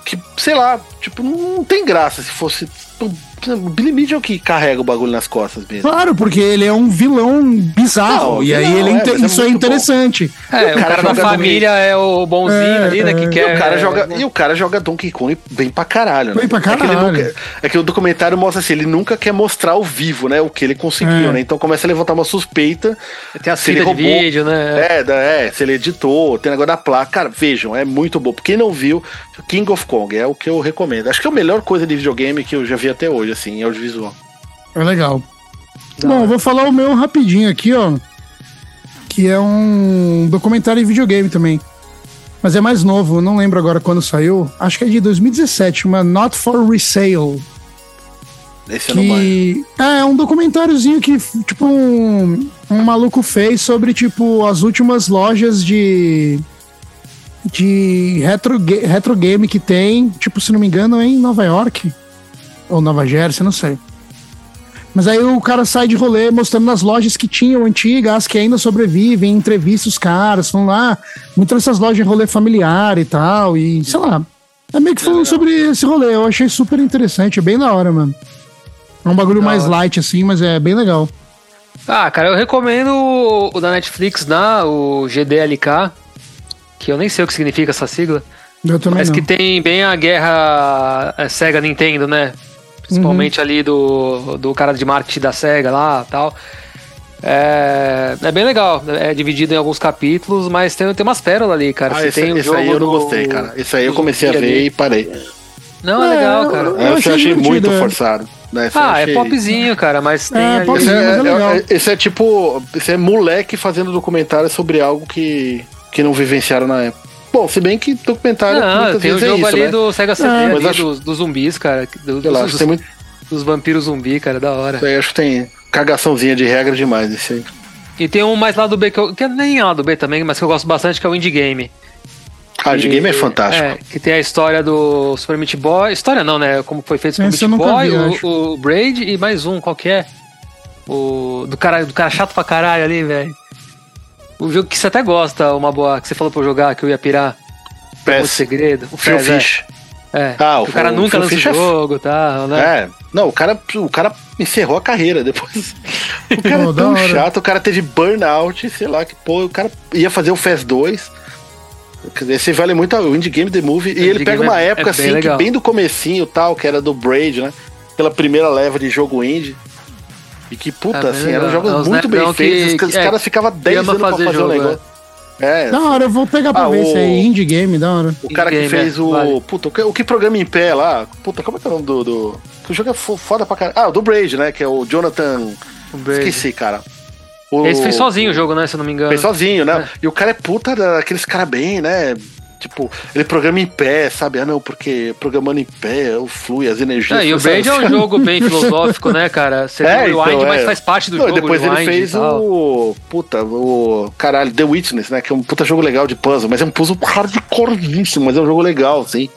S2: que, sei lá, tipo, não tem graça se fosse. O Billy Mitchell que carrega o bagulho nas costas mesmo.
S1: Claro, porque ele é um vilão bizarro.
S2: Não,
S1: e aí
S2: não,
S1: ele é
S2: é,
S1: inte-
S2: mas é
S1: isso é,
S2: muito bom.
S1: interessante.
S2: É, o cara
S3: cara da
S2: joga no
S3: família é o bonzinho
S1: É,
S3: ali, né?
S1: é.
S3: Que
S2: E
S3: quer.
S2: o cara joga, e o cara joga Donkey Kong bem pra caralho, né?
S1: Bem pra
S2: É que, ele
S1: caralho.
S2: nunca- é que o documentário mostra assim, ele nunca quer mostrar ao vivo, né? O que ele conseguiu,
S1: É.
S2: né? Então começa a levantar uma suspeita.
S3: Tem a
S2: se ele
S3: fita de
S2: roubou-
S3: vídeo, né?
S2: É, da- é, se ele editou, tem negócio da placa. Cara, vejam, é muito bom. Pra Quem não viu, King of Kong é o que eu recomendo. Acho que é a melhor coisa de videogame que eu já vi até hoje, assim, em audiovisual.
S1: É legal. Bom, eu vou falar o meu rapidinho aqui, ó. Que é um documentário em videogame também. Mas é mais novo, não lembro agora quando saiu. Acho que é de 2017, uma Not for Resale.
S2: Esse eu não manjo.
S1: que é um documentáriozinho que, tipo, um, um maluco fez sobre, tipo, as últimas lojas de. de retro, ga- retro game que tem, tipo, se não me engano, é em Nova York. Ou Nova Jersey, não sei. Mas aí o cara sai de rolê mostrando as lojas que tinham antigas, as que ainda sobrevivem, entrevista os caras, vão lá. Muitas dessas lojas de rolê familiar e tal, e sei lá. É meio que falando sobre esse rolê. Eu achei super interessante, é bem da hora, mano. É um bagulho mais light assim, mas é bem legal.
S3: Ah, cara, eu recomendo o, o da Netflix, né? O GDLK, que eu nem sei o que significa essa sigla.
S1: Eu também
S3: Mas
S1: não.
S3: que tem bem a guerra é, Sega Nintendo, né? Principalmente ali do, do cara de marketing da Sega lá tal. É, é bem legal. É dividido em alguns capítulos, mas tem, tem umas pérolas ali, cara.
S2: Ah,
S3: Você
S2: esse,
S3: tem o
S2: esse aí
S3: jogo
S2: eu não
S3: do-
S2: gostei, cara. Esse aí eu
S3: do
S2: comecei a ver
S3: zumbi ali.
S2: e parei.
S3: Não, é,
S1: É,
S3: legal, cara.
S1: Eu
S2: Esse eu
S1: achei
S2: achei muito
S1: divertido, é.
S2: forçado. né? Esse eu
S3: Ah, é
S2: achei-
S3: popzinho, cara, mas tem ali.
S1: popzinho.
S2: Esse é,
S1: mas é
S2: é-
S1: legal.
S2: é- esse é tipo. Esse é moleque fazendo documentário sobre algo que, que não vivenciaram na época. Bom, se bem que documentário.
S3: Não,
S2: muitas
S3: tem o
S2: vezes é
S3: jogo
S2: isso,
S3: ali
S2: né?
S3: do Sega CD,
S2: É.
S3: ali
S2: Mas acho-
S3: dos, dos zumbis, cara. do-
S2: Sei lá,
S3: dos,
S2: acho que tem muito-
S3: dos vampiros zumbi, cara, da hora.
S2: Isso aí acho que tem cagaçãozinha de regra demais esse aí.
S3: E tem um mais lá do B que, eu, que é nem lá do B também, mas que eu gosto bastante, que é o Indie Game.
S2: Hard
S3: E-
S2: game é fantástico.
S3: é, que tem a história do Super Meat Boy. História não, né? Como foi feito o
S1: Esse
S3: Super
S1: eu
S3: Meat
S1: nunca
S3: Boy,
S1: vi, eu
S3: o-
S1: acho.
S3: o, Braid e mais um, qual que é? O. Do cara, do cara chato pra caralho ali, velho. O jogo que você até gosta, uma boa, que você falou pra eu jogar, que eu ia pirar.
S2: Pés.
S3: O segredo.
S2: O Phil
S3: Pés, é.
S2: É, Fish.
S3: É.
S2: Ah,
S3: o,
S2: o-
S3: cara
S2: o
S3: nunca
S2: Phil
S3: lança o
S2: Fish é f-
S3: jogo e tal, né?
S2: É. Não, o cara, o cara encerrou a carreira
S1: (laughs)
S2: depois. O cara
S1: Pô,
S2: é
S1: da
S2: tão
S1: hora.
S2: chato, o cara teve burnout, sei lá, que pô, o cara ia fazer o Fast 2. Quer dizer, Esse vale muito ao Indie Game The Movie. E
S3: Indie
S2: ele pega
S3: Game
S2: uma
S3: é-
S2: época
S3: é bem
S2: assim, que
S3: legal.
S2: bem do comecinho e tal, que era do Braid, né? Pela primeira leva de jogo indie. E que,
S3: É
S2: puta,
S3: bem
S2: assim,
S3: legal.
S2: eram
S3: É
S2: jogos
S3: uns
S2: muito bem
S3: nerdão que-
S2: feitos. os ca- os
S3: é,
S2: caras ficavam
S3: que
S2: 10
S3: ama
S2: anos pra
S3: fazer
S2: fazer o
S3: jogo, né?
S2: negócio. É,
S1: Da hora, eu vou pegar pra
S2: Ah,
S1: ver
S2: o-
S1: isso aí. Indie game, da hora.
S2: o cara que
S3: Game,
S2: fez
S3: é,
S2: o.
S3: vale.
S2: Puta, o que, o que programa em pé lá? Puta, como é que é o nome do. do- que o jogo é fo- foda pra caralho. Ah, o do Braid, né? Que é o Jonathan.
S3: O Braid.
S2: É, Esqueci, cara. O-
S3: Esse fez sozinho o jogo, né? Se eu não me engano.
S2: Fez sozinho, né? E o cara é puta daqueles caras bem, né? Tipo, ele programa em pé, sabe? Ah, não, porque programando em pé, eu flui as energias.
S3: É, e o
S2: sabe?
S3: Braid é um jogo bem filosófico, né, cara? Você tem o Rewind,
S2: então,
S3: mas
S2: (laughs) é.
S3: faz parte do
S2: Não, e
S3: jogo.
S2: Depois ele
S3: Rewind e
S2: fez
S3: tal.
S2: o. Puta, o. Caralho, The Witness, né? Que é um puta jogo legal de puzzle, mas é um puzzle hardcoreíssimo, mas é um jogo legal, assim.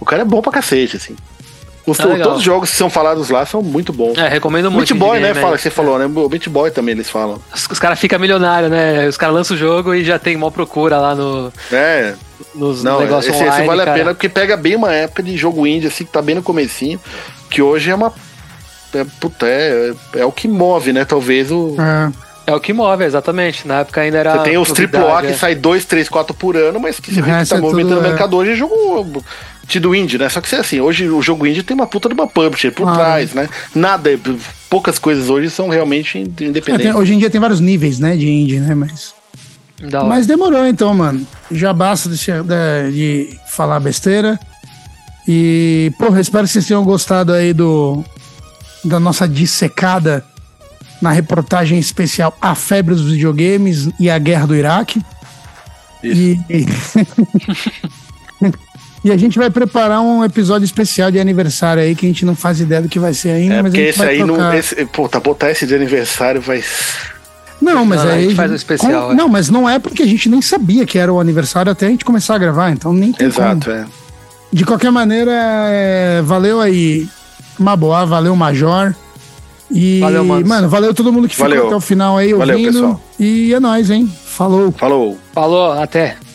S2: O cara é bom pra cacete, assim. Os,
S3: Tá legal.
S2: todos os jogos que são falados lá são muito bons.
S3: É, recomendo muito.
S2: Meat Boy,
S3: Indie
S2: né?
S3: Game,
S2: Fala que você falou, né? O Meat Boy também eles falam.
S3: Os, os caras ficam milionários, né? Os caras lançam o jogo e já tem mó procura lá no,
S2: É.
S3: nos
S2: Não,
S3: negócios
S2: esse, esse
S3: online.
S2: vale a
S3: cara.
S2: pena porque pega bem uma época de jogo indie, assim, que tá bem no comecinho, que hoje é uma. É, puta, é, é o que move, né? Talvez o.
S1: É.
S3: É o que move, exatamente. Na época ainda era.
S2: Você tem os
S3: Ah, novidade,
S2: AAA que
S3: é.
S2: sai 2, 3, 4 por ano, mas que você
S1: O
S2: vê que
S1: resto
S2: tá
S1: é
S2: movimentando
S1: tudo,
S2: o
S1: é.
S2: mercado hoje é jogo tido indie, né? Só que assim, hoje o jogo indie tem uma puta de uma publisher por
S1: Claro.
S2: trás, né? Nada, poucas coisas hoje são realmente ind-
S1: É, tem-
S2: independentes.
S1: hoje em dia tem vários níveis, né, de indie, né? Mas,
S3: Da hora.
S1: mas demorou então, mano. Já basta de, se- de- de falar besteira. E, porra, eu espero que vocês tenham gostado aí do da nossa dissecada na reportagem especial A Febre dos Videogames e a Guerra do Iraque. E, (laughs) E a gente vai preparar um episódio especial de aniversário aí, que a gente não faz ideia do que vai ser ainda.
S2: É,
S1: mas
S2: porque
S1: a gente
S2: esse
S1: vai
S2: aí não.
S1: tocar.
S2: Esse, puta, botar esse de aniversário vai.
S1: Não, mas
S2: Não, a
S1: aí.
S2: gente faz um especial,
S1: como-
S2: é.
S1: Não, mas não é porque a gente nem sabia que era o aniversário até a gente começar a gravar, então nem tem
S2: Exato,
S1: como.
S2: é.
S1: De qualquer maneira, é, valeu aí, Maboá, valeu Major. E,
S2: Valeu, manos.
S1: mano, valeu todo mundo que ficou
S2: Valeu.
S1: até o final aí
S2: Valeu,
S1: ouvindo.
S2: pessoal.
S1: E é nóis, hein? Falou.
S2: Falou.
S3: Falou, até.